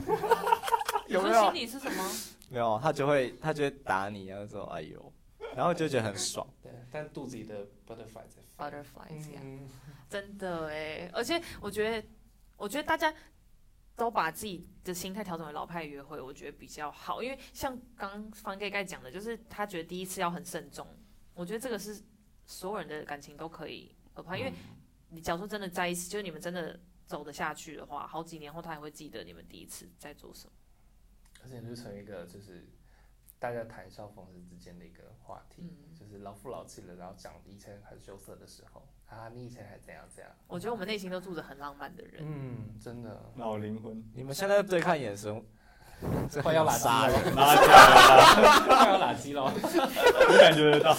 Speaker 3: 你说心？里是什么？
Speaker 1: 没有，他就会他就会打你，然后说哎呦，然后就觉得很爽。
Speaker 4: 对，但肚子里的 butterfly 在飞
Speaker 3: butterflies 呀、
Speaker 4: 嗯，
Speaker 3: 真的哎，而且我觉得，我觉得大家都把自己的心态调整为老派约会，我觉得比较好，因为像刚方盖盖讲的，就是他觉得第一次要很慎重，我觉得这个是所有人的感情都可以合拍，因为你假如说真的在一起，就是你们真的走得下去的话，好几年后他还会记得你们第一次在做什么。
Speaker 4: 而且你就成为一个就是大家谈笑风生之间的一个话题，
Speaker 3: 嗯
Speaker 4: 就是老夫老妻了，然后讲以前很羞涩的时候啊，你以前还怎样怎样，
Speaker 3: 我觉得我们内心都住着很浪漫的人。
Speaker 4: 嗯，真的
Speaker 2: 老灵魂，
Speaker 1: 你们现在对看眼神，这
Speaker 4: 快要垃圾
Speaker 1: 杀人。
Speaker 4: 了，
Speaker 2: 拉架，
Speaker 4: 快要垃 圾了，
Speaker 2: 我感觉得到。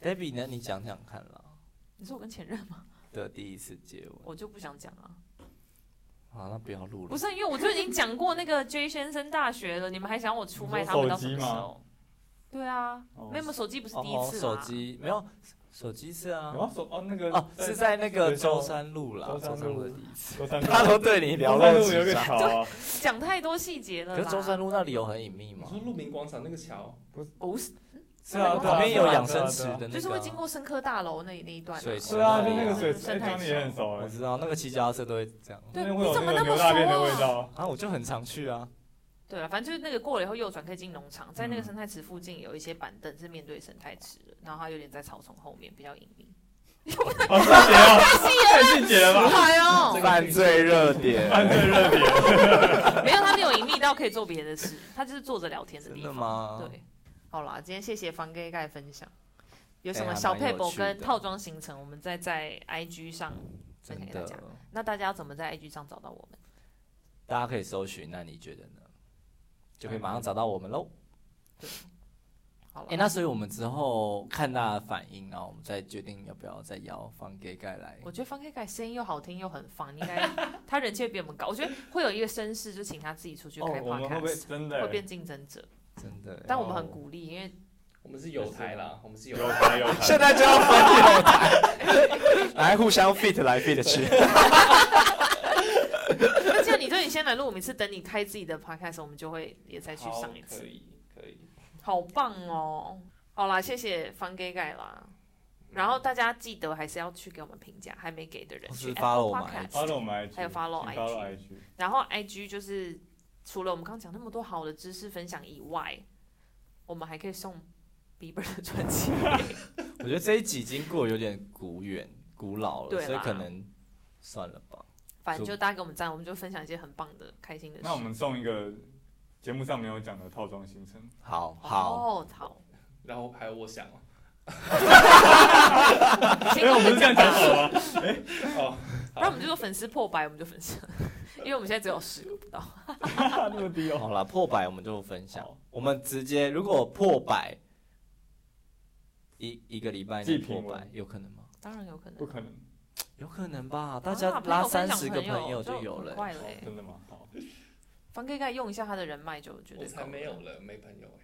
Speaker 1: Debbie 呢？你讲讲看啦，
Speaker 3: 你说我跟前任吗？
Speaker 1: 的第一次接吻。
Speaker 3: 我就不想讲啊。
Speaker 1: 好，那不要录
Speaker 3: 不
Speaker 1: 了。
Speaker 3: 是，因为我就已经讲过那个 J 先生大学了，你们还想我出卖他们到什么时
Speaker 2: 你说手机
Speaker 3: 候？对啊，
Speaker 2: 哦
Speaker 3: 没有没有手机不是第一
Speaker 1: 哦，
Speaker 3: 次啊
Speaker 1: 手
Speaker 3: 吗？
Speaker 1: 机没有，手机是啊
Speaker 2: 然。后说哦，那个
Speaker 1: 哦，是在那个
Speaker 2: 学校
Speaker 1: 中山路啦，中
Speaker 2: 中山
Speaker 1: 山路
Speaker 2: 路
Speaker 1: 的第一次。
Speaker 2: 中山路，
Speaker 1: 他都对你聊到
Speaker 2: 中山路
Speaker 1: 智
Speaker 2: 有个
Speaker 1: 商。
Speaker 2: 桥啊，
Speaker 3: 讲太多细节了
Speaker 1: 可是
Speaker 3: 啦。
Speaker 1: 中山路那里有很隐秘
Speaker 4: 你
Speaker 1: 吗？
Speaker 4: 说鹿鸣广场那个桥，
Speaker 3: 不是，
Speaker 2: 是啊，对啊
Speaker 1: 旁边有养
Speaker 2: 对啊
Speaker 1: 生池
Speaker 2: 对啊
Speaker 1: 的那个啊，
Speaker 3: 就是会经过生科大楼那那一段啊。
Speaker 1: 水池
Speaker 2: 对啊，就那个
Speaker 1: 对
Speaker 2: 水
Speaker 3: 嗯
Speaker 2: 池，
Speaker 3: 生
Speaker 2: 哎，
Speaker 3: 态
Speaker 2: 江你也很
Speaker 3: 池。
Speaker 2: 熟
Speaker 1: 我
Speaker 2: 哎，
Speaker 1: 知道那个骑脚踏车都会这样。
Speaker 3: 对，
Speaker 2: 那边会
Speaker 3: 你
Speaker 2: 有
Speaker 3: 怎么
Speaker 2: 那个
Speaker 3: 那么
Speaker 2: 牛大便的味
Speaker 3: 熟啊？
Speaker 2: 道，
Speaker 1: 啊，我就很常去啊。
Speaker 3: 对啊，反正就是那个过了以后右转可以进农场，在那个
Speaker 2: 嗯
Speaker 3: 生态池附近有一些板凳是面对生态池的，然后它有点在草丛后面，比较隐 秘。
Speaker 2: 好细节 啊，太细节了 吧，
Speaker 3: 哎呦，
Speaker 1: 犯罪热点，
Speaker 2: 犯罪热点，
Speaker 3: 没有，他没有隐秘到可以做别的事，他就是坐着聊天的
Speaker 1: 真
Speaker 3: 地
Speaker 1: 的
Speaker 3: 方。
Speaker 1: 吗？
Speaker 3: 对，好啦，今天谢谢方盖盖分享，有
Speaker 1: 哎
Speaker 3: 什么
Speaker 1: 还
Speaker 3: 小
Speaker 1: 蛮
Speaker 3: 配
Speaker 1: 有
Speaker 3: 博
Speaker 1: 趣
Speaker 3: 跟
Speaker 1: 的
Speaker 3: 套装行程，我们再在 IG 上分享
Speaker 1: 真
Speaker 3: 给大
Speaker 1: 的
Speaker 3: 家。，那大家要怎么在 IG 上找到我们？
Speaker 1: 大家可以搜寻。那你觉得呢？就可以马上找到我们喽。
Speaker 3: 好了，
Speaker 1: 哎、那所以我们之后看大家的反应，然后我们再决定要不要再邀方给盖来。
Speaker 3: 我觉得方盖盖声音又好听又很放，应 该他人气会比我们高。我觉得会有一个绅士，就请他自己出去
Speaker 2: 哦
Speaker 3: 开，
Speaker 2: 我们会不会
Speaker 3: podcast，、
Speaker 2: 真
Speaker 3: 会
Speaker 2: 的
Speaker 3: 变竞争者。
Speaker 1: 真的，
Speaker 3: 但我们
Speaker 2: 哦
Speaker 3: 很鼓励，因为
Speaker 4: 我们是有台啦，我们是有
Speaker 2: 有
Speaker 4: 台，
Speaker 2: 台有台？
Speaker 1: 现在就要分友台，来互相 fit 来 fit 去。
Speaker 3: 那这样你就你先来录我们一次，等你开自己的 podcast，我们就会也再去
Speaker 4: 好
Speaker 3: 上一
Speaker 4: 可
Speaker 3: 次。
Speaker 4: 以可以，
Speaker 3: 好棒哦！好啦，谢谢方盖盖啦。然后大家记得还是要去给我们评价，还没给的人
Speaker 1: 或
Speaker 3: 去
Speaker 1: 是
Speaker 3: Apple
Speaker 1: follow 我们
Speaker 3: Podcast
Speaker 1: IG
Speaker 2: follow 我们 IG，
Speaker 3: 还有 follow
Speaker 2: 请 follow
Speaker 3: IG
Speaker 2: IG，
Speaker 3: 然后 IG 就是除了我们刚刚讲那么多好的知识分享以外，我们还可以送 Bieber 的 专辑。
Speaker 1: 我觉得这一集经过有点古远、古老了，
Speaker 3: 对啦
Speaker 1: 所以可能算了吧。
Speaker 3: 反正就大家给我们赞，我们就分享一些很棒的、开心的事。
Speaker 2: 那我们送一个节目上没有讲的套装行程，
Speaker 1: 好好，
Speaker 3: 哦，好，
Speaker 4: 然后还有我想哦，
Speaker 3: 先
Speaker 2: 因为
Speaker 3: 跟
Speaker 2: 我们不是这样讲哎哦
Speaker 3: 吧
Speaker 2: 好了吗？
Speaker 3: 不然我们就说粉丝 破百，我们就分享，因为我们现在只有十个不到。
Speaker 2: 那么低哦，
Speaker 1: 好啦，破百我们就分享
Speaker 2: 好，
Speaker 1: 我们直接如果破百，一一个礼拜内
Speaker 2: 记
Speaker 1: 破
Speaker 2: 评
Speaker 1: 百
Speaker 2: 文，
Speaker 1: 有可能吗？
Speaker 3: 当然有可
Speaker 2: 不
Speaker 3: 能，
Speaker 2: 可能，
Speaker 1: 有可能吧，大
Speaker 3: 啊
Speaker 1: 家
Speaker 3: 朋友
Speaker 1: 拉
Speaker 3: 分
Speaker 1: 三
Speaker 3: 享
Speaker 1: 十个朋友
Speaker 3: 就
Speaker 1: 有
Speaker 3: 很
Speaker 1: 了。
Speaker 3: 快了欸。
Speaker 2: 真的吗？好，
Speaker 3: 方盖盖用一下他的人脉就绝
Speaker 4: 我
Speaker 3: 对够
Speaker 4: 才
Speaker 3: 了
Speaker 4: 没有了，没朋友哎，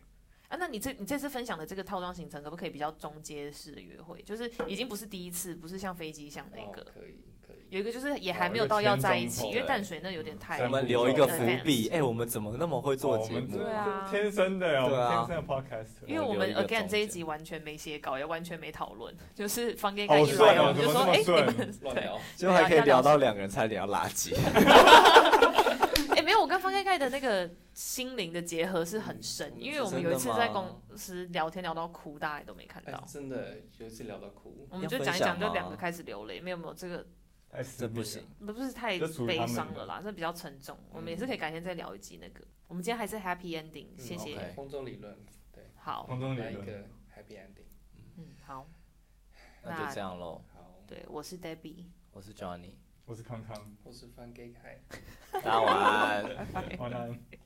Speaker 3: 啊！那你这你这次分享的这个套装行程，可不可以比较中阶式的约会？就是已经不是第一次，不是像飞机像那个
Speaker 4: 哦，可以可以，
Speaker 3: 有一个就是也还没有到要在一起，
Speaker 2: 哦有一
Speaker 3: 因
Speaker 2: 个前中后
Speaker 3: 为淡水那有点太
Speaker 2: 对
Speaker 1: 我们留一个伏 笔，哎、我们怎么那么会做
Speaker 2: 哦我
Speaker 1: 节
Speaker 2: 们
Speaker 1: 目
Speaker 2: 这？
Speaker 3: 对啊
Speaker 2: 天生的呀，我
Speaker 1: 对啊
Speaker 2: 们天生的 podcast，
Speaker 3: 因为我们
Speaker 1: 我留一个
Speaker 3: again
Speaker 1: 中
Speaker 3: 这一
Speaker 1: 间
Speaker 3: 集完全没写稿，也完全没讨论，就是方盖盖
Speaker 2: 好
Speaker 3: 一来，
Speaker 2: 顺
Speaker 3: 我
Speaker 2: 哦，
Speaker 3: 们
Speaker 2: 怎
Speaker 3: 就
Speaker 2: 么
Speaker 3: 说
Speaker 2: 这么
Speaker 3: 哎，
Speaker 2: 顺？
Speaker 4: 乱聊，
Speaker 1: 就
Speaker 3: 啊
Speaker 1: 还可以聊到两个人差点要垃圾，
Speaker 3: 哎、没有，我跟方盖盖的那个心灵的结合是很深，因为我们有一次在公司聊天聊到哭，大家也都没看
Speaker 4: 哎
Speaker 3: 到，，
Speaker 4: 真的有一次聊到哭，
Speaker 3: 我们就
Speaker 1: 要分
Speaker 3: 讲一讲，
Speaker 1: 享吗
Speaker 3: 就两个开始流泪，没有没有，这个
Speaker 2: 太私
Speaker 1: 这
Speaker 2: 密了
Speaker 1: 不行。。
Speaker 3: 不是太
Speaker 2: 这属于
Speaker 3: 悲
Speaker 2: 他们
Speaker 3: 伤
Speaker 2: 的
Speaker 3: 了啦，这比较沉重，我们也是
Speaker 1: 嗯
Speaker 3: 可以改天再聊一集那个。我们今天还是 happy ending，
Speaker 4: 嗯
Speaker 3: 谢谢。
Speaker 1: OK
Speaker 4: 空中理论，对，
Speaker 3: 好，
Speaker 2: 空中理
Speaker 4: 来一
Speaker 2: 论，
Speaker 4: 个 happy ending，
Speaker 3: 嗯，好，
Speaker 1: 那就这样喽。
Speaker 4: 好，
Speaker 3: 对，我是 Debbie，
Speaker 1: 我是 Johnny，
Speaker 2: 我是康康，
Speaker 4: 我是翻给凯。
Speaker 1: 大家晚安。
Speaker 3: 拜拜。
Speaker 2: 晚安。